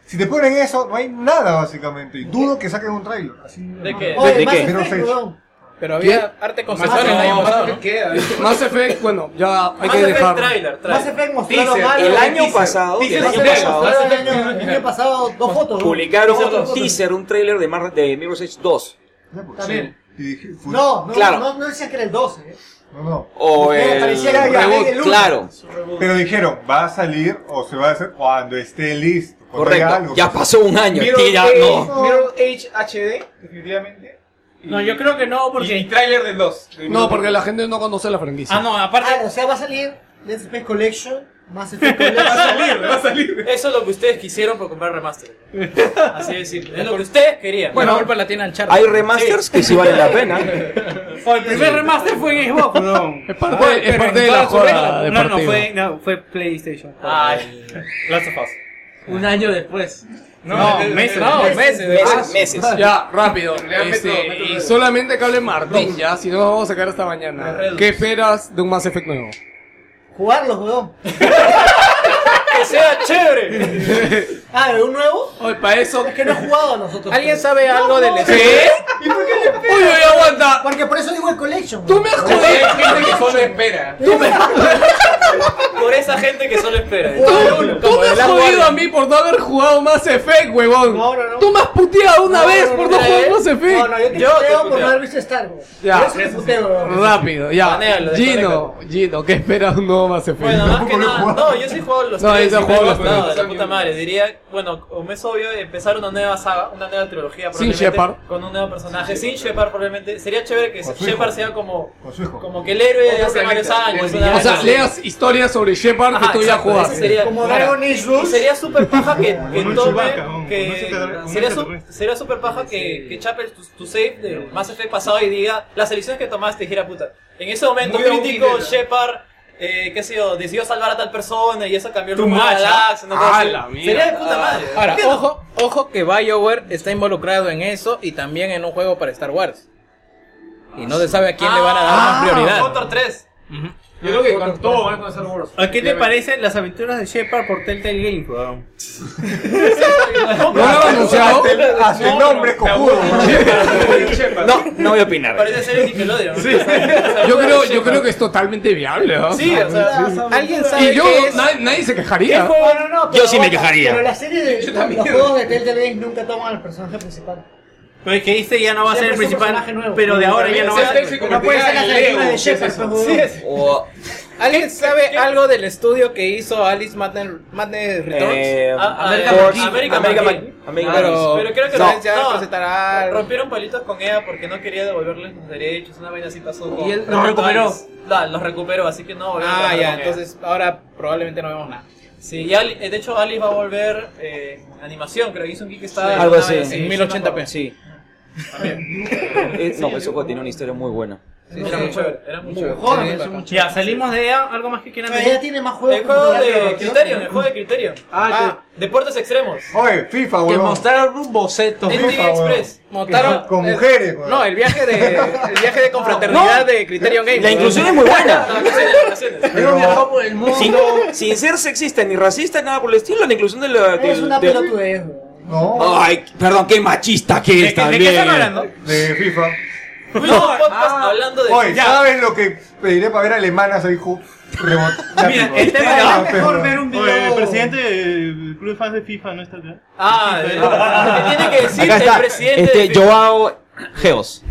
B: Si te ponen eso, no hay nada básicamente. Y dudo que saquen un tráiler. Así,
G: ¿De qué?
F: Oye,
J: ¿de
F: Mass
J: qué?
F: Effect,
B: Pero
F: weón.
D: Pero había arte conceptual el año pasado, ¿no?
A: Mass Effect, bueno, ya hay
G: Más
A: que
G: Effect
A: dejarlo.
G: trailer,
F: Mass
G: trailer.
F: Effect mostraron algo.
J: El año pasado, el año pasado
F: Mostraron el año- el año pasado dos fotos. weón.
J: publicaron
F: Dos
J: un
F: fotos.
J: teaser, un trailer de, Mar de Mirror's Edge 2
B: ya, pues,
F: También.
B: Y dije, fu-
F: No, no,
J: Claro.
F: no, no decían que era el 12. eh.
B: no, no.
J: o
F: Porque
J: el
F: pareciera que
J: reboot,
F: era el uno.
J: claro,
B: Pero dijeron, va a salir o se va a hacer cuando esté listo.
C: Pues
B: cuando haya
J: correcto.
B: algo.
J: Ya pasó un año, tira, no.
E: Mirror Age HD, definitivamente.
C: No, yo creo que no,
E: Y, y
C: porque...
E: tráiler del 2. del
A: No,
E: uno.
A: porque la gente no conoce la franquicia.
C: Ah, no, aparte...
F: Ah, o sea, va a salir Dead Space Collection, Mass Effect Collection.
E: Va a salir.
G: Eso es lo que ustedes quisieron por comprar remaster. Así de simple. Es lo que ustedes querían.
D: Bueno, la culpa la tiene Uncharted.
J: Hay remasters que sí valen la pena.
C: O el primer remaster fue en Xbox. No.
A: Es parte, es parte de la joda de
C: No, no,
A: partido.
C: fue, no, fue PlayStation.
G: Ay,
C: Last of Us.
H: Un año después.
C: No, no meses. No, meses.
J: Meses, meses.
A: Ya, rápido. Este, y solamente que hable Martín, ya, si no nos vamos a sacar hasta mañana. ¿Qué esperas de un Mass Effect nuevo?
F: Jugarlos, weón.
G: que sea chévere.
F: Ah, ¿de un nuevo?
A: Oye, para eso.
F: Es que no he jugado a nosotros.
D: ¿Alguien sabe algo del
A: ¿Qué? Uy, uy, aguanta.
F: Porque por eso digo el Collection.
A: Tú
F: weón.
A: me has jodido.
E: Hay gente que solo espera.
G: Por esa gente que solo espera.
A: Tú, tú me has jodido a mí por no haber jugado Mass Effect, huevón. Tú me has puteado una vez por no jugar Mass Effect.
F: No, no, yo te
A: Yo te
F: puteo por
A: puteo.
F: no haber visto Star Wars.
A: Ya.
F: Yo eso te puteo, weón.
A: Rápido, ya.
G: Banéalo,
A: Gino, Gino, ¿qué esperas de un nuevo Mass Effect?
G: Bueno, más que nada, no, yo sí juego los
A: No,
G: tres.
A: yo
G: y
A: juego
G: me ha
A: los
G: gustado,
A: tres.
G: de la puta madre. Diría, bueno, como es obvio, empezar una nueva saga, una nueva trilogía
A: Sin
G: probablemente,
A: Shepard.
G: con un nuevo personaje, sin Shepard probablemente. Sería chévere que Shepard sea como,
B: Con su hijo.
G: como que el héroe de hace varios años. una
A: o
G: vaina
A: sea,
G: así.
A: leas historias sobre Shepard
G: Ajá,
A: que tú ya
G: exacto,
A: jugaste.
G: eso sería-
F: Como
G: claro.
F: Dragon Age Rules.
G: Y sería súper paja que, que
K: un
G: tome-
K: Chewbacca, un- un
G: que
K: extraterrestre, un
G: sería, su-
K: extraterrestre.
G: sería súper paja que, que chape tu, tu save de Mass Effect pasado y diga las elecciones que tomaste, gira puta. En ese momento
B: Muy de
G: crítico,
B: Wikipedia.
G: Shepard, eh, qué sé yo, decidió salvar a tal persona y eso cambió el rumbo de
C: much,
G: la galaxia. una cosa
A: Ah,
G: así.
A: la mierda.
G: Sería de puta madre.
D: Ahora,
G: ¿Por qué no?
D: ojo, ojo que BioWare está involucrado en eso y también en un juego para Star Wars. Y no se sabe a quién le van a dar
G: Ah,
D: más prioridad.
G: Counter 3.
A: Yo creo que con todo van a conocer Wars.
C: ¿A qué te parecen las aventuras de Shepard por Telltale Games, weón?
A: ¿No lo han anunciado?
B: Hasta el, hasta el nombre es cojudo.
J: No, no voy a opinar.
G: Parece ser el Nickelodeon. Sí,
A: Yo creo, yo creo que es totalmente viable, ¿no?
G: sí, o sea,
D: ¿Alguien sabe
A: Y yo,
D: qué es?
A: nadie, nadie se quejaría.
F: No, no, no, pero
J: Yo sí me
F: aguanta,
J: quejaría.
F: Pero la serie de los juegos de Telltale Games nunca toman al personaje principal.
C: Pero es que este ya no va a ser el
F: Siempre es un
C: principal,
F: personaje nuevo.
C: pero de ahora ya no va a ser.
F: No puedes sacar la aventura de Shepard, pues, weón.
J: O,
D: ¿Alguien sabe algo del estudio que hizo Alice Madden, Madness Returns?
J: eh,
G: América
J: Force-
G: McGee. América
J: América
G: McGee.
J: Mc- América
A: Ah,
D: Pero-
J: McGee.
G: Pero creo que
D: No,
G: no,
D: ya
G: no,
D: presentará algo.
G: Rompieron palitos con EA porque no quería devolverles los derechos, una vaina así pasó.
D: Y él
G: con-
D: los recuperó.
G: con- Da, los recuperó, así que no volvieron a
D: Ah,
G: trabajar
D: ya,
G: con EA.
D: entonces ahora probablemente no vemos nada.
G: Sí, y Ali- eh, de hecho Ali va a volver eh, animación, creo que hizo un Kickstarter.
J: Algo
G: una
J: así.
G: vaina
D: En
G: sí me
D: 1080p.
G: acuerdo.
J: Sí. Eh, No, ese juego tiene una historia muy buena.
G: Era muy chévere, era muy chévere.
F: Joder, es un
C: Ya, salimos de EA, algo más que quieran
F: Pero ya
C: decir.
F: tiene más juegos.
G: El juego de
F: que-
G: Criterion, el juego de Criterion.
D: Ah,
G: Deportes extremos.
B: Oye, FIFA,
I: Que
B: weón.
I: mostraron un boceto.
G: NBA
B: weón.
G: Express.
D: montaron
B: Con
D: el-
B: mujeres, weón.
D: No, el viaje de el viaje de confraternidad de Criterion Games. Ah,
J: La inclusión es muy buena.
G: Relaciones.
B: Pero-
I: por el mundo.
J: Sin, sin ser sexista ni racista, nada por el estilo, la inclusión de la. de-
F: Es una
J: de-
F: pelotudez, weón.
B: No,
J: Ay, perdón, qué machista que es
C: ¿De
J: también.
C: qué están hablando?
B: de FIFA.
G: Fuimos a un podcast
D: Ah,
G: hablando de
B: Oye, ¿sabes lo que pediré para ver alemanas ahí, ju? Rebot- Ya,
C: Mira,
B: tipo,
C: el tema
B: ya,
C: era
B: pero-
F: Mejor ver un
K: Oye, el
F: video.
K: presidente del club de fans de FIFA no está acá.
G: Ah, ¿qué tiene que decir
J: Acá
G: el
J: está.
G: presidente?
J: Este,
G: de-
J: Joao Geos.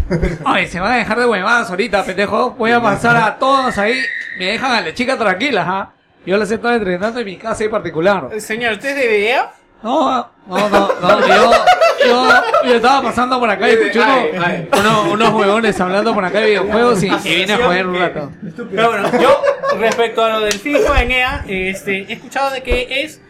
A: Oye, se van a dejar de huevadas ahorita, pendejo. Voy a pasar a todos ahí. Me dejan a la chica tranquila, ¿ah? Yo las estoy entrenando en mi casa en particular.
D: Señor, ¿usted es de E video?
A: No, no, no, no, yo, yo, yo estaba pasando por acá y escuché uno- uno- unos huevones hablando por acá de videojuegos y, y vine a jugar un rato.
C: Pero bueno, yo respecto a lo del FIFA en EA, este, he escuchado de que es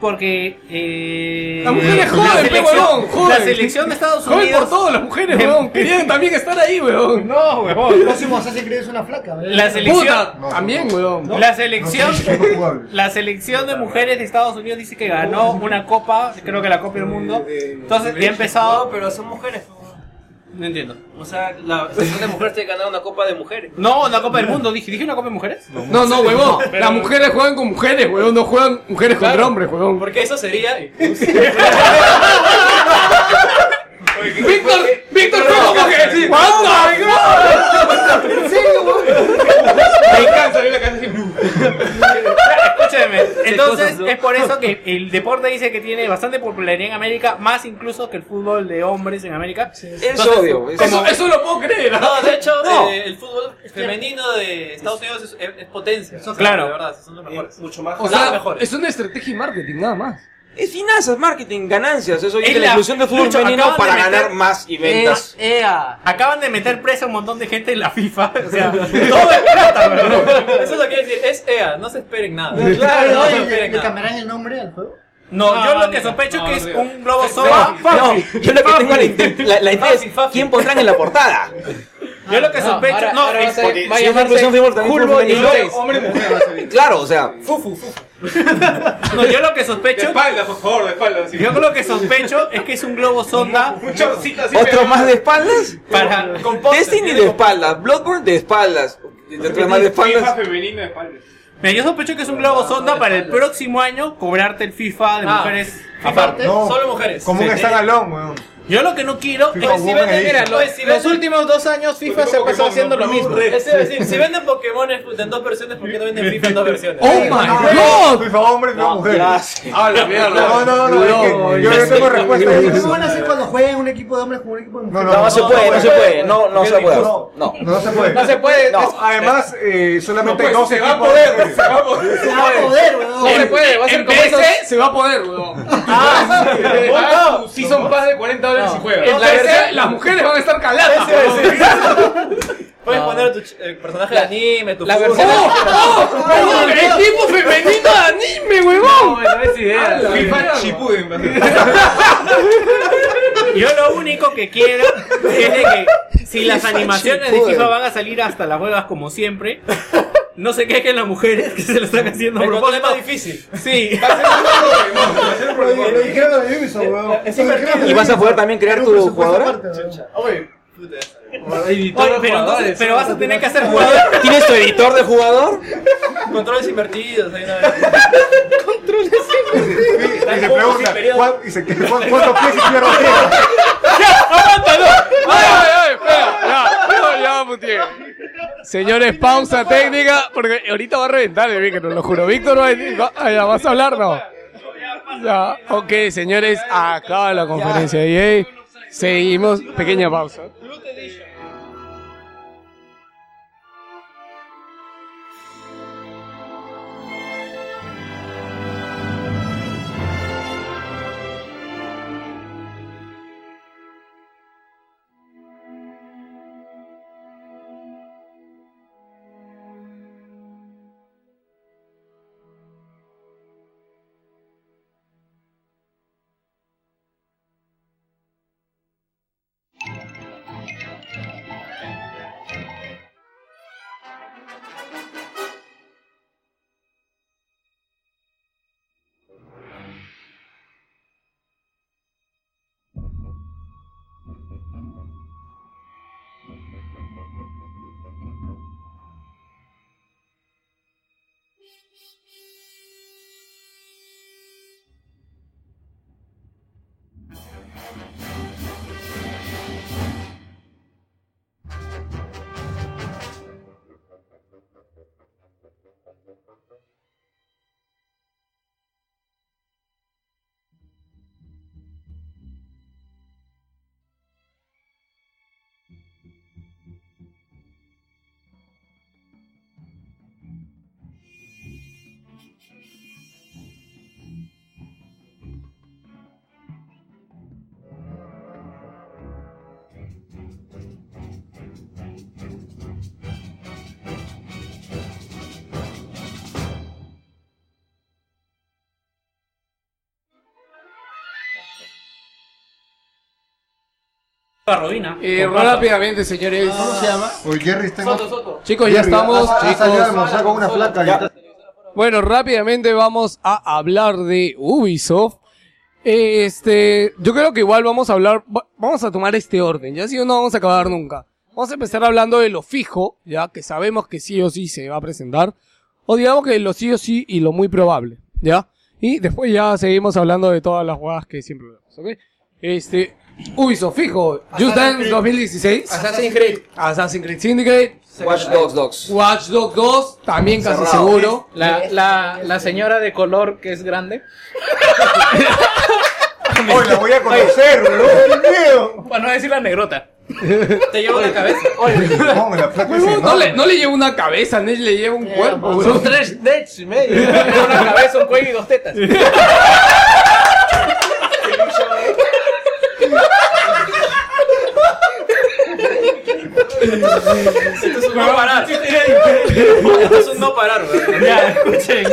C: porque eh,
A: Las mujeres joden, pe,
C: selección-
A: huevón, joden.
C: la selección de Estados
A: Joven por
C: Unidos
A: todas las mujeres, huevón. Querían también estar ahí, huevón.
C: No,
F: El
C: huevón.
F: próximo Assassin's Creed es una flaca, weón.
C: La selección,
A: Puta, también, huevón.
C: la
B: No
C: selección,
B: sé, no jugable.
C: la selección de mujeres de Estados Unidos dice que ganó una copa, creo que la copa del mundo. Entonces ya ha empezado, pero son mujeres. No entiendo.
J: O sea, la sección de mujer se ganado una copa de mujeres.
C: No, una copa del mundo. Dije, dije una copa de mujeres.
A: No, no, huevón. Las mujeres juegan con mujeres, huevón. No juegan mujeres contra hombres, huevón.
G: Porque eso sería.
A: Víctor, Víctor fue como que decir, ¡Oh my god!
K: Me encanta ver la casa sin
C: Escúcheme. Entonces, es por eso que el deporte dice que tiene bastante popularidad en América, más incluso que el fútbol de hombres en América.
J: Es obvio. es-
A: Eso, eso lo puedo creer, ¿ah?
G: No, de hecho,
J: No.
G: eh, el fútbol femenino de Estados Unidos es, es- es potencia. O sea,
C: Claro.
G: De verdad, son los mejores.
J: Mucho más.
A: O
G: Las
A: sea,
G: mejores.
A: es una estrategia de marketing, nada más.
J: Es finanzas, marketing, ganancias. Eso
C: Es
J: y
C: la-
J: la inclusión de fútbol
C: Lucho,
J: femenino
C: acaban
J: para
C: de meter-
J: ganar más y
F: Eh,
J: ventas.
I: EA.
C: Acaban de meter presa a un montón de gente en la FIFA. O sea, todo es plata, bro.
G: Eso es lo que quiero decir. Es EA, no se esperen nada. No,
F: Claro,
G: no se
F: oye, ¿le-
G: esperen
F: ¿Le
G: nada.
F: cambiarán el nombre al juego?
C: No,
G: No,
C: yo
G: no,
C: lo que
G: no,
C: sospecho
G: no,
C: que
G: no,
C: es
G: no.
C: un globo
J: No,
C: soba.
J: no, yo lo que tengo la, inte- la, la idea es quién pondrán en la portada.
C: Yo lo que sospecho.
D: ahora-
C: No,
D: ahora va a
C: es-
D: ser- va a
J: si es
D: llamarse
J: inclusión fútbol, también
D: Julbo
J: fútbol femenino.
D: 16.
K: Hombre, mujer, va a salir.
J: Claro, o sea,
C: no, yo lo que sospecho.
K: Espalda, por favor, de espalda. así.
C: Yo lo que sospecho es que es un globo sonda
K: Un chorcito así.
J: otro más de espaldas.
C: para. con-
J: Destiny de espaldas, Bloodborne de espaldas. Otro más de
K: FIFA
J: espaldas.
K: femenino de espaldas.
C: Mira, yo sospecho que es un globo sonda para el próximo año cobrarte el FIFA de
G: Ah,
C: mujeres.
G: Aparte,
B: No.
G: solo mujeres.
B: Como un
C: Sí.
B: standalone, weón.
C: Yo lo que no quiero
D: Pues si venden, mira, lo-
G: Oye, si
D: los
G: venden-
D: últimos dos años FIFA se ha pasado haciendo lo mismo.
G: Eso iba a decir, si venden Pokémon en en dos versiones, ¿por qué no venden FIFA en dos versiones?
B: ¡Oh, my God! FIFA hombre, FIFA mujer.
A: Ah, la mierda.
B: No, no, no, es que
A: No,
B: yo
A: ya
B: no tengo
A: sé.
B: respuesta a
F: ¿Cómo
B: eso.
F: van a hacer cuando jueguen un equipo de hombres con un equipo de mujeres?
B: No, no se puede, no se puede,
J: no, no se puede. No,
B: No, no se puede.
D: No se puede.
B: No,
D: es-
B: además, eh, solamente
A: No, pues,
B: dos
A: se va a
B: equipos-
A: poder, pues, se va a poder.
F: Se va a poder,
D: No se
F: weón.
D: puede, va a ser
A: En
D: como esos-
A: PC se va a poder, weón. Ah, sí, Si son más de 40 dólares y juegas.
D: En
A: En
D: la
A: la
D: tercera-
A: las mujeres van a estar caladas.
G: Puedes poner tu ch- eh, personaje de anime, tu
D: La
G: fútbol.
D: versión-
A: ¡Oh! ¡Oh! ¡Oh! ¡Equipo femenino de anime, huevón! No, es idea.
B: FIFA Chipuden,
C: Yo lo único que quiero es de que si las animaciones de FIFA van a salir hasta las huevas como siempre, no se quejen las mujeres que se lo están haciendo a
G: El control es
C: propósito.
G: más difícil.
C: Sí,
B: ¿verdad?
F: Lo dijeron a Ubisoft, weón.
J: Y vas a poder también crear tu jugadora.
C: Oye, pero, entonces, pero vas a tener que hacer jugadores.
J: ¿Tienes tu editor de jugador?
G: Controles invertidos. ahí una vez.
B: Y se pregunta, ¿cuál- y se- ¿cuál- ¿cuántos pies izquierdos tiene?
A: ¡Ay, ay, ay! Espera, ya, no, ya, putié. Señores, pausa técnica, porque ahorita va a reventar el micro, lo juro. Víctor, va a decir, va- ah, ya, ¿vas a hablar? No. Ya, ok, señores, acaba la conferencia de EA. Seguimos, pequeña pausa.
C: La ruina.
A: Eh, rápidamente, señores.
B: Uy, Jerry está en-
A: Chicos, ya estamos.
B: Ha- ha salido Ah,
A: Chicos.
B: a almorzar con una flaca. y está-
A: Bueno, rápidamente vamos a hablar de Ubisoft. Este, yo creo que igual vamos a hablar, va- vamos a tomar este orden, ya si no, no vamos a acabar nunca. Vamos a empezar hablando de lo fijo, ya que sabemos que sí o sí se va a presentar, o digamos que lo sí o sí y lo muy probable, ya. Y después ya seguimos hablando de todas las jugadas que siempre hablamos, ¿ok? Este, Ubisoft fijo, Just Dance 2016,
J: Assassin's Creed.
A: Assassin's Creed Syndicate,
J: Watch Dogs Dogs.
A: Watch Dogs 2, también casi
J: Cerrado.
A: seguro.
D: La, la, la señora de color que es grande.
B: Hoy la voy a conocer, bro. ¡Qué miedo!
D: Para no decir la negrota.
G: Te llevo la cabeza.
B: No, la flaca es
A: Huevón, no,
B: enorme.
A: le, no le lleva una cabeza, ni le lleva un cuerpo, huevón.
H: Tres nets y medio.
D: Una cabeza, un cuello y dos tetas.
G: Esto es un no parar. Esto es un no parar, weón.
C: Ya, escuchen.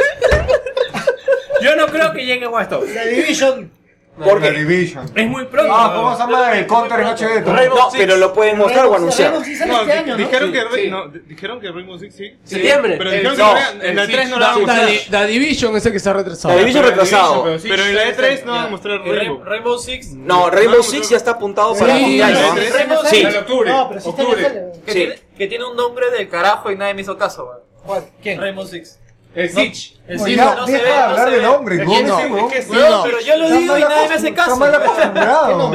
C: Yo no creo que llegue a esto.
F: La Division.
B: La Division.
C: Es muy pronto.
B: Ah, ¿cómo se llama el Counter en HD? tú?
J: No, pero lo pueden mostrar o anunciar.
F: Rainbow Six sale
K: No,
F: este
K: di-
F: año, ¿no?
K: dijeron, que, Re- no, di- dijeron que Rainbow Six sí.
H: Septiembre.
K: Pero dijeron
J: no,
K: que no, en la
A: Sí,
K: E3 no la
A: la,
K: van a mostrar.
A: la- la Division es el que está retrasado.
J: La Division retrasado.
K: Pero, sí, pero en la E3 no van a mostrar Rainbow.
G: Rainbow- Rainbow Six.
J: No, Rainbow Six ya está apuntado para
A: Sí,
J: fin de
A: no,
J: año. ¿eh?
K: sí.
F: Rainbow
J: Sí.
F: Six.
K: octubre,
F: No, pero sí está en
K: octubre.
F: el
G: Que,
J: Sí.
G: tiene, que tiene un nombre del carajo y nadie me hizo caso, weón.
F: ¿Cuál?
G: Rainbow Six.
A: El Siege.
B: El Siege no, se ve. Deja de hablar del hombre,
A: Aquí no.
B: no.
A: Es que sí, no.
G: Pero yo lo
B: Está
G: digo y
B: mal
G: nadie me hace
B: acostum-
G: caso.
B: Está mal acostumbrado.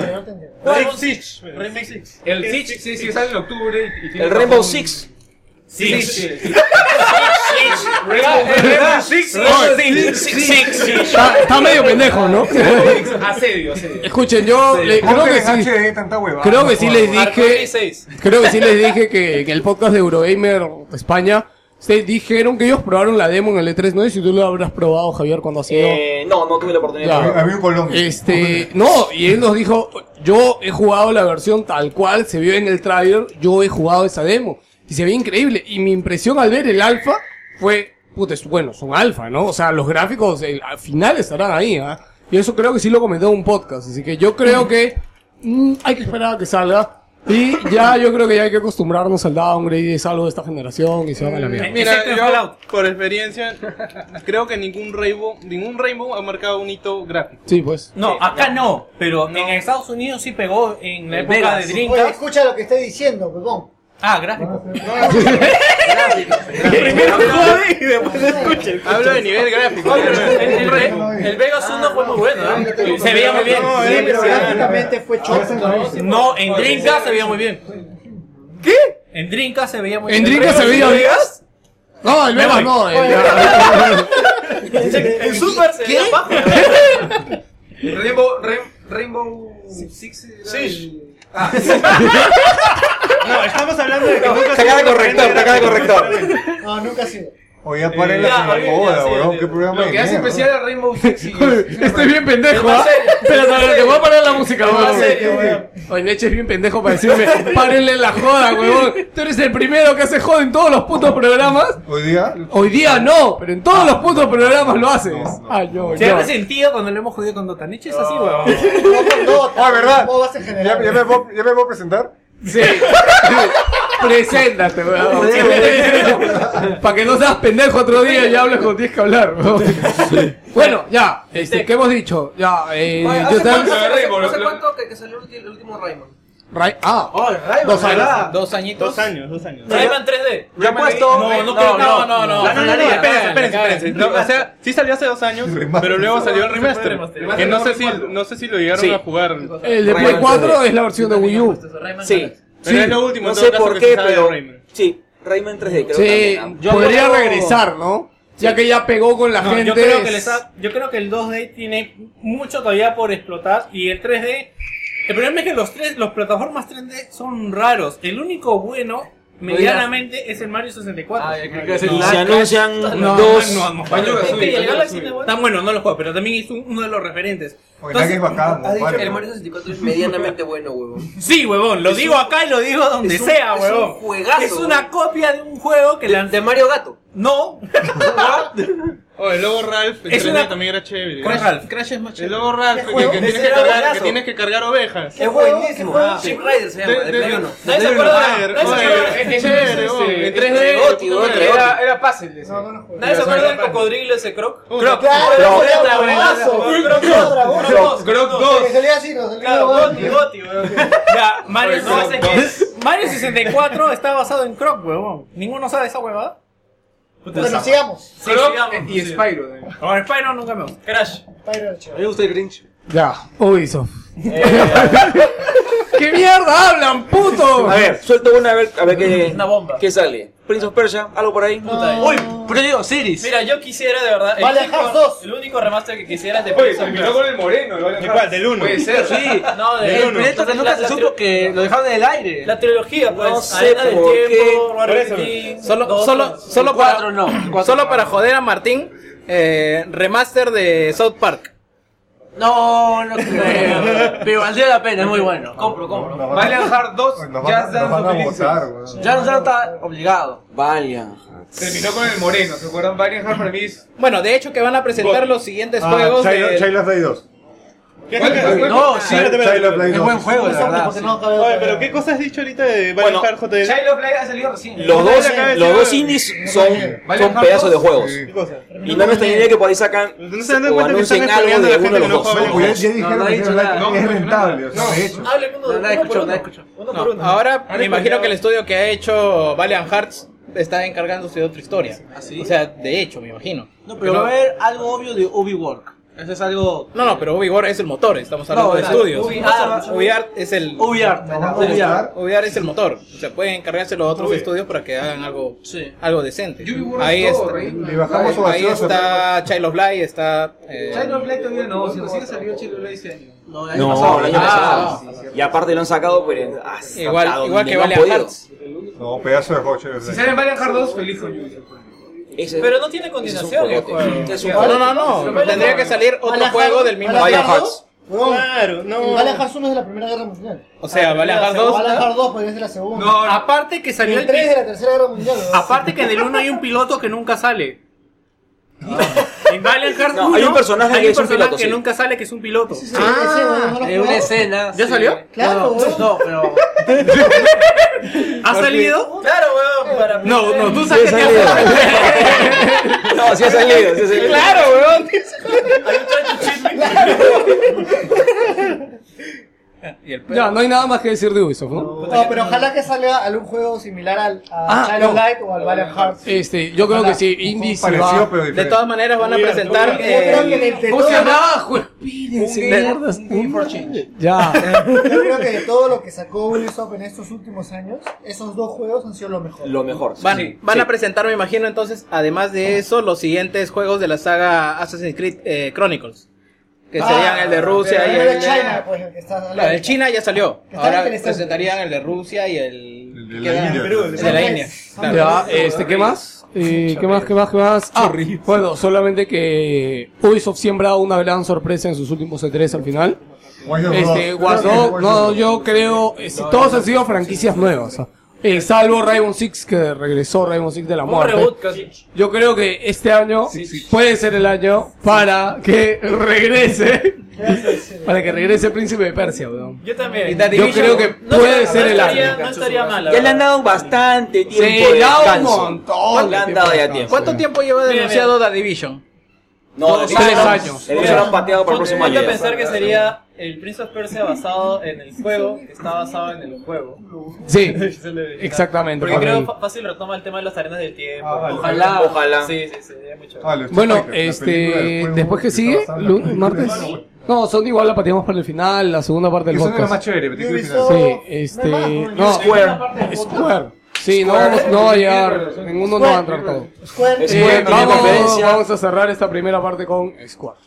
G: Rainbow Six.
A: El Siege, sí, sí, sale en octubre. y- y tiene
J: El Rainbow
A: razón.
J: Six.
A: Sí,
J: Six.
A: sí.
J: Rainbow Six. Rainbow Six. Six. Six.
A: Está, está medio pendejo, ¿no?
J: Asedio, asedio.
A: Escuchen, yo le- creo
B: Ponte
A: que
B: en
A: sí.
B: HD tanta hueva.
A: Creo que sí les dije.
J: Arcoiris seis.
A: Creo que sí les dije que en el podcast de Eurogamer España. Ustedes dijeron que ellos probaron la demo en el E3, no sé si tú lo habrás probado, Javier, cuando ha sido.
J: Eh, no, no tuve la oportunidad.
A: Ya.
B: A mí en Colombia.
A: Este, no, y él nos dijo, yo he jugado la versión tal cual se vio en el trailer, yo he jugado esa demo. Y se ve increíble. Y mi impresión al ver el alfa fue, puta, es- bueno, son alfa, ¿no? O sea, los gráficos eh, al final estarán ahí, ¿ah? Y eso creo que sí lo comentó en un podcast. Así que yo creo que mm, hay que esperar a que salga. Y ya yo creo que ya hay que acostumbrarnos al downgrade, es algo de esta generación y se van a la mierda.
K: Mira,
C: Excepto en
K: yo,
C: Fallout.
K: por experiencia, creo que ningún Rainbow, ningún Rainbow ha marcado un hito gráfico.
A: Sí, pues.
G: No, acá no, Pues. pero en Estados Unidos sí pegó en la época de
F: Oye,
G: Dreamcast.
F: escucha lo que estoy diciendo, perdón.
G: Ah, gráfico.
K: Hablo de nivel gráfico.
G: Oye, pero el, el, el- el Vegas 1 fue muy bueno, ¿eh? Se veía muy bien.
K: No,
F: Sí,
K: eh,
F: pero
K: sí,
F: gráficamente fue choto.
G: No, en Dreamcast se veía muy bien. ¿Qué? En Dreamcast se veía muy
A: ¿En
G: bien.
A: Dreamcast se veía bien? No, el Vegas no. el-
G: En Super se veía bajo.
J: Rainbow, Rain- Rainbow Six. era el-
K: No, estamos hablando de que nunca
J: Te acaba de
K: se hizo
J: correctar, te
K: frente a
J: acaba de correctar.
F: No, nunca ha sido.
B: Oye, paren
J: Ya,
B: la
J: oye, ya,
B: joda,
J: sí,
B: weón.
J: sí,
B: Qué
J: sí.
B: programa
J: Lo que
B: de
J: hace
B: mierda.
J: especial a Rainbow Six. y-
A: Estoy bien pendejo, ¿ah? Pero te voy a parar la música, weón. Oye, Leche es bien pendejo para decirme, párenle la joda, weón. Tú eres el primero que hace joda en todos los putos programas.
B: Hoy día.
A: Hoy día no, pero en todos los putos programas lo haces. Ay, yo,
G: Se
A: yo.
G: ha resentido cuando lo hemos jodido con Dota. Nietzsche es así, weón.
B: Ah, ¿verdad?
F: ¿Cómo vas en
B: ¿Ya, ya
F: general?
B: me puedo, ¿Ya me puedo presentar?
A: Sí. Preséntate, weón. Para que no seas pendejo otro día y hables cuando tienes que hablar, weón. Bueno, ya, este, ¿qué hemos dicho? Ya, eh,
J: Oye,
A: yo
J: ¿Hace
A: estaba-
J: cuánto- hace-
K: Rainbow,
J: hace
K: lo-
J: cuánto que que salió el ulti- el último Rainbow?
A: Ray- ah,
J: Dos años.
D: Dos añitos.
K: Dos años, dos años.
G: Rayman 3D.
J: Ya he puesto.
G: No, no creo, no, no, no.
K: No, no, no, no, espérense, espérense, espérense. No, o sea, sí salió hace dos años,
B: Remaster.
K: pero luego salió el remaster.
J: remaster.
K: Que no sé si, no sé si lo llegaron
J: Sí.
K: a jugar.
A: el de Play
J: Rayman
A: 4 es la versión de Wii U.
J: Sí.
K: Pero
A: Sí.
K: es lo último,
J: No
K: en
J: sé
K: todo caso,
J: por
K: que se
J: qué,
K: sabe de
J: pero.
K: Rayman.
J: Sí, Rayman 3D, creo
A: Sí,
J: también, ¿ah?
A: podría regresar, ¿no? Ya que ya pegó con la
C: No,
A: gente.
C: yo, creo que
A: es-
C: le está- yo creo que el 2D tiene mucho todavía por explotar y el 3D. El problema es que los tres, los plataformas 3D son raros. El único bueno, medianamente, es el Mario 64.
J: Se anuncian dos.
C: no, no,
J: Baño de azul.
G: Y el Galaxy no es bueno.
C: Tan bueno, no lo juego, pero también es un- uno de los referentes.
B: Oye, nadie es bacán,
J: Ha dicho
B: compadre.
J: que el Mario 64 es medianamente bueno, huevón.
C: Sí, huevón, lo digo acá y lo digo donde
J: es un-
C: sea,
J: es un
C: huevón.
J: juegazo,
C: Es una
J: huevón.
C: copia de un juego que lanzó.
J: De Mario Gato.
C: No,
K: Oye, Oh, el logo Ralph, el
C: Es
K: 3D
C: una-
K: también era chévere.
C: ¿Cuál es Ralph?
D: Crash es más
K: El
D: chévere.
K: logo Ralph, que, que tienes que
J: Ese era
K: cargar, que
J: buenazo.
K: tienes que cargar ovejas.
J: Es
F: buenísimo.
J: buenísimo.
F: Ah,
J: Chip Rider se llama, de Play 1.
G: Nadie se acuerda de
K: Rider,
G: la- nadie se
K: oye,
G: acuerda-
K: es chévere, oye, en 3D.
J: Goti,
K: puta
J: Goti,
K: madre.
J: Goti.
H: Era fácil ese.
F: No, no lo juego.
G: nadie se acuerda del cocodrilo ese Croc.
F: Claro,
K: Puta,
J: Croc,
F: era un brazo.
G: Croc
F: Croc,
G: Croc
K: Grog
G: Croc
K: 2.
F: Que salía así, no salía
G: Claro,
F: igual.
G: Goti, Goti, weón.
C: ya, Mario,
G: No, ese que es.
C: Mario 64 está basado en Croc, huevón. ¿Ninguno sabe esa huevada?
F: Bueno, sigamos.
G: Sí, sigamos.
H: Y Spyro también.
C: Ahora, Spyro nunca me gusta.
G: Crash.
F: Spider-Man, chévere.
H: A mí me gusta el Grinch.
A: Ya, Ubisoft. ¿Qué mierda hablan, puto?
J: A ver, suelto una a ver, a ver qué,
G: Una bomba.
J: qué sale. Prince of Persia, algo por ahí.
F: No.
H: Pero yo digo, Siris.
G: Mira, yo quisiera de verdad. el
F: Vale,
G: único-
F: Half 2.
G: El único remaster que quisiera es de Prince of Persia.
B: con el moreno.
K: ¿De cuál? Del 1.
H: Puede ser, sí.
G: No, de
H: El proyecto que
G: la-
H: nunca
G: la-
H: se supo que lo dejaron en el aire.
G: La trilogía, pues.
J: No sé
G: Arena del
J: por qué.
G: Tiempo, Warrior
K: Por eso.
G: King,
D: Solo,
G: dos,
D: solo,
G: tres.
D: solo
H: cuatro
D: para,
H: no.
D: solo para joder a Martín, eh, remaster de South Park.
H: No, no creo. Pero valdría la pena, es muy bueno.
G: Compro, compro.
H: Valiant Heart 2,
B: Nos van, nos van a votar, weón.
H: Ya no está obligado.
J: Valiant.
H: Terminó con el moreno, ¿se acuerdan? Valiant Heart para mí
D: Bueno, de hecho que van a presentar los siguientes
B: Ah,
D: juegos
B: Child
D: de...
B: Child of Play 2.
H: No, sí,
B: Child Child of Play
H: es
B: 2.
H: buen juego, la verdad.
F: Porque no acabé de
K: Oye,
F: ver.
K: pero ¿qué cosa has dicho ahorita de Valiant Heart JD?
H: of Play ha salido recién.
J: Los dos,
K: Acaba de
J: los
K: decir-
J: dos indies son,
H: Valiant
J: son
H: Heart
J: pedazos de
H: dos.
J: juegos.
B: Sí.
K: ¿Qué cosa?
J: Y no me extrañaría que por ahí sacan
K: No se dan
J: o
K: cuenta que están
J: anuncien algo
K: spoileando
J: de
K: a
J: alguno
K: la
J: de
K: gente que
J: los
K: no
J: dos.
K: juega
B: Oye, ya dijeron
H: no ha
B: que
H: dicho
B: Child of
H: nada.
B: Play es rentable, o sea, de hecho.
G: Hable uno de
H: No, nadie
G: uno por
H: escuchó,
G: uno.
H: nadie escuchó.
G: Uno
D: No,
G: por uno.
D: ahora me imagino que el estudio que ha hecho Valiant Hearts está encargándose de otra historia. O sea, de hecho, me imagino.
H: No, pero va a haber algo obvio de Obi-Wan.
D: Eso es algo. No, no, pero Ubiwar es el motor, estamos hablando
H: No,
D: de
H: es-
D: estudios.
G: ah,
H: UbiArt.
D: UbiArt es el.
H: UbiArt, ¿no? UbiArt.
D: UbiArt es el motor. O sea, pueden encargarse los otros estudios para que hagan algo, algo decente. Ahí
B: es todo,
D: está.
B: ¿eh? Le bajamos
D: ahí
B: ovación,
D: está Child of Light, está. eh,
I: Child of Light todavía no, si recién salió Child of Light este año.
H: No,
J: No, el año pasado. Y aparte lo han sacado, pero. ah, hasta
D: Igual-
J: donde
D: igual que
J: no han
D: Valiant
J: podido.
D: Hearts.
B: No, pedazo de coche.
A: Si salen Valiant Hearts 2, feliz con Yuya.
J: Ese-
G: Pero no tiene
J: ese es un
G: continuación el
J: juegote.
G: juego.
J: Es un
D: No, no,
J: juego.
D: no, no. Tendría que salir otro
F: Valiant
D: juego
F: Hearts-
D: del mismo.
F: Valiant
D: Valiant
F: Hearts.
C: Claro,
F: No.
C: no.
F: Valiant Hearts 1 es de la Primera Guerra Mundial.
D: O sea, Valiant Heart 2.
F: Valiant Hearts 2 podría ser pues, la segunda.
C: Aparte que
F: Y
C: salió
F: el
C: el
F: 3 es de
C: pi-
F: la Tercera Guerra Mundial. ¿verdad?
C: Aparte que en el 1 hay un piloto que nunca sale. En Valiant Hearts
J: No, hay
C: 1,
J: un personaje que es un
C: personaje
J: piloto,
C: que
J: sí.
C: nunca sale que es un piloto.
F: Sí, ese, weón, no lo
H: Es
F: jugaba.
H: una escena.
C: ¿Ya
H: sí.
C: salió?
F: Claro,
H: No,
F: weón.
H: no, pero.
C: ¿Ha salido?
G: Claro, weón, para
C: No, no, tú
J: Sí ha
C: sabes que
J: salido. No, sí ha salido, sí ha salido.
D: Claro, weón. Y el
A: Ya, no hay nada más que decir de Ubisoft, ¿no?
F: No, pero ojalá que salga algún juego similar al a
A: Ah,
F: Child
A: no.
F: of Light o al Valiant Hearts.
A: Este, yo creo que sí, Indie se
B: Parecido,
A: va.
B: pero
D: De
B: diferente.
D: todas maneras van a
F: Yo
D: presentar.
F: creo
D: el-
F: que de, de
A: ¿Cómo
F: todo-
A: se llamaba? Jue-
H: Un
A: Pídense,
H: game-
A: mierdas.
H: un game for change.
A: Ya.
F: yo creo que de todo lo que sacó Ubisoft en estos últimos años, esos dos juegos han sido lo mejor.
J: Lo mejor.
D: Van,
J: sí.
D: van
J: Sí.
D: a presentar, me imagino, entonces, además de eso, los siguientes juegos de la saga Assassin's Creed eh, Chronicles. Que
G: Ah,
D: serían el de Rusia
F: Ah, pero
D: y
F: no
D: el
F: de China, pues, el que está hablando.
D: Claro, el China ya salió.
F: Está
D: Ahora
F: interesante.
D: presentarían el de Rusia y
B: El
D: el.
B: de
D: ¿qué
B: la
D: queda?
B: India. pues.
D: El de la India. claro.
A: Ya, este, ¿qué más? Eh, ¿Qué más, qué más, qué más? Ah, bueno, solamente que Ubisoft siembra una gran sorpresa en sus últimos E3 al final.
B: Watch Dogs
A: Este,
B: dos.
A: Watch
B: Creo que
A: Dogs,
B: Watch
A: no,
B: Dogs.
A: yo creo, eh, si todos han sido franquicias nuevas. ah. Eh, salvo Rainbow Six, que regresó Rainbow Six de la
G: Un
A: muerte.
G: reboot casi.
A: Yo creo que este año puede ser el año para que regrese. Para que regrese Príncipe de Persia, weón.
G: Yo también.
D: Y The
A: Yo
D: Division,
A: creo que puede
G: estaría-
A: ser el
G: no estaría-
A: año.
G: No estaría mal. la
J: Ya le han
G: verdad.
J: dado bastante tiempo.
A: Se
J: de
A: le ha dado un
J: descanso.
A: montón.
J: Le
A: de
J: han dado ya
A: de
J: tiempo.
D: ¿Cuánto tiempo lleva
G: Mira,
D: denunciado The Division?
J: No,
A: Dos,
J: de Division
A: tres
J: no.
A: años.
J: De Division lo han pateado para el próximo
G: Ponte
J: año.
G: a
J: ya.
G: pensar que sería el Prince of Persia basado en el juego, que está basado en el juego.
A: Sí,
G: Se le debería.
A: exactamente.
G: Porque
A: por
G: creo
A: ahí.
G: fa- fácil retoma el tema de las arenas del tiempo.
B: Ah, vale.
J: Ojalá, ojalá.
G: Sí, sí, sí, sería mucho.
B: Ah, lo-
A: Bueno,
B: la película del
A: este,
B: juego
A: después que
B: estaba
A: sigue,
B: basada en la
A: lu-
B: película del
A: martes.
B: juego.
A: No, son igual la pateamos para el final, la segunda parte del
B: Eso no era más
A: podcast.
B: chévere, pero tiene que
F: Ubisoft-
B: ser-
A: Sí, este,
F: No, hay
A: no.
F: más,
J: Square.
A: Square. Sí, no, vamos- no va a llegar, ninguno no va a entrar todo.
F: Square,
J: Es
A: Eh,
J: bueno, tiene
A: vamos,
J: conferencia.
A: vamos a cerrar esta primera parte con Square.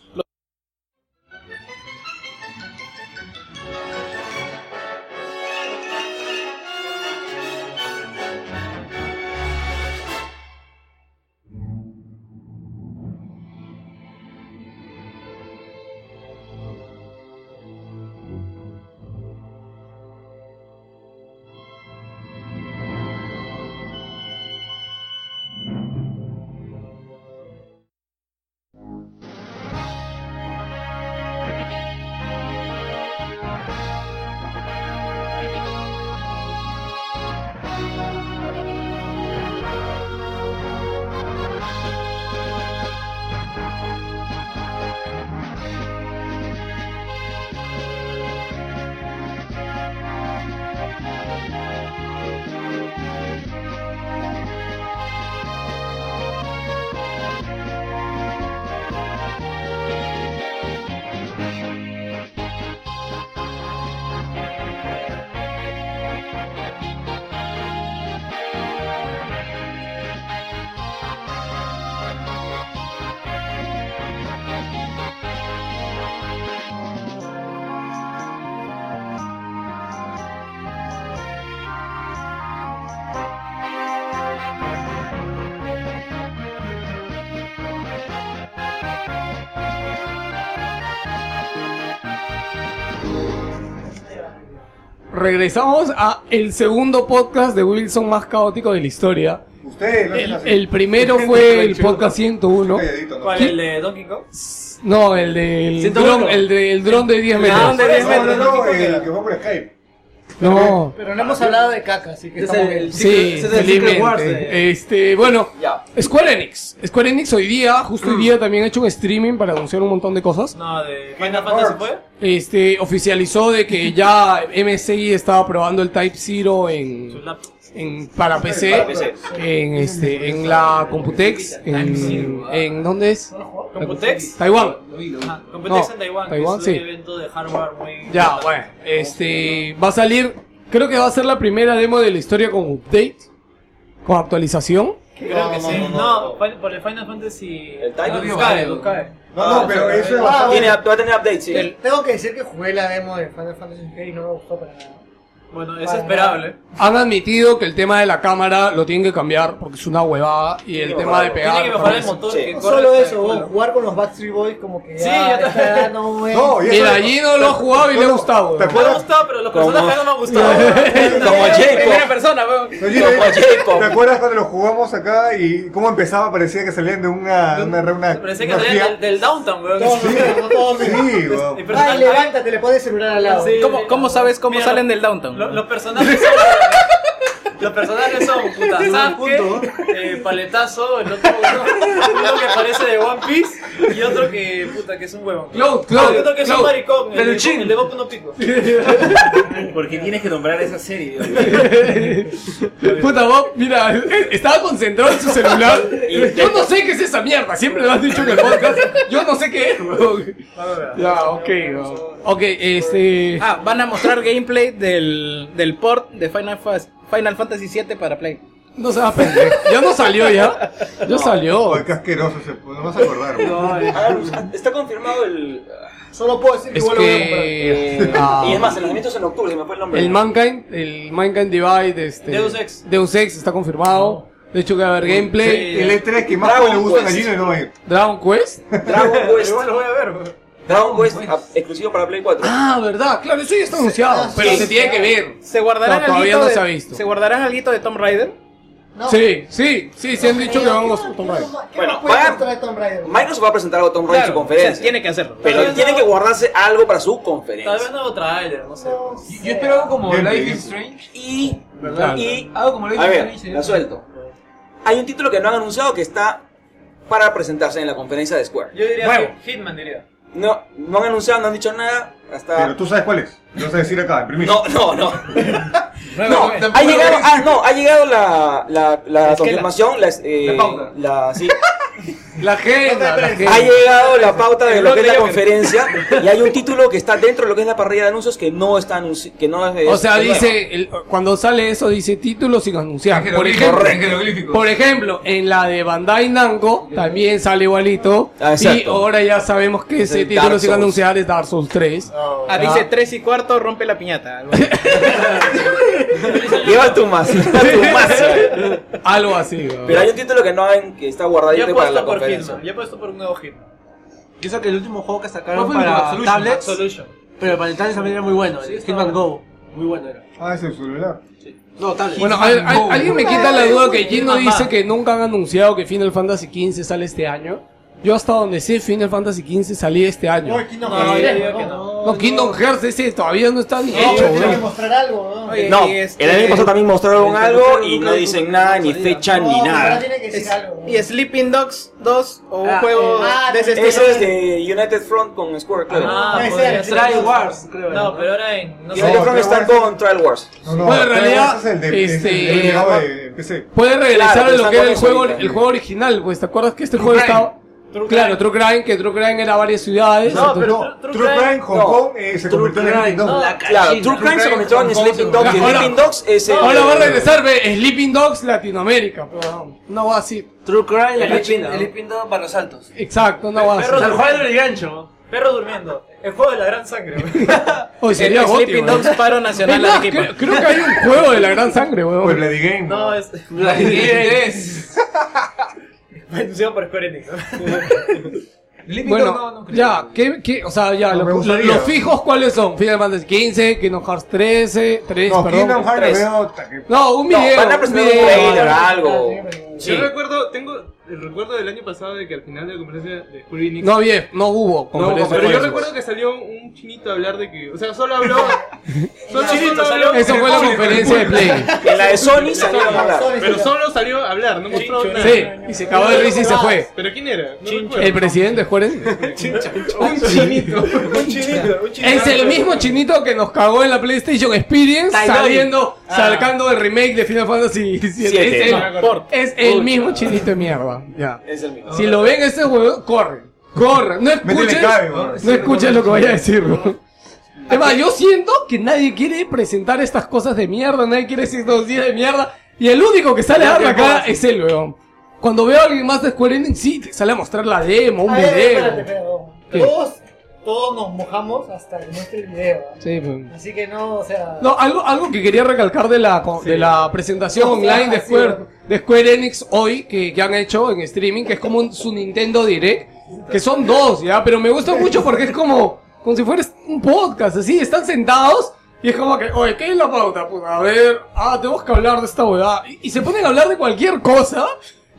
A: Regresamos a el segundo podcast de Wilson más caótico de la historia.
B: Ustedes lo hacen
A: El,
B: así.
A: el primero fue el podcast 101.
B: Calladito, ¿no?
G: ¿Cuál? ¿El de Donkey Kong?
A: No, el del
D: 101.
J: Ah,
A: dron, el del dron de 10 metros.
B: No, no, no, el que va por Skype.
A: No.
F: Pero no hemos hablado de caca, así que estamos bien.
A: Sí, felizmente. Este, bueno,
J: Ya.
A: Square Enix. Square Enix hoy día, justo hoy día, también ha hecho un streaming para anunciar un montón de cosas.
G: No, de Final Fantasy fue.
A: Este, oficializó de que ya MSI estaba probando el Type Zero en, en- para PC,
J: Para PC.
A: en este, en la Computex, en, en ¿dónde es?
G: Computex.
A: Taiwán.
G: Ah, Computex
A: No,
G: en Taiwán.
A: Taiwán,
G: que es
A: sí.
G: un evento de hardware muy.
A: Ya, bueno, este, va a salir, creo que va a ser la primera demo de la historia con update, con actualización.
G: Creo que sí. No,
J: no,
G: Fin- por el Final Fantasy.
J: El Titan.
G: los cae, los cae.
B: No, no, pero eso es
F: Ah,
J: Tiene,
F: bueno,
J: va a tener update, sí.
F: te- tengo que decir que jugué la demo de Final Fantasy VII y no me gustó para nada.
G: Bueno, es
F: Para
G: esperable.
A: Han admitido que el tema de la cámara lo tienen que cambiar porque es una huevada y el
J: que
A: tema de
J: mejorarlo.
A: pegar. pues.
G: Tiene que mejorar el
A: también.
G: motor.
J: Sí.
G: Que
F: No
G: corre
F: solo
G: hasta
F: eso,
G: el
F: vos,
G: suelo.
F: jugar con los Backstreet Boys como que ya,
G: Sí, ya
F: a esta
G: está.
F: edad no es...
B: No, y eso-
A: Mira, Gino lo ha jugado y le ha gustado.
B: ¿Te
A: weón.
G: Me ha
B: acuerdas?
G: gustado, pero los personajes no me han gustado.
J: Como
D: Primera
J: Jacob.
D: persona, weón.
B: No, Gino,
J: Como Jacob.
B: ¿Te acuerdas cuando lo jugamos acá y cómo empezaba? Parecía que salían de una de una, una,
G: Parecía que
B: una
G: salían del,
B: orgía.
G: del downtown, weón.
F: Todos
G: Sí.
F: mierda, todos
B: Sí, weón.
G: El
F: Ay,
G: personaje-
F: levántate, le pones el celular al lado.
G: Sí.
D: ¿Cómo, cómo sabes cómo
G: Mira,
D: salen
G: lo-
D: del downtown?
G: lo- los personajes son. los personajes son puta Sasuke, eh, paletazo, el otro uno, uno que parece de One Piece y otro que puta que es un huevón.
A: Claude,
G: Ah,
A: Claude,
G: otro que es un
A: Claude.
G: maricón, el, de- el de Goku no pico.
J: Porque tienes que nombrar esa serie. Dios mío.
A: Puta Bob, mira, eh, estaba concentrado en su celular.
J: Y-
A: Yo no sé qué es esa mierda, siempre lo has dicho en el podcast. Yo no sé qué es, weón. Ya, ok, weón. Ok, este.
D: Ah, van a mostrar gameplay del, del port de Final, Fas- Final Fantasy VII para Play.
A: No se va a perder. Ya no salió, ya. Ya salió.
B: Ay, Oh, qué asqueroso, se, no vas a acordar. weón.
J: Ah, Está confirmado el. eh,
F: Solo puedo decir que
A: Es
F: igual lo voy a comprar.
A: que. ah,
J: Y es más, el lanzamiento es en octubre, se me fue el nombre.
A: El Mankind, el Mankind Divide, este.
G: Deus Ex.
A: Deus Ex está confirmado. De hecho, que va a haber gameplay.
B: El E3 que más
J: Dragon
B: le gustan a
J: Quest.
B: Gino y no va a ir.
A: Dragon Quest.
J: Dragon Quest.
G: Igual lo voy a ver.
J: Dragon Quest ah, exclusivo para Play 4.
A: Ah, verdad, claro, eso ya está anunciado.
F: sí,
A: Pero
J: sí.
A: se tiene que ver.
D: ¿Se guardarán
A: No, todavía
D: alguito
A: no
D: de-
A: se ha visto.
D: ¿Se guardarán alguito de Tomb Raider?
F: No.
A: Sí, sí, sí, se han dicho que vamos a Tomb Raider.
F: ¿Qué
J: Bueno,
F: más puede
J: va-
F: mostrar de Tomb Raider?
J: Microsoft va a presentar algo a Tom Raider en su
D: Claro,
J: conferencia.
D: o sea, tiene que hacerlo.
J: Pero
G: Todavía
J: tiene
G: no.
J: que guardarse algo para su
G: Tal vez
J: conferencia.
G: no trailer, no sé.
F: Sí.
H: Yo espero algo como
B: Gameplay,
H: Life is
B: gameplay.
H: Strange.
J: Y.
A: ¿Verdad?
J: Y.
H: Algo como Life
J: A
H: is
J: ver,
H: Strange.
J: la suelto. Hay un título que no han anunciado que está para presentarse en la conferencia de Square.
G: Yo diría
D: Nuevo.
G: Hit- Hitman diría.
J: No, no han anunciado, no han dicho nada. Hasta.
B: Pero tú sabes cuál es. Lo vas a decir acá, en primicia.
J: No, no, no. no, ha llegado, ah, no, ha llegado la, la, la confirmación, la, eh,
H: pauta.
J: la- sí,
A: La agenda, la agenda.
J: ha llegado la pauta de lo que es la
D: Joker.
J: conferencia y hay un título que está dentro de lo que es la parrilla de anuncios que no está anunci- que no es,
A: O sea,
J: es nuevo.
A: dice, el- cuando sale eso, dice título sin anunciar. Por ejemplo,
H: ejemplo,
A: por ejemplo, en la de Bandai Namco también sale igualito.
J: Ah,
A: y
J: exacto.
A: ahora ya sabemos que ese
J: el
A: título
J: Dark
A: sin
J: Souls.
A: anunciar es Dark Souls 3.
D: Ah, dice 3 y cuarto, rompe la piñata. algo así.
J: lleva tu más, tu más.
A: Algo así. ¿no?
J: Pero hay un título que no han, que está
G: Yo
J: guardadito
G: he
J: para la
G: puesto por
J: conferencia.
G: Hitman, yo he puesto por un nuevo Hitman.
H: Yo sé que el último juego que sacaron ¿Cuál fue el último? para Absolution. tablets,
G: Solution.
H: pero para el tablets también era muy bueno. el Hitman Go, muy bueno era.
B: Ah, ese es su celular.
H: No, tablets.
A: Bueno, al- al- alguien me quita la duda que Gino
G: Mamá.
A: dice que nunca han anunciado que Final Fantasy XV sale este año. Yo hasta donde sé, Final Fantasy XV salía este año.
F: No, Kingdom
G: No,
F: Hearts
G: yo
F: tres,
G: digo que
A: No, Kingdom Hearts ese todavía no está ni
F: No,
A: hecho,
F: tiene que
A: weón.
F: mostrar algo, ¿no?
D: Oye,
J: No,
D: y este-
J: el año pasado también mostraron
H: el
J: algo
H: tercero
J: y
H: nunca
J: no
H: dijo
J: dicen
H: que
J: nada,
H: no
J: ni
H: salía.
J: fecha,
F: No,
J: ni
F: pero este,
J: nada.
F: tiene que decir
D: Es-
F: algo, ¿no?
D: y Sleeping Dogs 2 o un
H: Ah,
D: juego
F: eh, ah,
D: de ese
F: también.
D: estilo.
J: Ese es de United Front con Square, claro.
G: Ah,
F: Puede
G: podría
F: ser,
G: ser.
H: Try Wars, creo.
G: No,
H: era,
G: pero ahora en. No
J: United
B: No,
J: Front
B: Trial
J: está
B: Wars.
J: con Trial Wars.
B: No, no,
A: Bueno, en
B: pero
A: realidad,
B: ese es el de,
A: este,
B: es el de- llegado de- en PC.
A: Puede regresar
J: Claro,
A: a lo
J: pero
A: que era
J: están
A: el juego,
J: con eso
A: el juego original, pues. ¿Te acuerdas que este juego
B: Crime.
A: estaba. claro, True Crime, que True Crime era varias ciudades.
G: No,
A: entonces-
G: pero
B: No,
G: True- True
B: True
G: Crime-
B: Crime, Hong
J: no.
B: Kong eh, se convirtió en el
G: no.
B: no.
J: Claro, True Crime se convirtió en Sleeping Dogs y
A: Hola.
J: Sleeping Dogs es el.
A: Ahora va a regresar ve, Sleeping Dogs Latinoamérica, pero no va así.
H: True Crime, la
J: El
H: China.
J: Hitman,
H: El Hitman para los altos.
A: Exacto, no va así.
G: Perro-
H: Al Juan del gancho.
G: Perro durmiendo. El juego de la gran sangre.
A: Hoy
D: El
A: sería gótico.
H: ¿eh?
D: Sleeping Dogs paro nacional
A: Es más,
D: al equipo.
A: creo, creo que hay un juego de la gran sangre, weón.
B: O el Bloody Game.
G: No,
B: ¿no?
G: es. Anunciado por Square Enix.
A: bueno,
H: Bueno,
A: ya, ¿qué, qué, o sea, ya,
B: No,
A: lo-
B: me
A: lo-
B: gustaría.
A: los fijos, ¿cuáles son? Final Fantasy 15, Kingdom Hearts 13, 3,
B: No,
A: perdón.
B: Kingdom Hearts lo
J: tres.
B: veo hasta que-
A: No, un
J: No,
A: video,
J: van a
A: un
J: presentar un
A: video.
J: trailer, algo.
H: Yo recuerdo, tengo
K: el recuerdo del año pasado de que al final de la conferencia de Square Enix-
A: No había, no hubo
K: No,
A: conferencia.
K: pero yo
A: de
K: recuerdo que salió un chinito a hablar de que. O sea, solo habló. solo,
A: Chinito,
K: solo
A: salió-
K: habló-
A: Eso fue la
K: Público,
A: conferencia de Play.
K: público.
J: En la de Sony salió a hablar.
K: Pero solo salió a hablar, no mostró nada.
A: Sí, y se cagó de risa y se fue.
K: ¿Pero quién era? No recuerdo.
A: El presidente, Juárez.
K: Un chinito. un chinito. Un
A: Es el mismo chinito que nos cagó en la PlayStation Experience
J: Tailor.
A: saliendo, sacando el remake de Final Fantasy VII.
J: Siete.
A: Es el,
J: Ah,
A: es el mismo chinito de mierda. Ya.
J: Es el mismo.
A: Si lo ven este ese huevón, corren. Corren. No escuchen,
B: Métele cabe, bro.
A: no escuchen lo que vaya a decir, bro. Es más, yo siento que nadie quiere presentar estas cosas de mierda, nadie quiere decir dos días de mierda. Y el único que sale a dar la cara es él, weón. Cuando veo a alguien más de Square Enix, sí, te sale a mostrar la demo, un
F: A ver, espérate,
A: video.
F: espérate, no.
A: ¿Qué?
F: Todos, todos nos mojamos hasta que muestre el video. ¿ah?
A: Sí, pues.
F: Así que no, o sea.
A: No, algo, algo que quería recalcar de la, co- de la presentación
F: No,
A: online de
F: sí,
A: Square,
F: bueno.
A: de Square Enix hoy, que, que han hecho en streaming, que es como un- su Nintendo Direct, que son dos, ¿ya? Pero me gusta mucho porque es como, como si fueras un podcast, así, están sentados y es como que, oye, ¿qué es la pauta? Pues, a ver, ah, tenemos que hablar de esta huevada. Y, y se ponen a hablar de cualquier cosa,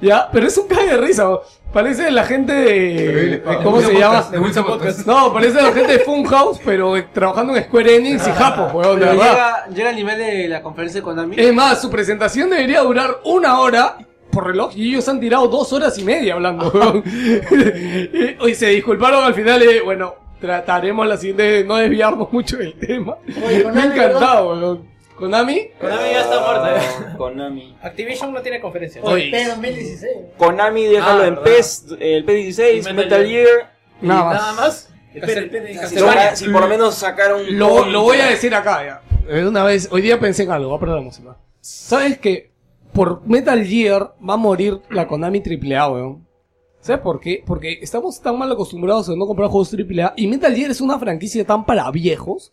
A: ¿ya? Pero es un cague de risa, ¿no? Parece la gente de...
B: Pero,
A: ¿Cómo se llama?
E: De Wilson Podcast.
A: No, parece la gente de Funhouse, pero eh, trabajando en Square Enix y Japo, weón, de
H: Ah, Pero
A: verdad.
H: llega, llega al nivel de la conferencia de Konami.
A: Es más, su presentación debería durar una hora por reloj y ellos han tirado dos horas y media hablando. weón. y, y se disculparon al final. eh, bueno, trataremos la siguiente de no desviarnos mucho del tema.
F: Oye,
A: Me ha
F: Konami,
A: encantado, weón. Konami.
G: Konami ya está muerta.
J: Konami.
D: Activision no tiene conferencia.
A: Oye,
F: P 2016.
J: Konami, déjalo
G: Ah,
J: en
G: verdad.
J: PES, el PES 16,
G: Y
J: Metal,
G: Metal
J: Gear.
A: nada más.
G: Nada más. Espera, espera,
J: Si, por- si por lo menos sacaron.
A: Lo, lo voy a decir acá ya. Eh, Una vez, hoy día pensé en algo, voy a perder la música. ¿Sabes que por Metal Gear va a morir la Konami AAA, weón? ¿Sabes por qué? Porque estamos tan mal acostumbrados a no comprar juegos AAA y Metal Gear es una franquicia tan para viejos.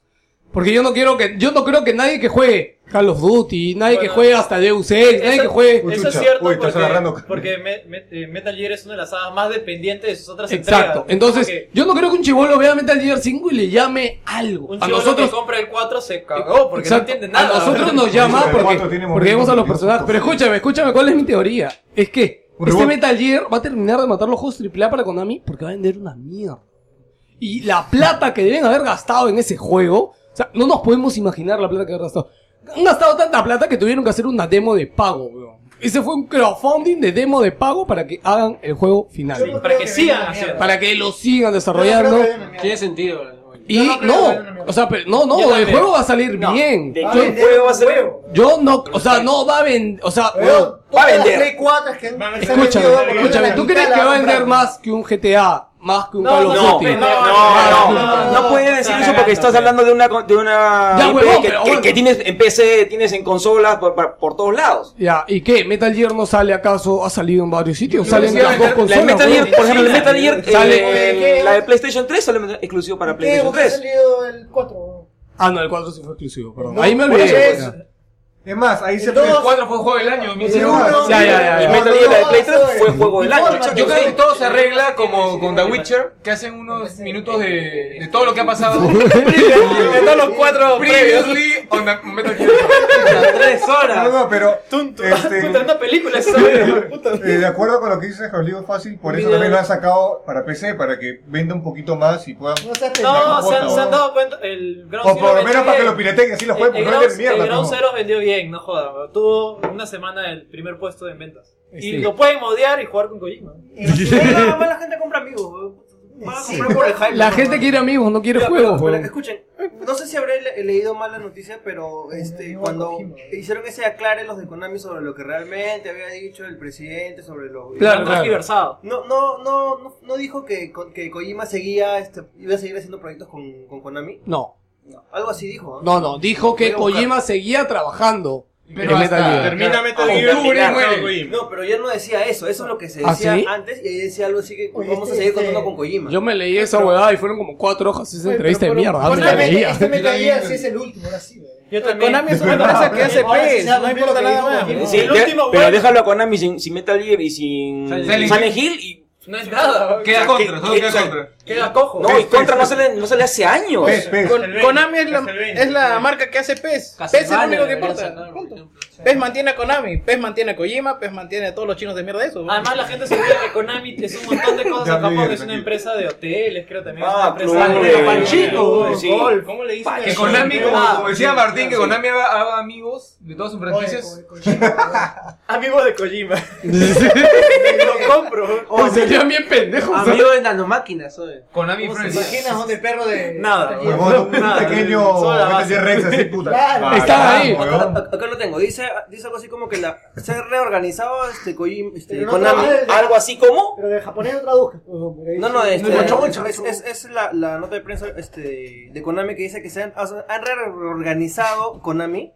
A: Porque yo no quiero que, yo no creo que nadie que juegue Call of Duty, nadie que
G: Bueno,
A: juegue hasta Deus Ex, nadie que juegue...
B: Uy,
G: Eso es
B: chucha.
G: cierto
B: Uy, estás agarrando.
G: porque, porque Me- Me- eh, Metal Gear es una de las sagas más dependientes de sus otras
A: Exacto.
G: entregas.
A: Entonces,
G: Porque
A: yo no creo que un chivolo vea Metal Gear 5 y le llame algo.
G: un
A: a
G: chico
A: nosotros
G: que compra el 4 se cagó Oh, porque
A: Exacto.
G: no entiende nada.
A: A nosotros nos
B: Sí,
A: llama
B: pero ¿cuánto
A: porque,
B: tiene
A: porque vemos a los
B: movimiento?
A: personajes. Pero escúchame, escúchame, ¿cuál es mi teoría? Es que
B: Un
A: este
B: rebote.
A: Metal Gear va a terminar de matar los juegos AAA para Konami porque va a vender una mierda. Y la plata que deben haber gastado en ese juego, o sea, no nos podemos imaginar la plata que han gastado. Han gastado tanta plata que tuvieron que hacer una demo de pago, weón. Ese fue un crowdfunding de demo de pago para que hagan el juego final.
F: Yo no
G: para
F: creo
G: que
F: venga
G: sigan
F: una mierda.
G: haciendo.
A: Para que lo sigan
F: Yo no
A: desarrollando.
F: creo que venga una mierda.
H: Tiene sentido.
A: Y
F: Yo
A: no,
F: no creo que venga una mierda.
A: o sea, pero- no, no,
G: Yo
A: el
G: también.
A: juego va a salir bien.
J: ¿De
A: Yo-
J: qué juego va a ser?
A: yo no, o sea, no va a vender, o sea, weón,
J: Va a
F: Todas las
J: vender.
F: Play 4 es que se han
A: escúchame,
F: vendido, por lo menos
A: escúchame,
F: la
A: ¿tú
F: mitad
A: crees
F: la
A: que va a
F: compran.
A: vender más que un GTA, más que un Call of
G: no,
A: Duty?
G: no,
J: No,
G: no,
J: no, no, no puedes decir eso porque estás hablando de una de una
A: Ya,
J: IP
A: huevón,
J: que,
A: pero
J: que-
A: bueno.
J: que tienes en PC, tienes en consolas por, por- por todos lados.
A: Ya, ¿y qué? ¿Metal Gear no sale acaso? ¿Ha salido en varios sitios? Sale en
B: decía
A: las dos
J: La de
A: consolas.
J: Metal Gear,
A: weón.
J: por ejemplo, el Metal Gear,
F: Sale-
J: eh, la de PlayStation 3 solo exclusivo para
F: ¿Qué?
J: PlayStation
F: ¿Por qué ha
J: 3.
F: salido el 4?
A: Ah, no, el 4 sí fue exclusivo, perdón.
F: No,
A: Ahí me
F: por
J: pues,
A: olvidé.
F: eso.
B: Es más, ahí se
F: El dos,
E: fue juego del año.
B: Es
A: Ya,
B: más,
A: ya, ya,
J: Y
A: ya.
J: Metal Gear, la de Play 3 fue juego del año.
E: Yo creo que todo se arregla como con The Witcher, que hacen unos minutos de, de todo lo que ha pasado.
J: De todos los cuatro
E: Previously on the Metal Gear.
J: tres
B: No,
J: horas.
B: no, pero este,
G: Puta, una película esa.
B: eh, de acuerdo con lo que dices, Rodrigo Fácil, por eso también lo han sacado para PC, para que venda un poquito más y puedan...
F: No seas
G: No,
F: pendejo.
G: se han, se han
B: ¿no?
G: dado cuenta. El Ground
B: O
G: Zero
B: por lo
G: vendió
B: menos para que
G: bien.
B: lo pirateen, así lo
G: El,
B: juegan,
G: el
B: porque no
G: Ground,
B: venden
G: el
B: mierda.
G: Ground
B: ¿no?
G: Zero vendió bien, no jodan. bro. Tuvo una semana el primer puesto en ventas. Y
A: Sí.
G: lo pueden odiar y jugar con Kojima.
F: Venga,
G: la gente compra amigos. bro. Van a
F: Sí.
G: comprar por el hype.
A: La
G: ¿no?
A: gente quiere amigos, no quiere
J: Ya,
A: juegos,
J: pero, pero,
A: weón.
J: escuchen, no sé si habré le- leído mal la noticia, pero este,
F: no,
J: cuando
F: no, no, no.
J: hicieron ese aclare los de Konami sobre lo que realmente había dicho el presidente, sobre lo...
A: Claro,
G: Han
A: claro.
G: transversado.
J: No, no, no, no, no dijo que, Ko- que Kojima seguía, este, iba a seguir haciendo proyectos con, con Konami.
A: No,
J: Algo así dijo.
A: no, no, dijo
J: Voy
A: que
J: a buscar.
A: Kojima seguía trabajando
E: Pero
A: en
E: hasta
A: Metal Gear.
K: Termina Metal
J: Ah,
K: Gear.
J: octubre
K: no,
J: muere.
K: Kojima.
J: No, pero ya no decía eso, eso es lo que se
A: ¿Ah,
J: decía
A: sí?
J: antes y ahí decía algo así que
F: Oye,
J: vamos a
F: este-
J: seguir contando
F: este-
J: con Kojima.
A: Yo me leí esa huevada y fueron como cuatro hojas esa entrevista de mierda. ah, me la
F: Ponle,
A: leía.
F: Este Metal Gear sí es el último, ahora sí. güey.
G: Yo también.
D: Konami es una empresa que hace
F: Ahora sí
D: PES,
F: se ha
D: no
F: cumplido
D: importa
F: lo que
D: nada más.
F: dijo.
J: Sí,
G: El
J: ya-
G: último,
J: pero
G: bueno.
J: déjalo a Konami sin, sin Metal Gear y sin
E: Silent
J: Silent Hill y
G: No es nada.
E: Queda contra, solo
J: que-
E: queda
J: o sea,
E: contra.
J: Queda cojo. No,
B: Pez,
J: y Contra
B: pez,
J: no se le, no se le hace años.
B: Pez,
G: pues.
B: pez.
D: Con- Konami es la, es la marca que hace PES. PES es lo único que importa. punto. PES mantiene a Konami, PES mantiene a Kojima, PES mantiene a todos los chinos de mierda eso.
A: Ah,
G: Además la gente se olvida que Konami es un montón de cosas
B: Ya
G: en Japón,
B: mierda,
G: es una
B: tío.
G: empresa de hoteles, creo también. es
J: Ah,
G: una empresa
J: club,
G: de
J: eh,
G: Panchito,
J: sí.
G: golf, ¿cómo le dicen?
J: Que
A: Que Konami, como,
G: Ah,
A: como decía Martín, que Konami haga, haga amigos de todas sus franquicias.
G: Amigo de Kojima. Lo compro.
A: Uy, serían bien pendejos.
H: Amigo de nanomáquinas, oye.
A: Konami
F: ¿Te imaginas dónde el perro de.?
G: Nada,
F: de-
B: Huevón, un pequeño
G: base.
B: de Rex así, puta.
F: Claro.
B: Ah,
A: Estaba ahí.
J: Acá,
B: huevón.
J: acá lo tengo, dice, dice algo así como que la, se ha reorganizado este, Kojima, este,
F: Pero no
J: Konami,
F: traduce.
J: algo así como...
F: Pero de japonés no traduzca. No,
J: No, no, este,
F: mucho, mucho.
J: es, es, es la, la nota de prensa este, de Konami que dice que se han, han reorganizado Konami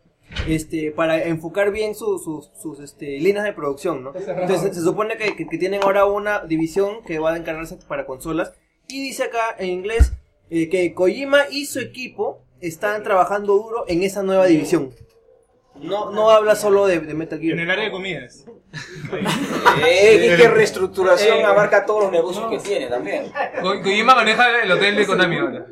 J: este, para enfocar bien su- sus- sus este, líneas de producción, ¿no? Entonces se supone que, que- que tienen ahora una división que va a encargarse para consolas y dice acá en inglés eh, que Kojima y su equipo están trabajando duro en esa nueva división. No, no habla solo de, de Metal
K: En
J: Gear.
K: el área de comidas.
J: Eh, y que reestructuración abarca todos los negocios que tiene también.
A: Ko- Kojima maneja el hotel de Konami ahora.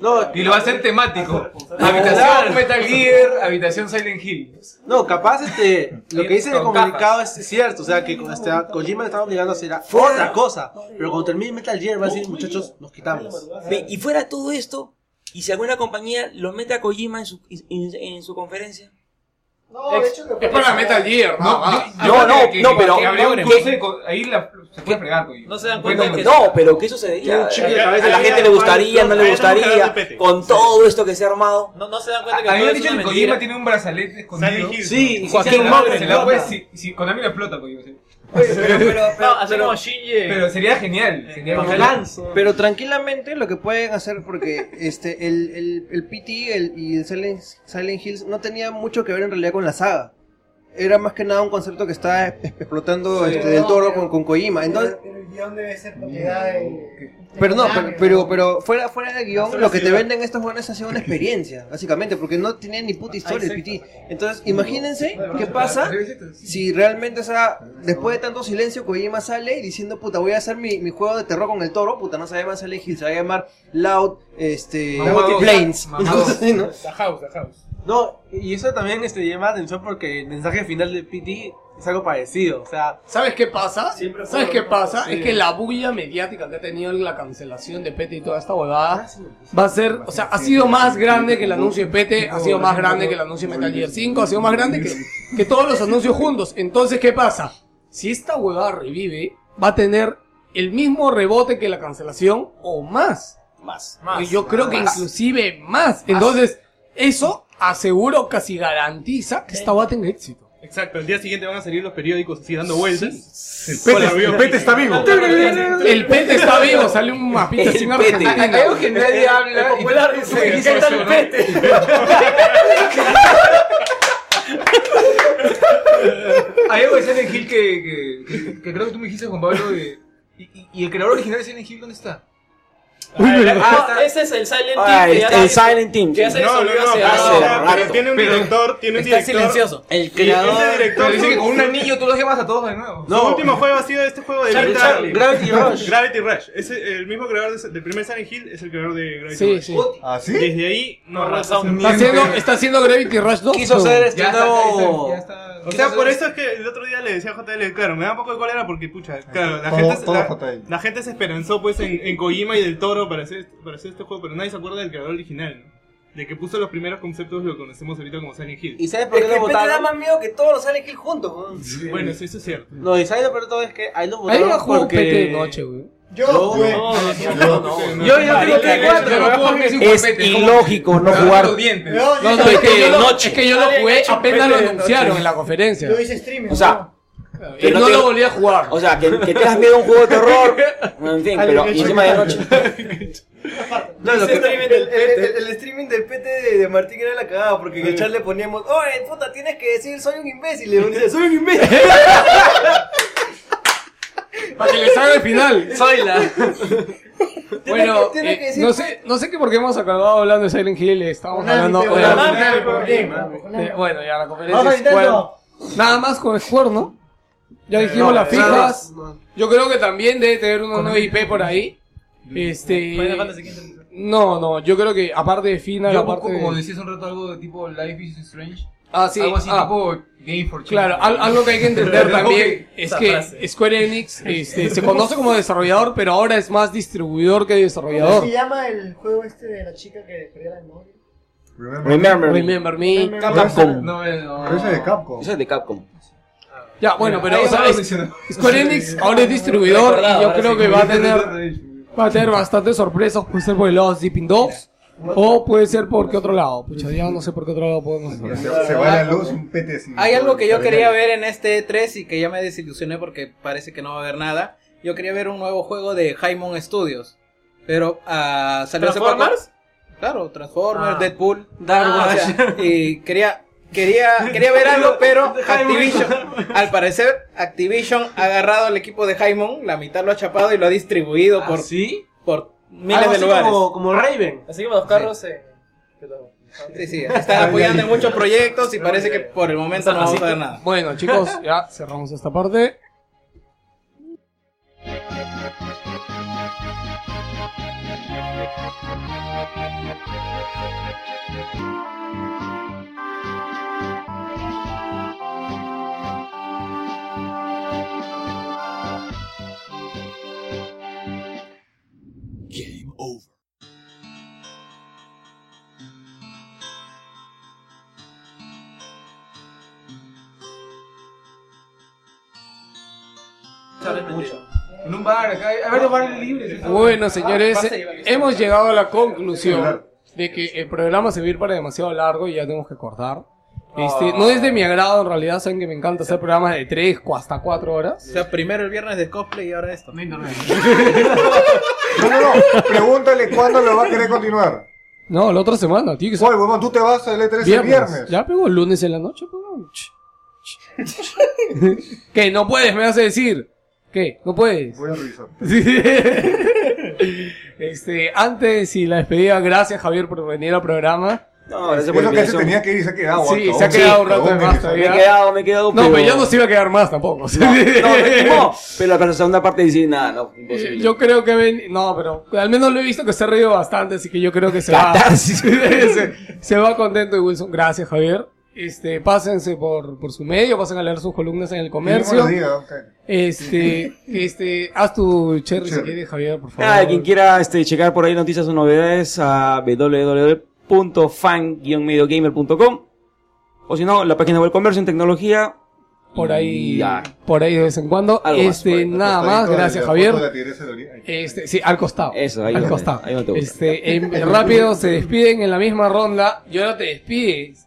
H: No,
A: Y lo va a hacer temático. Habitación Metal Gear, habitación Silent Hill.
H: no, capaz este, lo que dice en el
A: Con
H: comunicado es cierto, o sea que con este, a Kojima le están obligando a hacer a- otra cosa, pero cuando termine Metal Gear va a decir, muchachos, nos quitamos.
J: Ve, y fuera todo esto, y si alguna compañía lo mete a Kojima en su, en, en su conferencia.
F: No, de hecho,
A: Es para Metal Gear, no,
J: yo- no, no, no, pero-
A: Que habría un
J: no,
A: cruce con- ahí la, se puede fregar, Kojima.
G: No se dan cuenta que
J: No, pero ¿qué sucedería? A la gente le gustaría, no le gustaría, con todo esto que se ha armado.
G: no, no se dan cuenta que
A: Habían
G: todo es
A: dicho
G: una
A: que Kojima
G: mentira.
A: tiene un brazalete escondido.
H: Sí,
A: Joaquín
H: Mogre.
A: Se la puede, si, si Konami lo explota, Kojima. sí.
G: No, así como Shinji.
A: Pero sería
K: Eh,
A: genial. Sería genial.
J: Pero tranquilamente lo que pueden hacer, porque este el, el, el PT el- y el Silent, Silent Hills no tenía mucho que ver en realidad con la saga. Era más que nada un concepto que estaba es- explotando este, del toro con, con Kojima. Entonces,
F: Pero pero el guión debe ser propiedad de.
J: Pero no, pero,
F: Konami,
J: pero,
F: ¿no?
J: pero fuera, fuera del guión, lo que te venden estos buenos ha sido una experiencia, básicamente, porque no tenían ni puta historia el PT. Entonces, imagínense qué pasa si realmente, o sea, después de tanto silencio, Kojima sale y diciendo, puta, voy a hacer mi, mi juego de terror con el toro, puta, no se va a llamar Silent Hill, se va a llamar Loud, este,
A: Mamado.
J: Planes,
A: Mamado.
J: cosas así, ¿no?
D: La house, la house.
H: No, y eso también este, llama la atención porque el mensaje final de PT es algo parecido, o sea,
A: ¿Sabes qué pasa? ¿Sabes qué pasa? Es que la bulla mediática que ha tenido la cancelación de Pete y toda esta huevada va a ser, o sea, ha sido más grande que el anuncio de Pete, ha sido más grande que el anuncio de Metal Gear 5, ha sido más grande que, que todos los anuncios juntos. Entonces, ¿qué pasa? Si esta huevada revive, va a tener el mismo rebote que la cancelación o más.
J: Más.
A: Y yo creo que inclusive más. Entonces, eso aseguro, casi garantiza que esta va a tener éxito.
K: Exacto, el día siguiente van a salir los periódicos así dando vueltas.
B: Pete, Pete está vivo.
A: El pete está vivo, sale un mapita sin Argentina.
H: algo que nadie habla. y-
A: ¿Qué tal el pete? Hay algo de Silent Hill que, que, que, que creo que tú me dijiste, Juan Pablo. de- y, y- y el creador original de Silent Hill dónde está?
G: No, ese es el Silent
J: Ah,
G: Hill. que
J: el,
G: ya
J: el
G: se-
J: Silent Team.
G: que ya se
K: No, no,
G: disolvió
K: no,
G: hace
J: hace
G: años.
K: pero, pero
J: rato.
K: tiene un director, tiene un
D: Está
K: director.
D: silencioso.
H: El
K: Y ese
H: creador.
K: director,
A: Pero dice que
K: su,
A: con un anillo tú los llevas a todos de nuevo.
K: su último juego ha sido este juego de
G: Charlie,
K: venta-
G: Charlie.
H: Gravity Rush.
K: Gravity Rush. Es el, el mismo creador de- del primer Silent Hill, es el creador de Gravity
A: Sí,
K: Rush.
A: sí.
B: ¿Ah, sí?
K: Desde ahí no
G: Con
K: arrasa
G: razón.
K: un-
A: Está haciendo, está haciendo Gravity Rush 2.
H: Quiso
A: ¿no?
H: ser este
A: Ya está,
H: nuevo-
A: ya está, ya
K: O
A: está.
K: sea, por eso es que el otro día le decía a JL, claro, me da un poco de cólera porque, pucha, claro, la,
B: Todo-
K: gente, se-
B: todo
K: la,
B: JL.
K: la gente se esperanzó pues en, en Kojima y del Toro para hacer, para hacer este juego, pero nadie se acuerda del creador original, ¿no? De que puso los primeros conceptos lo conocemos ahorita como Silent Hill.
H: ¿Y sabes por
J: Es
H: qué
J: que
H: lo
J: Pete da
H: votaron?
J: más miedo que todos los Silent Hill juntos. weón.
K: Bueno, sí, eso es cierto.
H: No, y sabes lo peor de todo es que ahí lo
A: Ahí
H: votaron
A: no jugó
H: porque...
A: pete de noche, güey.
F: Yo
H: No,
F: jugué.
H: Yo, yo tengo que
A: Yo no
H: cuatro.
A: puedo decir
J: Es
A: Juan Pete, ¿cómo?
J: ilógico no jugar.
A: Los dientes.
F: No,
A: No, no,
F: yo-
A: es que, yo lo,
J: noche.
A: es que yo lo jugué apenas lo anunciaron en la conferencia.
F: Yo hice streaming.
J: O sea,
F: ¿no?
A: Y
J: que
A: no,
J: no te-
A: lo volví a jugar.
J: O sea, que, que tengas miedo a un juego de terror. En fin, pero y encima de noche.
H: No, lo que-
J: el, el- el- el streaming del PT de, de Martín era la cagada, porque en el chat le poníamos, oye, puta, tienes que decir, soy un imbécil. Y le dice, soy un imbécil.
A: Para que les haga el final.
H: Soy la...
A: Bueno,
J: que- tienes
A: eh,
J: que decir-
A: no, sé, no sé qué por qué hemos acabado hablando de Silent Hill. Estábamos
F: Konami, te
A: hablando. de-
F: voy a
A: de-
F: mandar el
A: de-
F: problema.
A: bueno, ya la
F: Vamos
A: conferencia
F: a
A: es
F: Nintendo.
A: Square. Nada más con Square, ¿no? Eh, Ya dijimos las fijas. Yo creo que también debe tener una nueva IP por ahí. Este. No, no, yo creo que aparte de Final,
M: Yo
A: aparte
M: busco,
A: de-
M: como decías un rato, algo de tipo Life is Strange.
A: Ah, sí,
M: Algo así
A: ah.
M: tipo Game for Change.
A: Claro, al- algo que hay que entender también
M: Ok,
A: es
M: esa frase.
A: que Square Enix este, se conoce como desarrollador, pero ahora es más distribuidor que
F: ¿Cómo
A: desarrollador.
F: se llama el juego este de la chica que perdió la memoria?
N: Remember me.
A: Remember me.
N: Capcom.
B: No, Pero ese es de Capcom.
N: Eso es de Capcom.
A: Ya, bueno, pero
B: Ahí
A: o sea,
B: no lo
A: es-
B: mencioné.
A: Square Enix ahora es distribuidor y yo
B: Ahora
A: creo
B: sí.
A: que va a tener va a tener bastantes sorpresas. Puede ser por el lado de Sleeping Dogs o puede ser por qué otro lado. Pucha, ya no sé por qué otro lado podemos.
B: Se, se va la luz, un pete sin-
D: Hay algo que yo
B: cabello.
D: quería ver en este E3 y que ya me desilusioné porque parece que no va a haber nada. Yo quería ver un nuevo juego de Jaimon Studios. Pero ah, salió hace poco.
G: ¿Transformers?
D: Claro, Transformers,
G: Ah.
D: Deadpool,
G: Dark
D: Ah,
G: Watch.
D: o sea, y quería quería quería ver algo, pero Activision, al parecer Activision ha agarrado al equipo de Jaimon, la mitad lo ha chapado y lo ha distribuido por por miles
H: ¿Ah, Algo
D: de
H: así
D: lugares.
H: Como, como Raven.
G: Así como los carros eh,
D: Sí, sí, están apoyando en muchos proyectos y parece que por el momento no vamos a ver nada.
A: Bueno, chicos, ya cerramos esta parte.
M: En un bar, acá hay hay varios bares libres.
A: Bueno, señores, hemos llegado a la conclusión de que el programa se va a ir para demasiado largo y ya tenemos que cortar. Este, No es de mi agrado, en realidad saben que me encanta hacer programas de 3 hasta 4
D: O
A: horas.
D: sea, primero el viernes de cosplay y ahora esto. No internet.
B: No, no, no. Pregúntale cuándo lo va a querer continuar.
A: No, la otra semana, tío. Que
B: Oye, huevón, tú te vas al E3 el viernes.
A: Ya pegó el lunes en la noche, pegó. ¿Qué? No puedes, me vas a decir. ¿Qué? No puedes.
B: Voy a revisar.
A: Sí. este, antes y la despedida, gracias Javier por venir al programa.
N: No, gracias
B: Es
N: por la
B: lo que se
N: invitación.
B: tenía que ir, se ha quedado.
A: Sí,
B: guapo.
A: se ha quedado un rato de
B: cabrón,
A: más
B: que se-
N: Me
A: todavía.
N: he quedado, me he quedado.
A: No, pero ya no se iba a quedar más tampoco.
N: No, no, no, no, pero para la segunda parte dice nada, no, imposible.
A: Yo creo que ven... No, pero al menos lo he visto que se ha reído bastante, así que yo creo que se va.
N: Ah.
A: se, se va contento de Wilson. Gracias, Javier. Este, pásense por, por su medio, pasen a leer sus columnas en el comercio.
B: Buenos días, ok.
A: Este, este, haz tu cherry si
B: Cherry.
A: quieres, Javier, por favor.
N: Ah, quien quiera este, checar por ahí noticias o novedades a www.fan-mediogamer.com o si no, la página web Comercio en Tecnología.
A: Por ahí,
N: Ya.
A: por ahí de vez en cuando.
N: Algo más, pues, por
A: Este,
N: ahí,
A: nada
B: Está
A: más,
B: dentro de
A: gracias,
B: la
A: Javier.
B: foto de la tigresa de Ori- ahí.
A: Este, sí, al costado.
N: Eso, ahí
A: al
N: donde-
A: costado.
N: ahí donde te gusta.
A: este, en- rápido se despiden en la misma ronda. Y ahora te despides.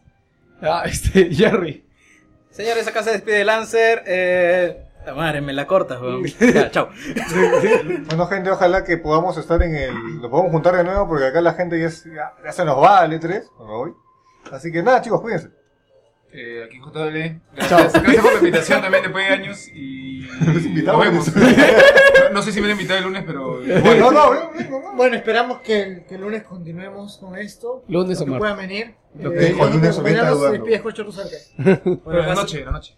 A: Ah, este, Jerry.
D: Señores, acá se despide Lancer. Eh... la madre, me la cortas, weón. Ya, chao.
B: Bueno, gente, ojalá que podamos estar en el. Lo podamos juntar de nuevo porque acá la gente ya, es- ya- ya se nos va al E3. Me voy. Así que nada, chicos, cuídense.
M: Eh, aquí JL. Gracias. Gracias por la invitación también después de años y.
B: Los invitamos.
M: Nos vemos. No sé si me han invitado el lunes, pero. igual.
B: No, ¿eh? no, no, no, no.
F: Bueno, esperamos que el, que el lunes continuemos con esto.
A: Lunes
F: Los
A: o
F: que
A: martes.
F: puedan venir.
B: Lo que dijo el lunes o viernes,
F: se
B: dudando.
F: despide Jorge Rusarca.
M: Bueno, la noche, la noche.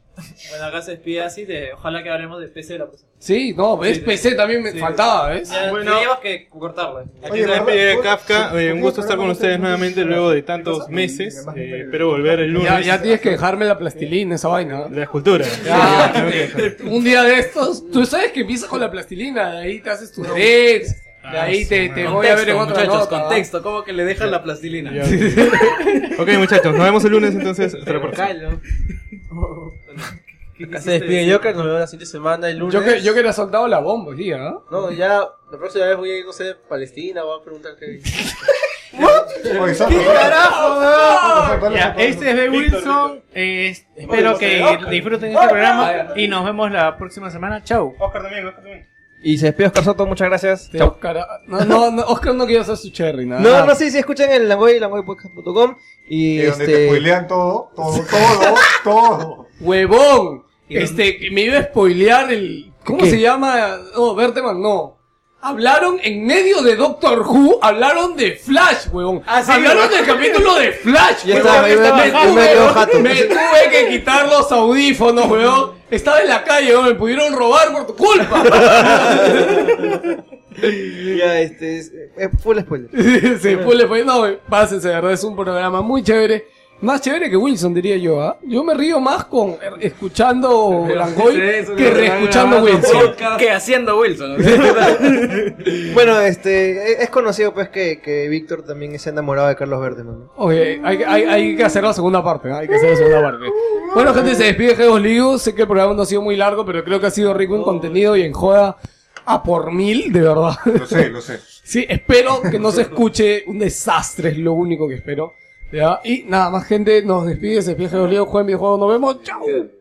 G: Bueno, acá se despide así de. Ojalá que hablemos de PC de la próxima.
A: Sí, no, ves, PC también me faltaba, ¿ves?
G: Ya,
K: Bueno.
G: te llevas que cortarla.
K: Aquí se despide Kafka, eh, un gusto estar con ustedes nuevamente luego de tantos meses. eh, espero volver el lunes.
A: Ya, ya tienes que dejarme la plastilina, esa vaina.
K: La escultura.
A: Ya, un día de estos, tú sabes que empiezas con la plastilina, de ahí te haces tus redes, de ahí te, te voy a ver en otra
D: muchachos,
A: nota.
D: contexto. ¿Cómo que le dejan la plastilina?
K: Ya. ok, muchachos, nos vemos el lunes entonces. Hasta la próxima.
H: Acá se despide Joker, nos vemos la siguiente semana, el lunes.
A: Yo que, yo que le he soltado la bomba, tía, ¿no?
H: No, ya la próxima vez voy a ir, no sé, Palestina, voy a preguntar qué.
B: Oye, Santo, Santo, Santo,
C: Ya,
B: Santo,
C: este es de Wilson. eh, espero que disfruten este programa y nos vemos la próxima semana. Chau.
K: Oscar también, Oscar también.
H: Y se despide Oscar Soto, muchas gracias.
A: Te Oscar, no, no, no, Oscar no quiere hacer su cherry, nada.
H: Ah. No, no, sí, sí, escuchan en Langoy, langoypodcast.com y
B: que Donde te
H: este...
B: spoilean todo, todo, todo, todo.
A: Huevón, este, que me iba a spoilear el. ¿Cómo se llama? No, Berteman, no. Hablaron en medio de Doctor Who, hablaron de Flash, huevón. hablaron del capítulo de Flash,
H: Ya
A: huevón.
H: estaba,
A: me,
H: yo me- yo me quedo jato.
A: tuve, me tuve que quitar los audífonos, huevón. Estaba en la calle, huevón, me pudieron robar por tu culpa.
J: ya, este, es, es
H: eh,
J: full spoiler.
A: sí, pues, pues, no, pásense, de verdad, es un programa muy chévere. Más chévere que Wilson, diría yo, ¿ah? Yo me río más con eh, escuchando Langoy que reescuchando Wilson.
J: Que haciendo Wilson. bueno, este, es- es conocido pues que, que Víctor también se ha enamorado de Carlos Verde, mano.
A: Oye, hay, que- hay- hay que hacer la segunda parte, ¿ah? hay que hacer la segunda parte. Bueno, gente, se despide G2 Ligo. Sé que el programa no ha sido muy largo, pero creo que ha sido rico en contenido y en joda a por mil, de verdad.
B: Lo sé, lo sé.
A: Sí, espero que no se escuche un desastre, es lo único que espero. ¿ya? Y nada más, gente, nos despide, se despide G2 Ligo, jueguen videojuegos, nos vemos, chao.